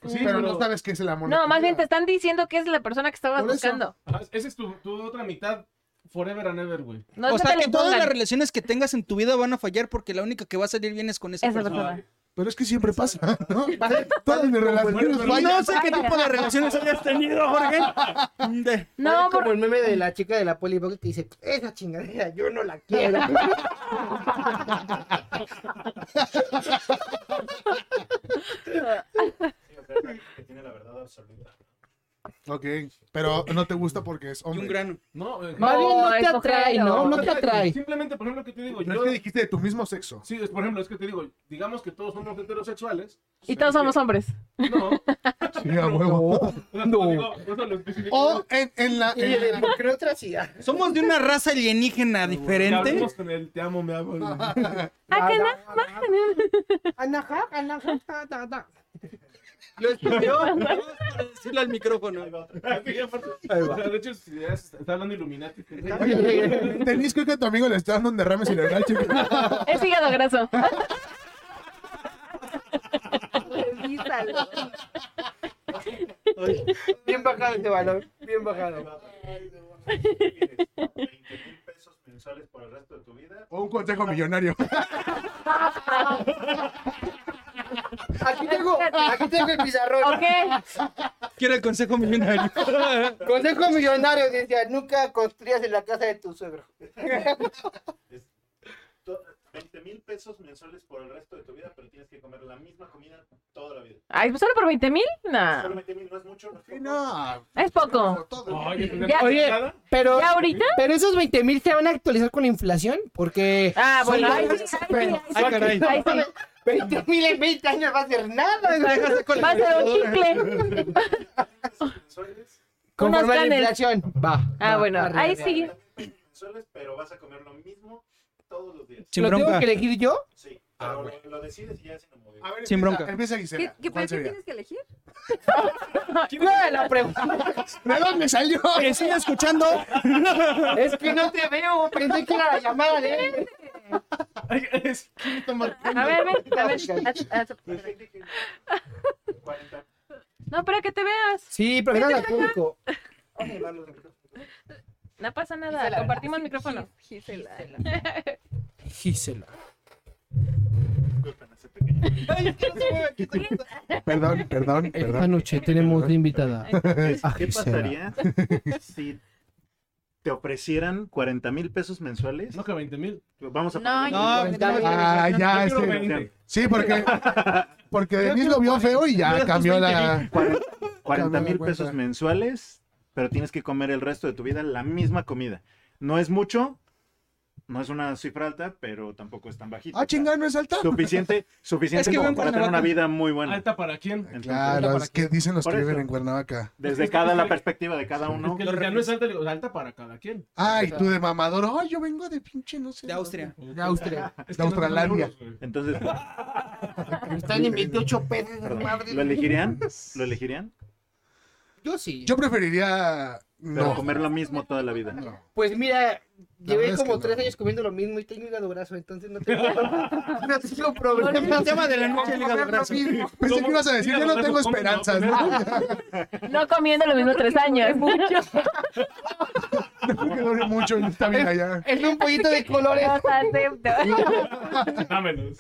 Sí, pero no pero- sabes qué es el amor de No, tu más bien te vida. están diciendo que es la persona que estabas Por eso. buscando. Ajá, Esa Ah, es tu, tu otra mitad, forever and ever, güey. No es o sea, te que lo todas pongan. las relaciones que tengas en tu vida van a fallar porque la única que va a salir bien es con esa Esa persona. persona. Pero es que siempre pasa, ¿no? Vale, Todas pues, mis Bueno, relaciones pero- fallan. No sé qué tipo de relaciones hayas tenido, Jorge. De- No, pues, como por... el meme de la chica de la poli que dice, esa chingadera yo no la quiero. Sí, o sea, es la gente que tiene la verdad absoluta. Ok, pero no te gusta porque es Y un hombre. grano. No, eh, Más bien no es te atrae, mujer, ¿no? no. No te atrae. Simplemente, por ejemplo, que te digo, Pero yo. es que dijiste de tu mismo sexo. Sí, es, por ejemplo, es que te digo, digamos que todos somos heterosexuales. Y todos somos hombres. No. Sí, a huevo. No. eso lo especifico. O en, en la... Y en la- ¿Por qué no otra sí? Ah, Somos de una raza alienígena Ya diferente. hablamos con el te amo, me amo. Ah, que da, da, da. Anaja, anaja, da, da, da. Lo escogió para decirle al micrófono. Ahí va otra. Sí, aparte, o sea, de hecho, sus ideas está está hablando Illuminati. Oye, Tenis, creo que a tu amigo le está dando un derrame cerebral, chico. Es hígado graso. Revísalo. Bien bajado este balón, bien bajado. mil pesos mensuales por el resto de tu vida. O un consejo millonario. Aquí tengo, aquí tengo el pizarrón. Ok, Quiero el consejo millonario. Consejo millonario, decía, nunca construyas en la casa de tu suegro. 20 mil pesos mensuales por el resto de tu vida, pero tienes que comer la misma comida toda la vida. Ay, ¿solo por 20 mil? Solo No, 20 mil no es mucho. no Sí, no. es poco. es como poco. todo. Oye, Ya. ¿tendrás Oye. cascada? Pero, ¿Ya ahorita? pero esos 20 mil se van a actualizar con la inflación, porque Ah, Son bueno, ahí varios sí, ahí sí, Ah, caray. ahí sí. 20 mil en 20 años va a ser nada. La güey. dejaste con Va la a ser un calculadora. chicle. Pesos mensuales, Conforme a la canes. inflación. Va. Ah, va, bueno, arre, ahí arre, sí. arre. mensuales, pero vas a comer lo mismo todos los días. Sin ¿Lo tengo bronca. que elegir yo? Sí, Ah, pero güey. lo, lo decides y ya se lo movió. A ver, Sin empieza- bronca. Empieza ¿Qué, Gisela. qué, ¿Cuál ¿Pero qué sería? tienes que elegir? No, la pregunta. ¿De dónde salió? Que siga escuchando. Es que no te veo, pensé que era la llamada de él. Ay, es- A ver, ven, a ver. a- a- 40. No, espera que te veas. Sí, pero era la público. No pasa nada, compartimos el micrófono. Gisela. Gisela. Disculpen ese pequeño. Perdón, perdón, Esta perdón. noche tenemos de invitada a ¿Qué Gisela. pasaría si te ofrecieran 40 mil pesos mensuales? No que 20 mil. Vamos a No, ponerlo No, en- dale. Ah, ya, Yo quiero este. 20. Sí, porque, porque Denise lo vio feo y Mira ya tus cambió 20 la. 40 me doy mil cuenta. pesos mensuales, pero tienes que comer el resto de tu vida la misma comida. No es mucho, no es una cifra alta, pero tampoco es tan bajita. Ah, chingada, no es alta. Suficiente, suficiente Es que como vivo en para tener una Cuernavaca. vida muy buena. ¿Alta para quién? Entonces, Claro, es que dicen los que Por eso. viven en Cuernavaca. Desde cada la perspectiva de cada uno. Que ya no es alta, le digo, alta para cada quien. Ay, tú de mamador. Ay, yo vengo de pinche, no sé. De Austria. De Austria. Es que no tengo Australandia. euros, güey. Entonces, Están en 28 pesos, perdón, madre. ¿lo elegirían? ¿Lo elegirían? Yo sí. Yo preferiría. Pero No. comer lo mismo toda la vida. No. Pues mira, llevé verdad es como que tres no. años comiendo lo mismo y tengo hígado graso, entonces no tengo, no tengo problema. tema de la noche, el hígado graso. Pensé que ibas a decir, yo no tengo esperanzas, ¿no? No comiendo lo mismo tres años. Creo que duele mucho en esta vida ya. Es un pollito de colores. Los acepto. Dámelos.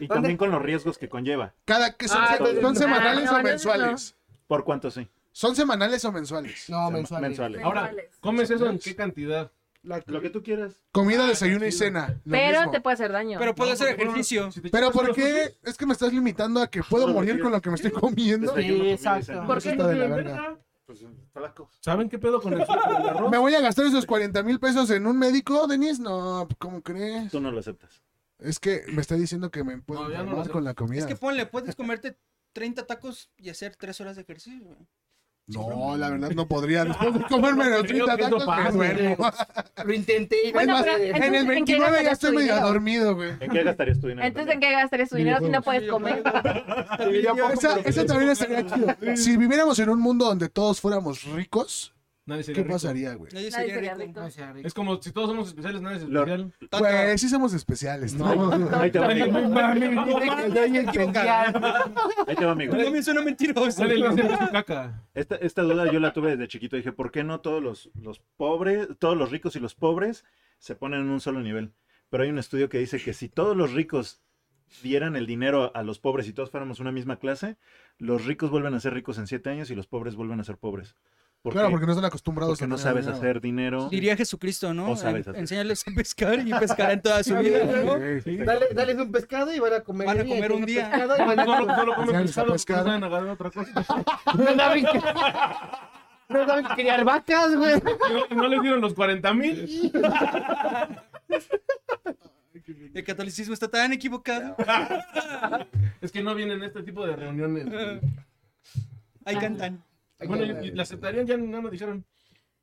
Y también con los riesgos que conlleva. Cada que son, Ah, son entonces- semanales Ah, no, o mensuales. ¿Por cuánto sí? ¿Son semanales o mensuales? No, Mensuales. mensuales. Ahora, ¿comes eso en qué cantidad? Lo que tú quieras. Comida, desayuno y cena. lo Pero mismo. te puede hacer daño. Pero puedo hacer porque, bueno, ejercicio. si te Pero chupas ¿por los qué? ojos, Es que me estás limitando a que puedo Todo lo morir que- con lo que me estoy comiendo. desayuno, comida y exacto. ¿Por cena. ¿Por qué? qué? Está de la verga. verga. Pues, flaco. ¿Saben qué pedo con el azúcar del arroz? ¿Me voy a gastar esos 40 mil pesos en un médico, Denis? No, ¿cómo crees? Tú no lo aceptas. Es que me está diciendo que me puedo No, ya no lo enfermar sé. con la comida. Es que ponle, puedes comerte 30 tacos y hacer 3 horas de ejercicio. güey. No, la verdad no podría. Después de comerme los Creo 30 que es lo tacos, me fácil. duermo. Lo intenté y Bueno, Es más, pero en en entonces, el qué 29 ya gastarías tu estoy medio dinero? dormido, güey. ¿En qué gastarías tu dinero? Entonces, ¿en qué gastarías tu dinero si no puedes comer? Esa, pues, esa también estaría chido. Si viviéramos en un mundo donde todos fuéramos ricos, Nadie sería ¿qué rico. pasaría, güey? Nadie Nadie sería sería rico. rico. Es como si todos somos especiales, nadie es Lo- especial. Taca. Pues sí somos especiales, ¿no? Ahí te va, amigo. Equivocada. Ahí te va, amigo. No me suena mentiroso. Nadie le hace su caca. Esta, esta duda yo la tuve desde chiquito. Dije, ¿por qué no todos los, los pobres, todos los ricos y los pobres se ponen en un solo nivel? Pero hay un estudio que dice que si todos los ricos dieran el dinero a, a los pobres y todos fuéramos una misma clase, los ricos vuelven a ser ricos en siete años y los pobres vuelven a ser pobres. ¿Por Claro, qué? porque no están acostumbrados Porque no tener sabes dinero. hacer dinero. Diría Jesucristo, ¿no? O sabes hacer. Enséñales a pescar y pescarán toda su vida. ¿no? Sí. Dale, dales un pescado y van a comer. Van a el comer un día. pescado y van a- No lo, no lo comen Ya les pescado, pescado. pescado. No saben agarrar otra cosa. No saben que- no saben criar vacas, güey. No, no les dieron los 40 mil. El catolicismo está tan equivocado. Es que no vienen a este tipo de reuniones. Ahí cantan. Bueno, y- y la aceptarían, ya no nos dijeron.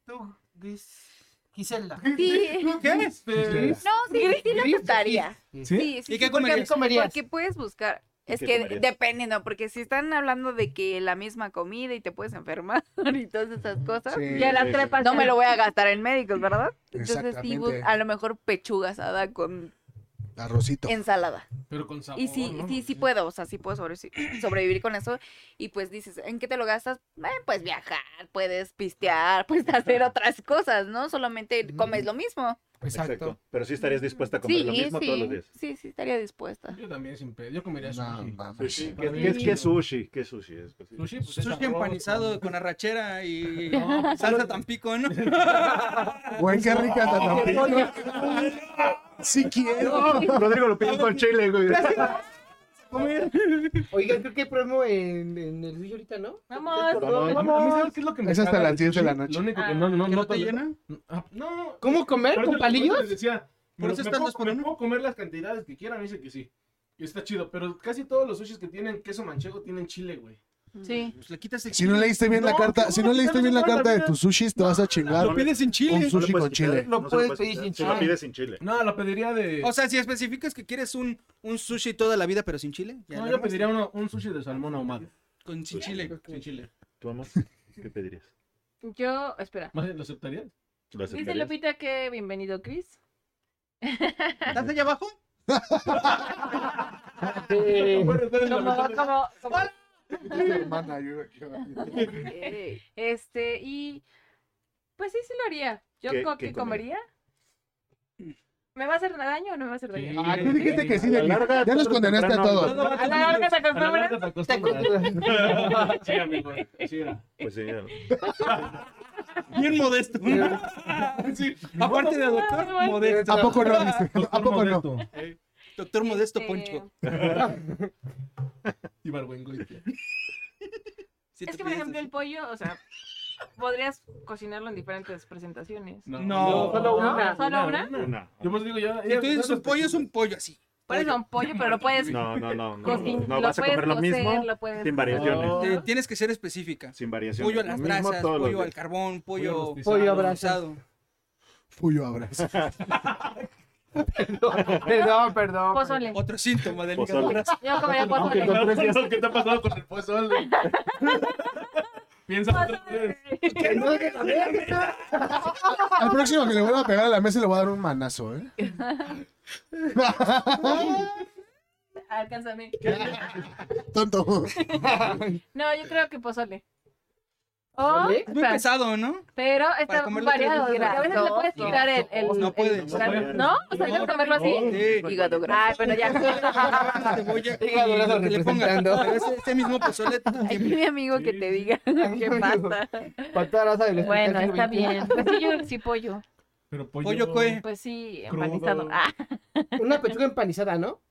Tú, Pues, Gris- Gisela. Sí. ¿Qué? Este... No, sí, sí lo Gris- aceptaría. Sí, sí, ¿Y qué sí, porque- comerías? ¿Qué comerías? Porque puedes buscar. ¿Y Es qué que comerías? dependiendo, porque si están hablando de que la misma comida y te puedes enfermar y todas esas cosas, Sí, Ya las sí, trepas. no me lo voy a gastar en médicos, ¿verdad? Entonces sí, Exactamente. bus- a lo mejor pechuga asada con Arrocito. ensalada. Pero con sabor. Y sí, ¿no? sí, sí puedo, o sea, sí puedo sobre- sobrevivir con eso. Y pues dices, ¿en qué te lo gastas? Eh, pues viajar, puedes pistear, puedes hacer otras cosas, ¿no? Solamente comes lo mismo. Exacto. Pero sí estarías dispuesta a comer Sí, lo mismo todos los sí, días. sí, sí, estaría dispuesta. Yo también sin pedo. Yo comería No, sushi. mames. Sí, ¿Qué, para mí qué- es qué chido. sushi? ¿Qué sushi es? Sushi, pues, es Sushi arroz empanizado con arrachera y pues salsa tampico, ¿no? Pues Güey, qué rica la tampico. Sí quiero. Rodrigo lo pidió con chile, güey. Oiga, creo que hay promo en, en el suyo ahorita, ¿no? Vamos. Vamos. A mí, a mí, ¿sabes qué es lo que me Es hasta caga las del 10 de la sushi? noche. Lo único que no, no, ¿Que no no te tolero- llena? Ah, No. ¿Cómo comer? Ahorita ¿Con les- ahorita palillos? les decía, Por ¿me, eso me están puedo, dos por me uno. puedo comer las cantidades que quieran? Me dice que sí. Y está chido, pero casi todos los sushis que tienen queso manchego tienen chile, güey. Sí. Pues le quitas el Si no leíste bien la No, carta, si no ¿cómo leíste quitarle bien la toda la carta de vida? tus sushis, te vas a Lo chingar pides sin un chile. No le sushi puedes con quitar, chile. no Lo se lo puedes pedir quitar. sin Si lo chile. pides sin chile. No, la pediría de. O sea, si especificas que quieres un, un sushi toda la vida, pero sin chile. ya no, la yo armas. pediría uno- un sushi de salmón ahumado. Con Pues sin chile. Sin chile. ¿Tú amas? ¿Qué pedirías? Yo, espera. ¿Más lo aceptarías? ¿Lo Dice aceptarías? Lupita que bienvenido, Chris. ¿Estás allá abajo? Eh, Bueno, está en la Como, ventana. como, como- Hermana, yo- yo- Eh, este, y pues sí, sí lo haría. Yo ¿Qué- creo qué que comería. ¿Me va a hacer daño o no me va a hacer daño? Ah, tú dijiste que sí, A la Denis. larga, Ya los tarde o condenaste a temprano, todos. No, no, A la larga se A la acostumbra. larga te ¿Te acostumbras. acuerdas? Sí, amigo. Así era. Pues sí, ya. Bien modesto. Sí, Aparte de doctor, Ay, modesto. ¿A poco no? dice? ¿A Doctor poco no? Modesto Doctor modesto Este, Poncho. Y Barguengoitia. Si Es te que, por pides ejemplo, el pollo, o sea, podrías cocinarlo en diferentes presentaciones. No. solo una. ¿Solo una? Una. Yo pues digo, ya. así. Si tú dices un pollo, es un pollo así. Por eso un pollo, pero lo puedes No, no, no. No, cocinar. no lo vas a puedes comer lo cocer, mismo lo puedes- sin variaciones. Eh, tienes que ser específica. Sin variaciones. Pollo a las Lo mismo brasas, todos los pollo al días. carbón, pollo rostizado. Pollo abrazado. abrazado. Puyo abrazo. Perdón, perdón. Pozole. Otro síntoma del hígado Pozole. graso. Yo comería Aunque pozole. con tres días, ¿Qué te ha pasado con el pozole? Piensa otra vez. Al próximo que le vuelva a pegar a la mesa le voy a dar un manazo, ¿eh? Alcánzame. Tonto. No, yo creo que pozole. O, ¿Pozole? Muy espera, pesado, ¿no? pero está Para comerlo variado. tres porque veces. A veces le puedes quitar el. el- No el- puedes. la- ¿No? O sea, tienes que comerlo así. Sí. Hígado Ay, graso. bueno, ya. Cebolla y Hígado graso lo que le pongas. representando. Pero ese, ese mismo pozole Hay también. mi amigo que te diga qué pasa. Para toda raza del Bueno, espectáculo está 21. bien. Pues sí, yo sí pollo. Pero Pollo coe. Pues sí, Crudo. empanizado. Ah, Una pechuga empanizada, ¿no?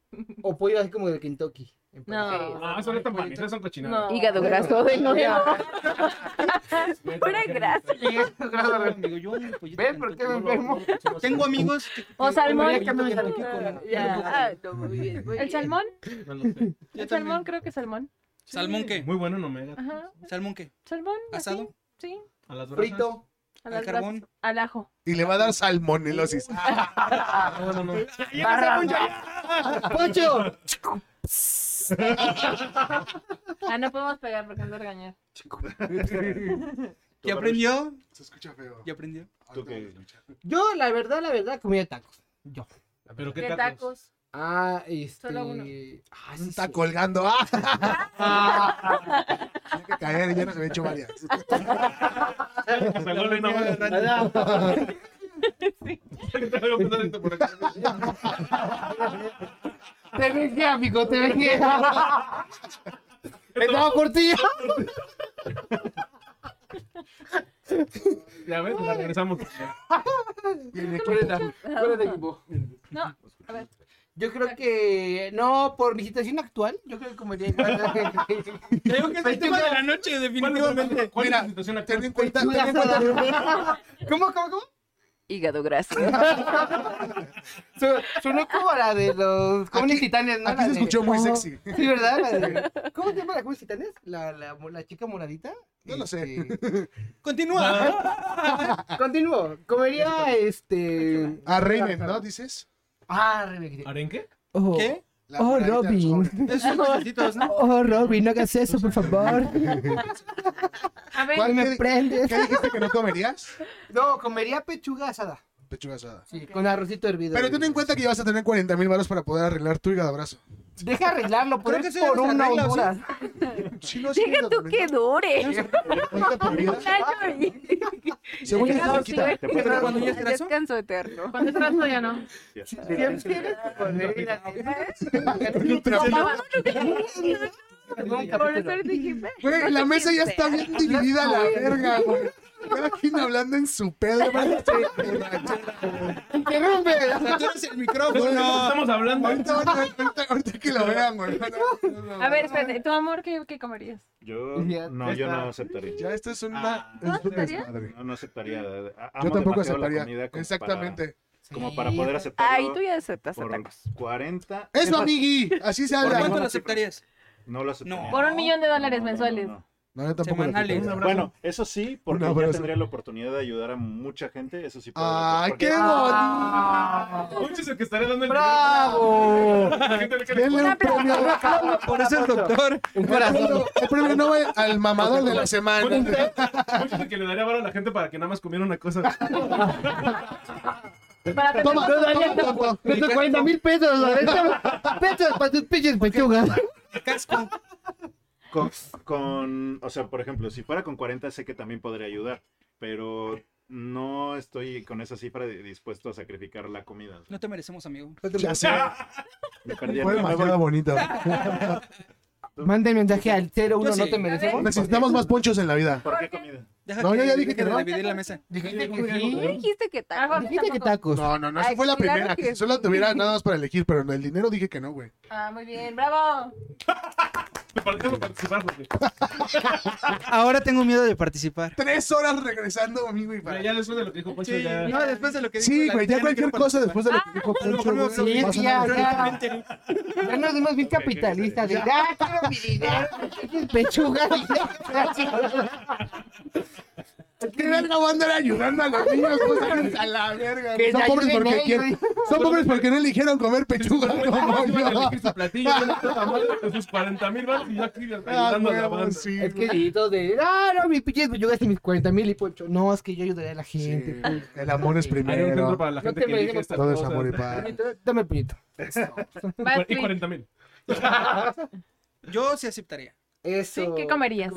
O pollo así como de Kentucky. empanizado. no. Ah, son estas manitas, son No. cochinadas. Hígado graso de nuevo. Pura grasa. Digo, yo, un pollito ¿Ves por qué me cantón. enfermo? Tengo amigos que... O salmón. Oye, yo también aquí con- Ah, no, muy bien, muy ¿El bien. salmón? No lo Yo sé. ¿El también. salmón? Creo que salmón. ¿Salmón qué? Muy bueno en omega. Ajá. ¿Salmón qué? ¿Salmón? así, ¿Asado? ¿Ah, Sí. A las brasas. Frito. A ¿Al las carbón? brasas, Al ajo. Y le va a dar salmonelosis. Ah, bueno, no. ¡Pocho! Ah, no podemos pegar porque ando regañar. ¿Ya aprendió? Se escucha feo. ¿Ya aprendió? ¿Tú qué? Yo, la verdad, la verdad, comía tacos. Yo. Pero qué ¿Qué tacos. tacos? Ah, este. Solo uno. Ah, sí, Está sí. colgando. ¡Ah! Tenía que caer, ya nos había hecho varias. Salmón, no, venía no. agarrando. Te voy a poner esto por acá. Te vengué, amigo, te vengué. Estaba por ti. Ya ves, nos regresamos. Fuera fuera de equipo. No, a ver. Yo creo que. No, por mi situación actual, yo creo que comería pues, Creo que es el tema de la noche, ¿Cuál es definitivamente. cuál es Mira, la situación actual? Ten en cuenta, ten en cuenta- ¿Cómo, cómo, cómo? Hígado graso. Su- Sonó como la de los Comunes Aquí- Titanes, ¿no? aquí La se de- escuchó muy sexy. Sí, ¿verdad? La de- ¿Cómo se llama la Comunes Titanes? ¿La, la, la chica moradita? No lo sé. Este, Continúa. Ah, ¿eh? Continúo. Comería este. A Raven, ¿no? Dices. Ah, Rebeca. ¿Arenque? Oh. ¿Qué? La Oh, moradita de los Robin. jóvenes. Esos son cosecitos, ¿no? Oh, Robin, no hagas eso, por favor. A ver, ¿Cuál Me me prendes. ¿Qué dijiste que no comerías? No, comería pechuga asada. Pechuga asada. Sí, con arrocito hervido. Pero ten en cuenta que ya vas a tener 40 mil baros para poder arreglar tu hígado brazo. Deja arreglarlo, por, Creo que es sí por debes una arreglarlo, hora. Sí, no, sí, Deja tú que también. dure. Ahorita por vida. Un año y- Si Según yo, Claro, se sí, quita. Te puedes Pero cuando poner- ya es graso, Descanso eterno. Cuando estás no, ya no. Siempre tienes que poner la Por eso les dije, "Ve". Güey, la mesa ya está bien dividida a la verga, güey. Cada quien hablando en su pedo, güey. Interrumpe. Saturas el micrófono. Estamos hablando. Ahorita, ahorita, ahorita, ahorita que lo vean, güey. No, no, no, no. A ver, espérate, tu amor, ¿qué, qué comerías? Yo no, yo no aceptaría. Ya esto es una. Ah. es un ¿No estaría? desmadre. No, no aceptaría. A- amo Yo tampoco demasiado la aceptaría. comida como Exactamente. para- como para poder aceptarlo. Ay, tú ya aceptas por tacos. 40. Eso, más, amigui. Así se ¿por habla. cuánto no, lo aceptarías? No lo aceptaría. No. Por un millón de dólares No, no, no, mensuales. no. No, yo tampoco lo Semanales. aceptaría. Bueno, eso sí, porque Un ya abrazo. tendría la oportunidad de ayudar a mucha gente. Eso sí. puedo hacer, ¡Ay, porque- qué bonito! Mucho es el que estaría dando el ¡Bravo! Denle un premio. Por eso el doctor. Un corazón. El premio Nobel al mamador de la semana. Mucho es el que le daría varo a la gente para que nada más comiera una cosa. Para tener Toma, tu toma, boleto. tonto. Pesos, 40 mil pesos. ¿no? Pesos para tus pinches pechugas. Con, con- o sea, por ejemplo, si fuera con 40 sé que también podría ayudar, pero no estoy con esa cifra de- dispuesto a sacrificar la comida. O sea, No te merecemos, amigo. Ya sé. me perdí el- Fue me demasiado voy. bonito. Manden mensaje al 01, Yo sí. no te merecemos. Necesitamos más ponchos en la vida. ¿Por qué comida? Deja No, yo ya dije que no. dividir la mesa. Dijiste que ¿Qué sí. dijiste que Ah, tacos? Dijiste que tacos. No, no, no, esa Ay, fue la claro primera. que- Solo tuviera nada más para elegir, pero el dinero dije que no, güey. Ah, muy bien, bravo. Para que participar, porque Ahora tengo miedo de participar. Tres horas regresando, amigo, y para. ya después de lo que dijo Poncho, ya. No, después de lo que Sí, la güey, neta, ya no quiero cualquier cosa después de lo que dijo Poncho, participar. güey, sí, vas a- ya, ya. Irónicamente, Ya nos dimos bien capitalistas. De, ah, quiero mi dinero. pinches Pechugas. ¿Qué verga van a andar ayudando a los niños? Pues, háganse a la verga. Que Son se pobres, ayuden porque ellos. quieren- son pobres porque no eligieron comer pechuga como Iban a elegir yo. Ah, su platillo, iban a estar amando con sus 40 mil baros y yo aquí Ah, ayudando a la huevo, banda. sí, Es que güey. dito de, ah, no, mis pinches pechugas y mis 40 mil y poncho. No, es que yo ayudaré a la Sí, gente. pues. El amor es Hay un centro primero. para la No gente te que elige mereces estas Todo es cosas. amor y paz. Puñito, Dame el puñito. Vas, Y Luis. 40 mil. Yo sí aceptaría. Eso. Sí, ¿qué comerías?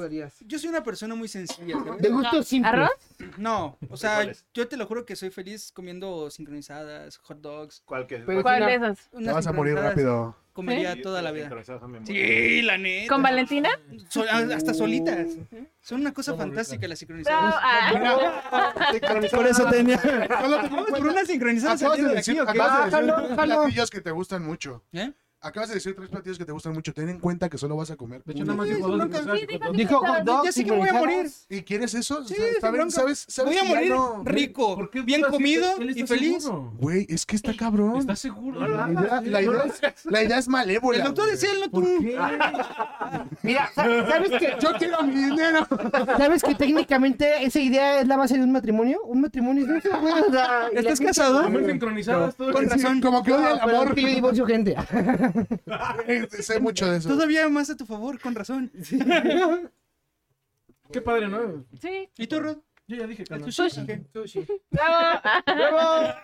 Yo soy una persona muy sencilla. ¿sabes? De gusto simple. ¿Arroz? No, o sea, ¿Cuáles? yo te lo juro que soy feliz comiendo sincronizadas, hot dogs. ¿Cuál que? Pero- ¿Cuál Cocina. de esos? Te Unas vas a morir sincronizadas rápido. Comería Sí, toda la los vida. sincronizados son bien buenos. Sí, la neta. ¿Con Valentina? Sol- a- hasta solitas. Son una cosa Son fantástica las Bravo. sincronizadas. Ah, Por eso tenía. Solo te- Vamos por unas sincronizadas Acabas saliendo de de aquí, Ah, decir, ¿o qué? acabas de decir Bájalo, tres bájalo. platillos que te gustan mucho. ¿Eh? Acabas de decir tres platillos que te gustan mucho. Ten en cuenta que solo vas a comer. De hecho, uno. nada más dijo dos personas que contó. Dijo hot dog. Ya sé que voy a morir. ¿Y quieres eso? O sea, Sí, está sin bien, bronca. ¿Sabes? ¿Sabes? Voy a que ya morir no- rico, ¿Por qué? bien Él está- comido él está y feliz. seguro. Güey, es que está cabrón. ¿Estás seguro? La idea, la idea es, la idea es malévola. El doctor güey. decía, él no ¿Por tú. qué? Mira, sa- ¿sabes que Yo quiero mi dinero. ¿Sabes que técnicamente esa idea es la base de un matrimonio? Un matrimonio es eso, güey. o sea, y la ¿Estás gente- casado? Comer sincronizadas todo. Sí, Como que No, odia el pero es amor. que yo divorcio gente. Eh, sé mucho de eso. Todavía más a tu favor, con razón. Qué padre, ¿no? sí, ¿Y tú, Rod? Yo ya dije que no. bravo. Ah,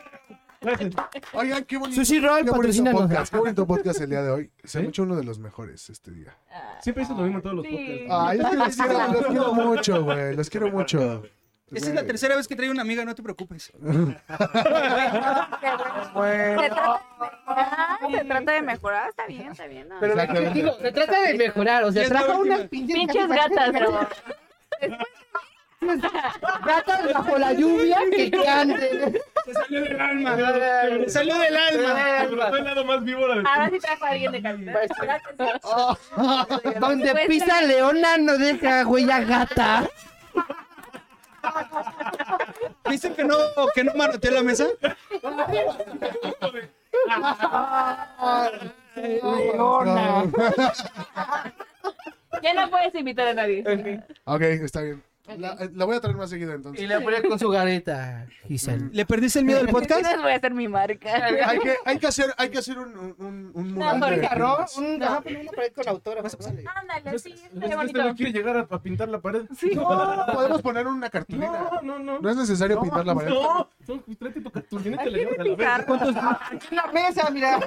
Gracias. Oigan, qué bonito. Sushi Roll, Qué bonito patrocínanos. podcast, qué bonito podcast el día de hoy. Se ¿Sí? me hecho uno de los mejores este día. Siempre dices lo mismo en todos los Sí. podcasts. Ay, es que los quiero, los quiero mucho, güey. Los quiero mucho. Esa es la tercera vez que trae una amiga, no te preocupes. Se trata de mejorar, se trata de mejorar, está bien, está bien. no. Pero Exactamente. digo, se trata de mejorar. O Y sea, es la trajo última. unas pinches, Pinches gatas, bravo. gatas bajo la lluvia que canten. Te salió del alma. Te salió del alma. Pero el lado más víbora de Ahora sí trajo a alguien de calidad. ¿verdad que sí? Donde Pues, pisa leona no deja huella gata. ¿Viste que no, que no manoteó la mesa? Leona. Ya no puedes invitar a nadie. Ok, está bien. La, la voy a traer más seguida entonces. Y la pone con su gareta, Giselle. ¿Le perdiste el miedo al podcast? Les voy a hacer mi marca. Hay que, hay que hacer, hay que hacer un, un, un mural. No, de porque firmas. un garrón con una pared con autógrafo. Ándale, sí, Este está no bonito. quiere llegar a, a pintar la pared. No, podemos poner una cartulina. No, no, no. No es necesario pintar la pared. No, no, tráete tu cartulina y te la llevas a la verga. En la mesa, mira.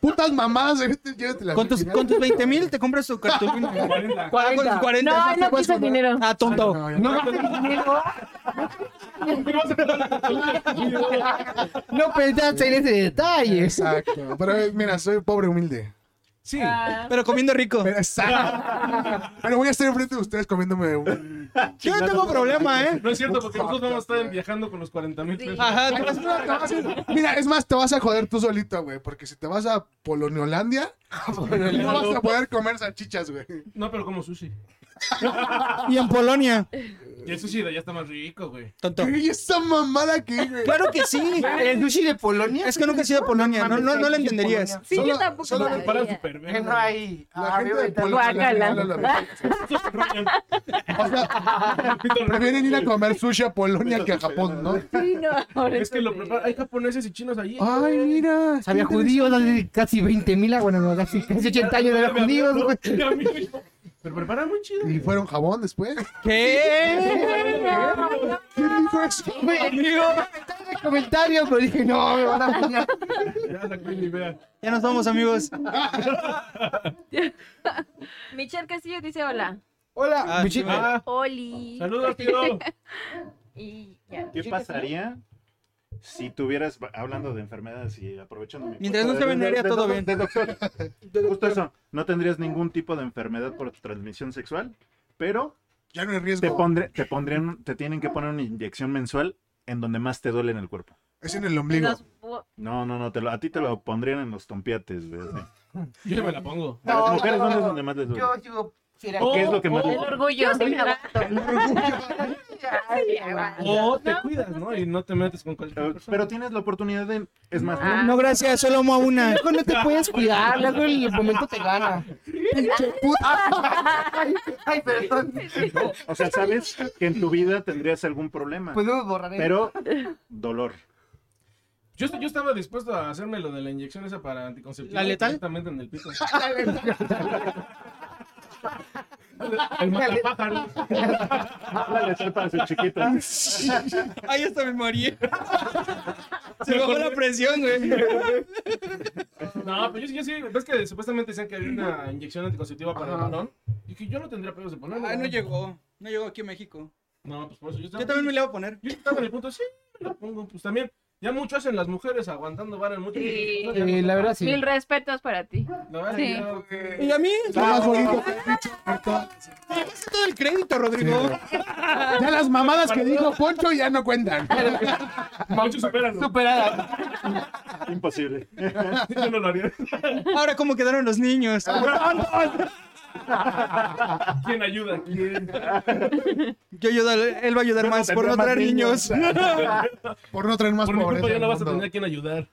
Putas eh, mamadas, llévate- llévatela. Con tus, con tus 20 mil te compras tu cartulina. Ah, con tus 40. No, él no puedes quiso el comprar. dinero. Ah, tonto. No, ya- No gastes dinero. No pensaste en ese detalle. Exacto. Pero eh, mira, soy pobre humilde. Sí. Ah. Ah, Pero comiendo rico. Pero, exacto. Pero voy a estar enfrente de ustedes comiéndome un. Yo no tengo problema, ¿eh? No es cierto, porque nosotros vamos a estar en- viajando con los 40 mil pesos. Ajá, Te tú- vas a- te vas a- Mira, es más, te vas a joder tú solito, güey. Porque si te vas a Poloniolandia, no vas a poder comer salchichas, güey. No, pero como sushi. y en Polonia. Y el sushi de allá está más rico, güey. Tonto. Y esa mamada que, güey. Claro que sí. ¿El sushi de Polonia? Es que nunca he sido a Polonia. No, no, no lo entenderías. Sí, Solo- yo tampoco. solo sabía. Para super Que bien. no hay. La gente de Guácala. Polonia. no habla la- O sea, prefieren ir a comer sushi a Polonia que a Japón, ¿no? Sí, no, por Es eso que lo te preparan. Hay japoneses y chinos ahí. Ay, mira. Había judíos, hace casi 20 mil, ah, bueno, no, casi, casi 80 años había judíos, güey. Pero preparan muy chido. Y fueron jabón después. Eh, ¿Qué? ¿Quién dijo eso? Amigo, el comentario, pero dije, no, me van a pillar. Ya sacó mi idea. Ya nos vamos, amigos. digo. Michelle Castillo dice hola. Hola, Ah, mi chica. Ah, Oli. saludos, tío. Y ya. ¿Qué pasaría si tuvieras, hablando de enfermedades y aprovechando mi Mientras no de- se de- venerea, de- todo de- bien. de doctor. Justo eso, no tendrías ningún tipo de enfermedad por transmisión sexual, pero Ya no hay te, riesgo. pondré, te pondrían, te tienen que poner una inyección mensual en donde más te duele en el cuerpo. Es en el Y ombligo. nos bu- No, no, no, te lo- a ti te lo pondrían en los tompiates, güey. Yo me la pongo. A las No, mujeres no, ¿dónde es no. donde más les duele. Yo digo, si era Oh, ¿Qué es lo que más oh, les el duele? orgullo vendrá. O te cuidas, ¿no? Y no te metes con cualquier persona. Eh, Pero tienes la oportunidad de. Es más, Ah. No, gracias, solo amo a una. Luego no te puedes cuidar, luego en el momento te gana. Ay, perdón. ¿no? o sea, sabes que en tu vida tendrías algún problema, Pues, Podemos borrar eso. pero dolor. Yo, est- yo estaba dispuesto a hacerme lo de la inyección esa para anticonceptivo. ¿La letal? Exactamente en el pito. el matapájaros. Háblale así para sus chiquitas. Ay, hasta me morí. Se bajó la presión, güey. No, pero yo, sí- yo sí. Ves que supuestamente decían que había una inyección anticonceptiva para el Ajá. varón. Y que yo no tendría pedos de ponerlo. Ay, no llegó. No llegó aquí a México. No, pues por eso yo estaba. Yo también me la voy a poner. Yo estaba en el punto, sí, me la pongo. Pues también. Ya mucho hacen las mujeres aguantando vara en muchas Sí. cosas, ya Eh, no- la verdad, sí. Mil respetos para ti. La verdad Sí. que yo- ¿Y a mí? Lo más bonito que he dicho, Roberto. todo el crédito, Rodrigo. Ya las mamadas que dijo Poncho ya no cuentan. Mucho superan, ¿no? Superada. Imposible. Yo no lo haría. Ahora, ¿cómo quedaron los niños? Ah, ¿Quién ayuda? ¿Quién? Yo, yo, él va a ayudar más por no más traer niños. Por no traer más Por mi pobreza culpa ya no al vas a mundo. tener a quien ayudar.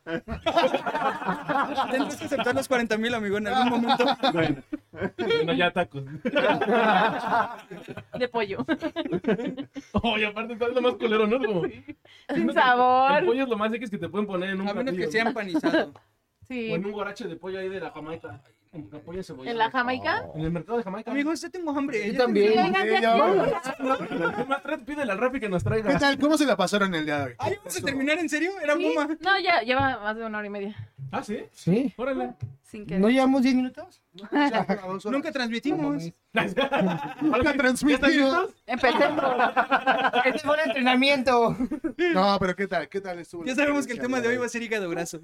Tendrás que aceptar los 40 mil, amigo, en algún momento. Bueno, Bueno, ya tacos. De pollo. Oye, Oh, aparte está lo más culero, ¿no? Como, Sin El sabor. pollo es lo más X que te pueden poner en un A menos platillo, que sea ¿no? empanizado. Sí. O en un guarache de pollo ahí de la Jamaica. En la pollo cebolla. ¿En la Jamaica? En el mercado de Jamaica. Amigos, yo tengo hambre. Yo ya tengo- también. Vengan de ya aquí. vamos. Es más, tra- pídele al Rappi que nos traiga. ¿Qué tal? ¿Cómo se la pasaron el día de Ah, hoy? Ay, ¿vamos a terminar en serio? Era Sí. goma. No, ya lleva más de una hora y media. Ah, ¿sí? Sí. Órale. Sin querer. ¿No llevamos 10 minutos? Nunca transmitimos. Nunca transmitido. Empecemos. Este fue el entrenamiento. No, pero ¿qué tal? ¿Qué tal estuvo? la Ya sabemos que el tema de hoy va a experiencia ser hígado graso.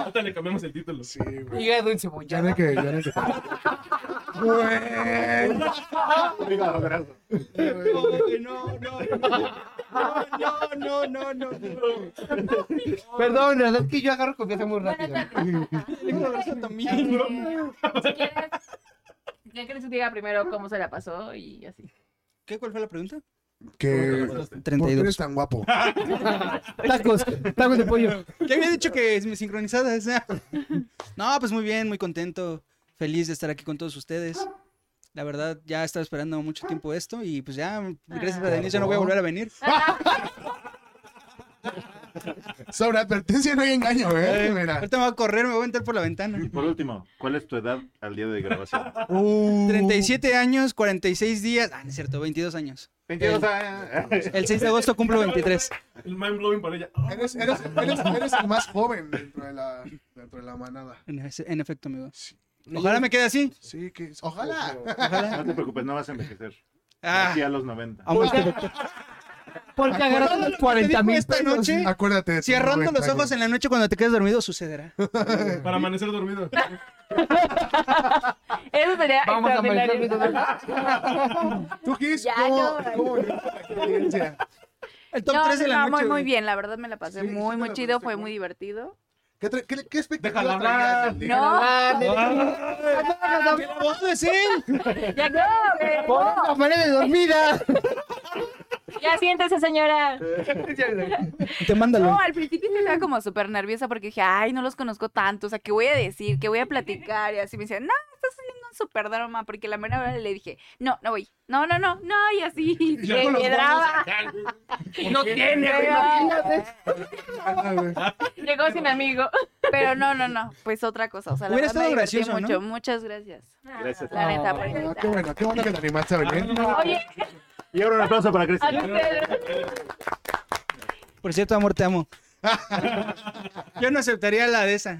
Ahorita le cambiamos el título. de hoy? Sí, güey. Hígado en Ya no hay cebollada. que, ya no hay que. Güey. oiga, abrazo. Ay, No, no, no, no, no, no, no. Perdón, la verdad es que yo agarro confianza muy rápido. El hígado graso también. Si quieres, ¿qué quieres que te diga primero cómo se la pasó y así? ¿Qué? ¿Cuál fue la pregunta? Que. ¿Por qué eres tan guapo? Tacos, tacos de pollo. Ya había dicho que es mi sincronizada. o sea. No, pues muy bien, muy contento. Feliz de estar aquí con todos ustedes. La verdad, ya estaba esperando mucho tiempo esto y pues ya, gracias a Denise, ya no voy a volver a venir. Sobre advertencia no hay engaño, ¿eh? Mira. Ahorita me voy a correr, me voy a entrar por la ventana. Por último, ¿cuál es tu edad al día de grabación? Uh, 37 años, 46 días. Ah, no es cierto, 22 años. 22 años. El 6 de agosto cumplo 23. El mind blowing para ella. Eres, eres, eres, eres el más joven dentro de la, dentro de la manada. En, efe- en efecto, amigo. Ojalá me quede así. Sí, que. Ojalá. No te preocupes, no vas a envejecer. Ah, Aquí a los 90. amo este doctor. Porque agarraron los 40 mil esta pesos. noche? Acuérdate. de tus Cerrando los 90 ojos en la noche cuando te quedes dormido sucederá. Eh. Para amanecer dormido. Ah. Eso sería Vamos a amanecer extraordinario. ¿Tú Gis, Ya, ¿Cómo, no. cómo vivió la experiencia? El top No, 3 de no, la no, noche. muy, muy güey. bien, la verdad me la pasé Sí, sí muy, te muy la chido, pasaste fue muy- muy divertido. ¿Qué, tra- qué, qué expectativa Déjala traías hablar. del día? No, ¡Que la voz es él! Ya no, güey, Por no. eso amanece dormida. Ya siéntese, señora. Te mándalo. No, al principio sí estaba como súper nerviosa porque dije, ay, no los conozco tanto, o sea, ¿qué voy a decir? ¿Qué voy a platicar? Y así me decían, no, estás haciendo un súper drama, porque la mera verdad le dije, no, no voy, no, no, no, no, y así, ya me con los quedraba. No tiene, güey, imagínate. Ah, güey. Llegó sin amigo. Pero no, no, no, pues otra cosa, o sea, la Hubiera verdad me estado divertí gracioso, ¿no? mucho, muchas gracias, Gracias. la neta, por Ah, invitar. qué bueno, qué bueno que te animaste a venir. Oye, Y ahora un aplauso para a Cristian. ustedes. Por cierto, amor, te amo. Yo no aceptaría la de esa.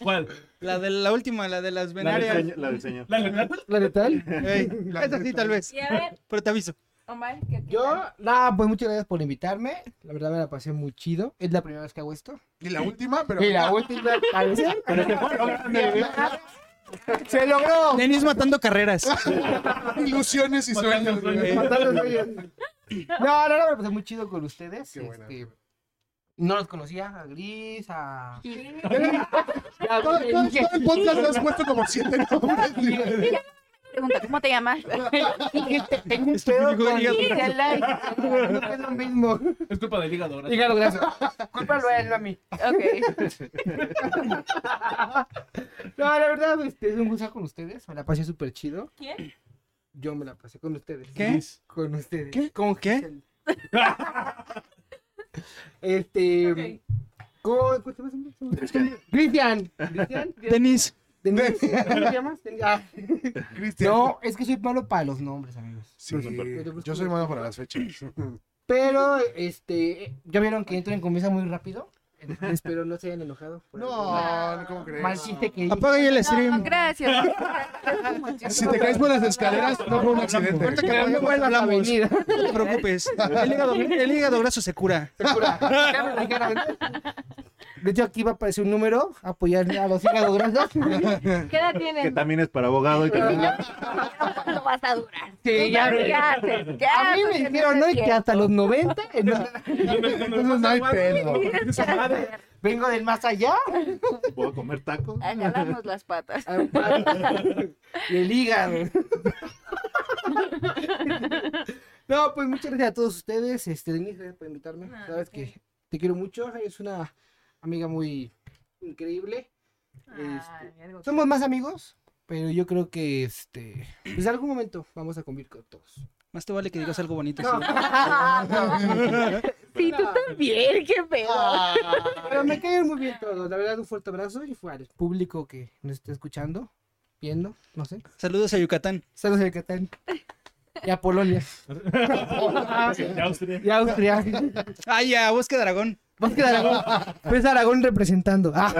¿Cuál? La de la última, la de las La del venarias. señor- la del señor. ¿La letal? ¿La letal? Ey, esa sí, tal vez. Y a ver, Pero te aviso. Omar, ¿qué- qué tal? Yo, nada, pues muchas gracias por invitarme. La verdad me la pasé muy chido. Es la primera vez que hago esto. Y la última, pero. Y la última, tal vez. Se logró. Denis matando carreras. Ilusiones y Matando sueños. güey. sueños. Matando sueños. No, no, no, me pasé muy chido con ustedes. Qué buena. este, no los conocía, a Gris, a... Todo, todo- todo el podcast lo has puesto como siete nombres. güey. Pregunta, ¿cómo te llamas? Y que te- tengo un Estúpido, pedo con hígado Gris, el like. No es lo mismo. Es culpa del hígado, gracias. Dígalo, gracias. Cúlpalo a él, no a mí. Ok, No, la verdad, este, es un gusto estar con ustedes. Me la pasé súper chido. ¿Quién? Yo me la pasé con ustedes. ¿Qué? Con ustedes. ¿Qué? ¿Cómo qué? Este. Ok. Con. ¿Cómo se llama? Cristian. Cristian. Denis. Denis. ¿Cómo te llamas? Denis. Ah. Cristian. No, es que soy malo para los nombres, amigos. Sí, yo soy malo para las fechas. Pero, este. ¿Ya vieron que entro en comienza muy rápido? Entonces, Espero no se hayan enojado. por el- No, no, ¿cómo Mal crees? chiste que. hice. Apaga ya el no, stream. gracias. Si te caes por las escaleras, no fue un accidente. Que no vuelvas a hablamos. venir. No te preocupes. El hígado, el hígado graso se cura. Segura. Cámara, ligeramente. De hecho, aquí va a aparecer un número, apoyar a los hígados grasos. ¿qué edad Que tienen? también es para abogado y también- ¿Cuánto vas a durar? Sí, ya. ¿Qué haces? ¿Qué A mí me haces? dijeron, ¿no? Y que hasta los 90. entonces, Entonces no hay pedo. Vengo del más allá. ¿Puedo comer tacos? Ah, Agarramos las patas. Ah, Y el hígado. No, pues muchas gracias a todos ustedes. Este, Denise, gracias por invitarme. Ah, Sabes ok. que te quiero mucho. Eres una amiga muy increíble. Este, Ay, algo que- Somos más amigos, pero yo creo que este. Pues algún momento vamos a convivir con todos. Más te vale que digas algo bonito. No. sí. Sí, tú también, qué Ah, pedo. Pero me caen muy bien todos. La verdad, un fuerte abrazo y fue al público que nos está escuchando, viendo, no sé. Saludos a Yucatán. Saludos a Yucatán. Y a Polonia. De Austria. Y a Austria. Ay, a Bosque Dragón. Más que Aragón. Pues Aragón representando. Ah,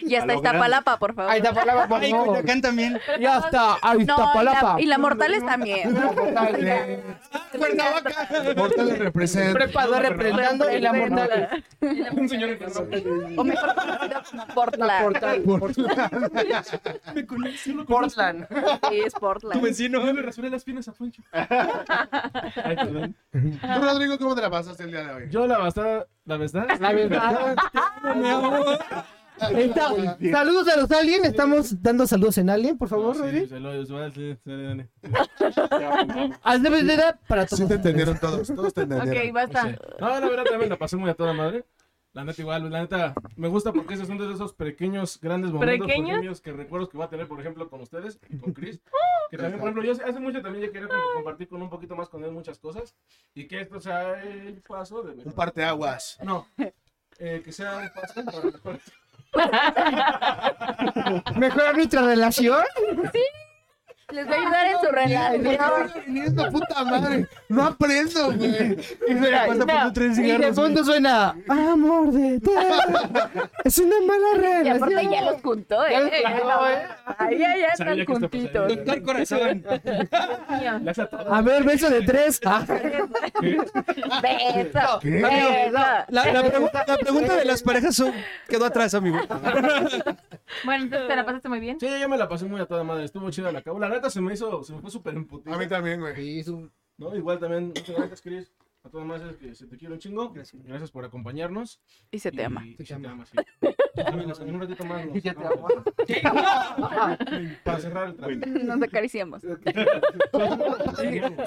Y hasta A lo grande. Iztapalapa, por favor. ahí está Palapa, por Ay, favor. Culiacán también. Y hasta ahí No, está y la, Palapa. y la Mortales también. Portal representa. Prepador representando y la mortal. Un señor enfermo. O mejor conocido como La Portland. portal. Portland. Sí, es Tu Portland. vecino. Yo le rasuré las piernas a Poncho. Ay, perdón. Tú, Rodrigo, ¿cómo te la pasaste el día de hoy? Yo la bastada, la verdad. La verdad. Está- saludos a los Alien. Estamos dando saludos en Alien, por favor, Sí, Rodri. se lo- se lo- se lo- se lo- Haz de verdad para Sí todos. te entendieron todos, todos te Ok, entendieron. basta. No, la verdad también la pasé muy a toda madre. La neta igual, la neta me gusta porque esos son de esos pequeños, grandes momentos ¿Pequeños? pequeños que recuerdos que voy a tener, por ejemplo, con ustedes y con Chris. Oh, Que también, por ejemplo, yo hace mucho también ya quería como que compartir con un poquito más con él muchas cosas y que esto sea el paso de... Un parteaguas. No, eh, que sea un paso para mejor. Mejorar nuestra relación. Les voy a ayudar en su relación. esta puta madre. No aprendo, güey. Y, mira, Pasa por no, tu tres y de cigarros, güey. fondo suena, amor de tierra, es una mala Y aparte relación. ya los juntó, ¿eh? Ya los juntó, ¿eh? Ahí ya, ya Sabía están que esto juntitos. pasaría. Doctor Corazón. Las a todas. A ver, beso de tres. Ah, Beso. ¿Qué? Beso. La, la pregu- la pregunta de las parejas son- quedó atrás, amigo. Bueno, entonces te la pasaste muy bien. Sí, yo me la pasé muy a toda madre. Estuvo chida la cabo. La neta se me hizo, se me fue súper emputida. A mí también, güey. sí, es un- ¿no? Igual también, muchas gracias, Chris. A todas madres que se te quiero un chingo. Gracias, por acompañarnos. Y se te Y- ama. y se te ama, sí. Yo también los- en un ratito más. nos- Ya te vamos a- Para cerrar el trato. Nos acariciamos.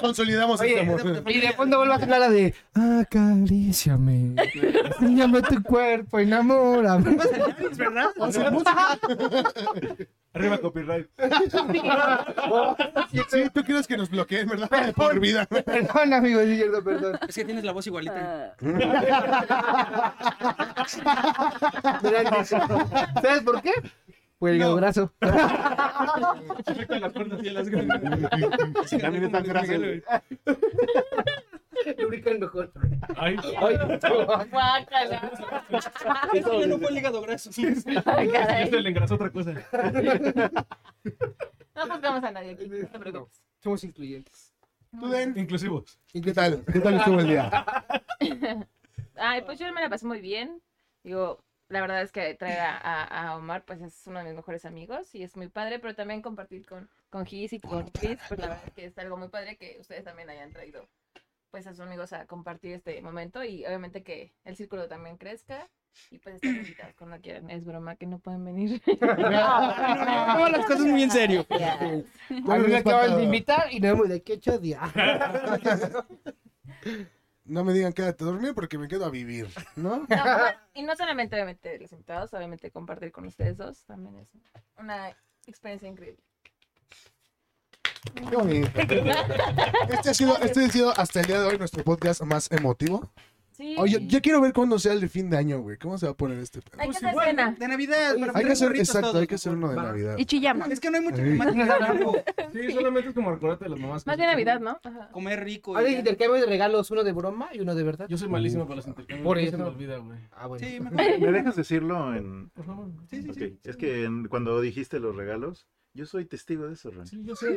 Consolidamos este Oye, amor. y de fondo vuelve a sonar la de Acaríciame, llama tu cuerpo, enamórame. O sea, música. Arriba copyright. Sí, tú quieres que nos bloqueen, ¿verdad? De Por vida. Perdón, amigo, es cierto, perdón. Es que tienes la voz igualita. Ah, Gracias. ¿Sabes por qué? Pues el graso. Afecta las cuerdas y a las grandes. También están gracias. güey. Lubrican mejor. Ay, Ay, Eso ya no fue el hígado graso. esto este le engrasó otra cosa. No juzgamos a nadie aquí, no te preocupes. somos incluyentes. Tú, Den, Inclusivos. ¿y qué tal? ¿Qué tal estuvo el día? Ay, pues yo me la pasé muy bien. Digo, la verdad es que traer a, a- a Omar, pues es uno de mis mejores amigos y es muy padre, pero también compartir con, con Gis y con Chris, pues la verdad es que es algo muy padre que ustedes también hayan traído pues a sus amigos a compartir este momento y obviamente que el círculo también crezca y pues están invitados cuando quieran. Es broma que no pueden venir. No, las cosas muy en serio. A mí me acaban de invitar y nos vemos de aquí ocho días. No me digan quédate a dormir porque me quedo a vivir, ¿no? No, pues, y no solamente obviamente los invitados, obviamente compartir con ustedes dos también es una experiencia increíble. Qué bonito. Este ha sido, este ha sido hasta el día de hoy nuestro podcast más emotivo. Sí. Oye, yo quiero ver cuándo sea el de fin de año, güey. ¿Cómo se va a poner este pedo? Hay que hacer cena. De Navidad. para Hay traer que hacer, gorritos exacto, todos, hay que hacer por uno de favor. Navidad. Y chillamos. Es que no hay mucho Ey. temática, tampoco. Sí, solamente es como acordarte de las mamás. Más bien Navidad, ¿no? Ajá. Comer rico. Ahora y hay ya. intercambio de regalos, uno de broma y uno de verdad. Yo soy malísimo para los intercambios. Por no eso. Se me olvida, güey. Ah, bueno. Sí, mejor. ¿Me dejas decirlo en.? Por favor. Sí, sí, Ok, sí. Es que en- cuando dijiste los regalos, yo soy testigo de eso, Ron. Sí, yo sé.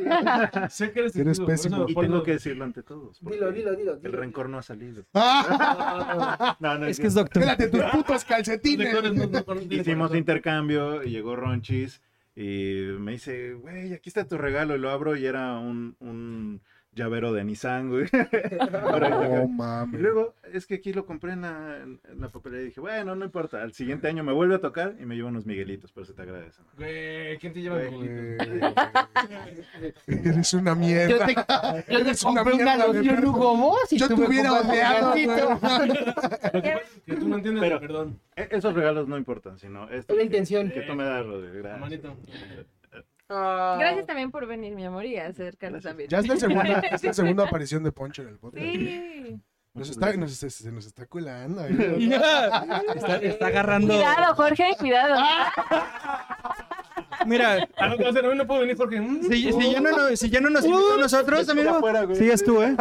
sé que eres Eres testigo, por pésimo. eso Y por tengo lo- que decirlo ante todos. porque Dilo, dilo, dilo, El dilo. rencor no ha salido. ¡Ah! No, no, Es que es doctor. Quédate tus putos los calcetines. lectores no- no conocen- Hicimos intercambio y llegó Ronchis y me dice, güey, aquí está tu regalo. Y lo abro y era un, un llavero de Nissan, güey. No Y mames. luego, es que aquí lo compré en la, en la papelería y dije, bueno, no importa, al siguiente año me vuelve a tocar y me llevo unos miguelitos, pero se te agradece. Güey, ¿quién te lleva Güey. el bolito? Eh, Eres una Yo mierda. te, yo te Eres una compré una mierda de loción perro. Hugo Boss y Yo tú te me hubiera compraste odiado, un gatito. Lo que pasa es que tú no entiendes, Pero- perdón. E- esos regalos no importan, sino esto Es la que- intención. Que tú me das, Rodrigo. gracias. Manito. Ah. Gracias también por venir, mi amor, y acercarte también. Ya es la segunda, es la segunda aparición de Poncho en el podcast. Sí. Nos Muchas está, gracias. nos, está- se nos está ¿eh? culando. güey. Está, está agarrando. Cuidado, Jorge, cuidado. Ah. Mira, A lo que hacer, hoy Ah, no puedo venir porque. mm, si, si ya no, nos- si ya no nos invitó a nosotros, amigo. Sigues tú, ¿eh?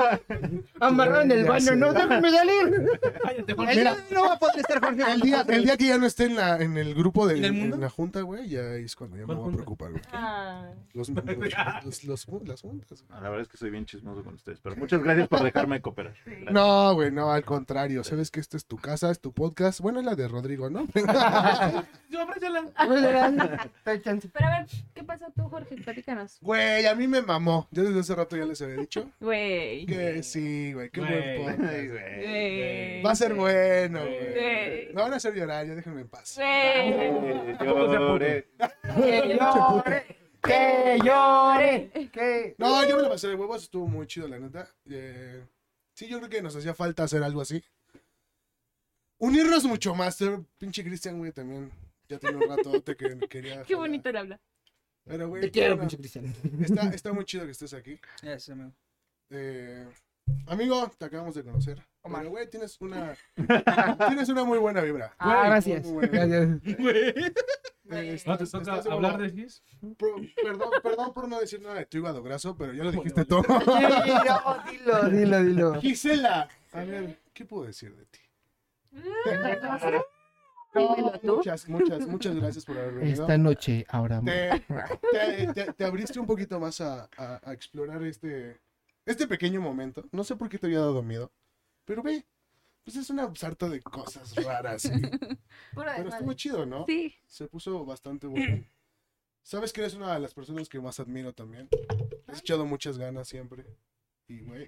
Amarrado en el Ya baño, sé. no, déjame salir. Cállate, El día de hoy no va a poder estar Jorge. El día, el día que ya no esté en, la, en el grupo de ¿En el mundo? en la junta, güey, ya es cuando ya me ¿Cuál voy a junta? preocupar, güey. Ah. Los, los, los- los- las juntas. güey. La verdad es que soy bien chismoso con ustedes, pero muchas gracias por dejarme cooperar. No, güey, no, al contrario. Sabes que esta es tu casa, es tu podcast. Bueno, es la de Rodrigo, ¿no? yo apréciala. Dale chance. Pero a ver, ¿qué pasó tú, Jorge? Platícanos. Güey, a mí me mamó. Yo desde hace rato ya les había dicho Güey. que sí, güey, qué Güey. buen podcast. Ay, güey. Güey. Va a ser bueno, güey. Güey. Me van a hacer llorar, ya déjenme en paz. Güey. Eh, Tampoco sea puto. lloré. Que llore, que llore, que... No, yo me la pasé de huevos, estuvo muy chido, la neta. Eh, sí, yo creo que nos hacía falta hacer algo así. Unirnos mucho más. eh, Pinche Cristian, güey, también. Ya tenía un ratote que quería. Qué jalar. bonito le habla. Pero, güey, Te quiero, no, pinche Cristian. está, está muy chido que estés aquí. Yes, amigo. Eh, amigo, te acabamos de conocer. Pero, güey, tienes una. tienes una muy buena vibra. Ah, gracias. muy bueno. Gracias. Este, ¿No te ¿estás toca seguro? hablar de Gis? Pro- perdón, perdón por no decir nada de tu hígado graso, pero ya lo dijiste todo. no, dilo, dilo, dilo. Gisela, a ver, ¿qué puedo decir de ti? Dímelo tú. muchas, muchas, muchas gracias por haber venido. Esta noche, ahora. Te, te- te- te abriste un poquito más a, a- a explorar este, este pequeño momento. No sé por qué te había dado miedo, pero ve, pues es una sarta de cosas raras. y- Puro pero desmadre. estuvo chido, ¿no? Sí. Se puso bastante bueno. Sabes que eres una de las personas que más admiro también. Le has echado muchas ganas siempre. Y, güey,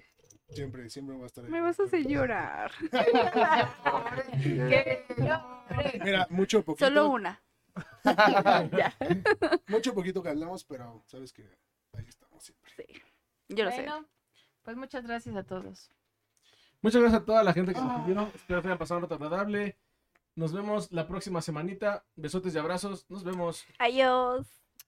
siempre, siempre va a estar ahí. Me vas a hacer llorar. Que llore. Mira, mucho poquito. Solo una. Mucho poquito que hablamos, pero sabes que ahí estamos siempre. Yo lo sé. Bueno, pues muchas gracias a todos. Muchas gracias a toda la gente que nos escribieron. Espero que hayan pasado un rato agradable. Nos vemos la próxima semanita. Besotes y abrazos. Nos vemos. Adiós.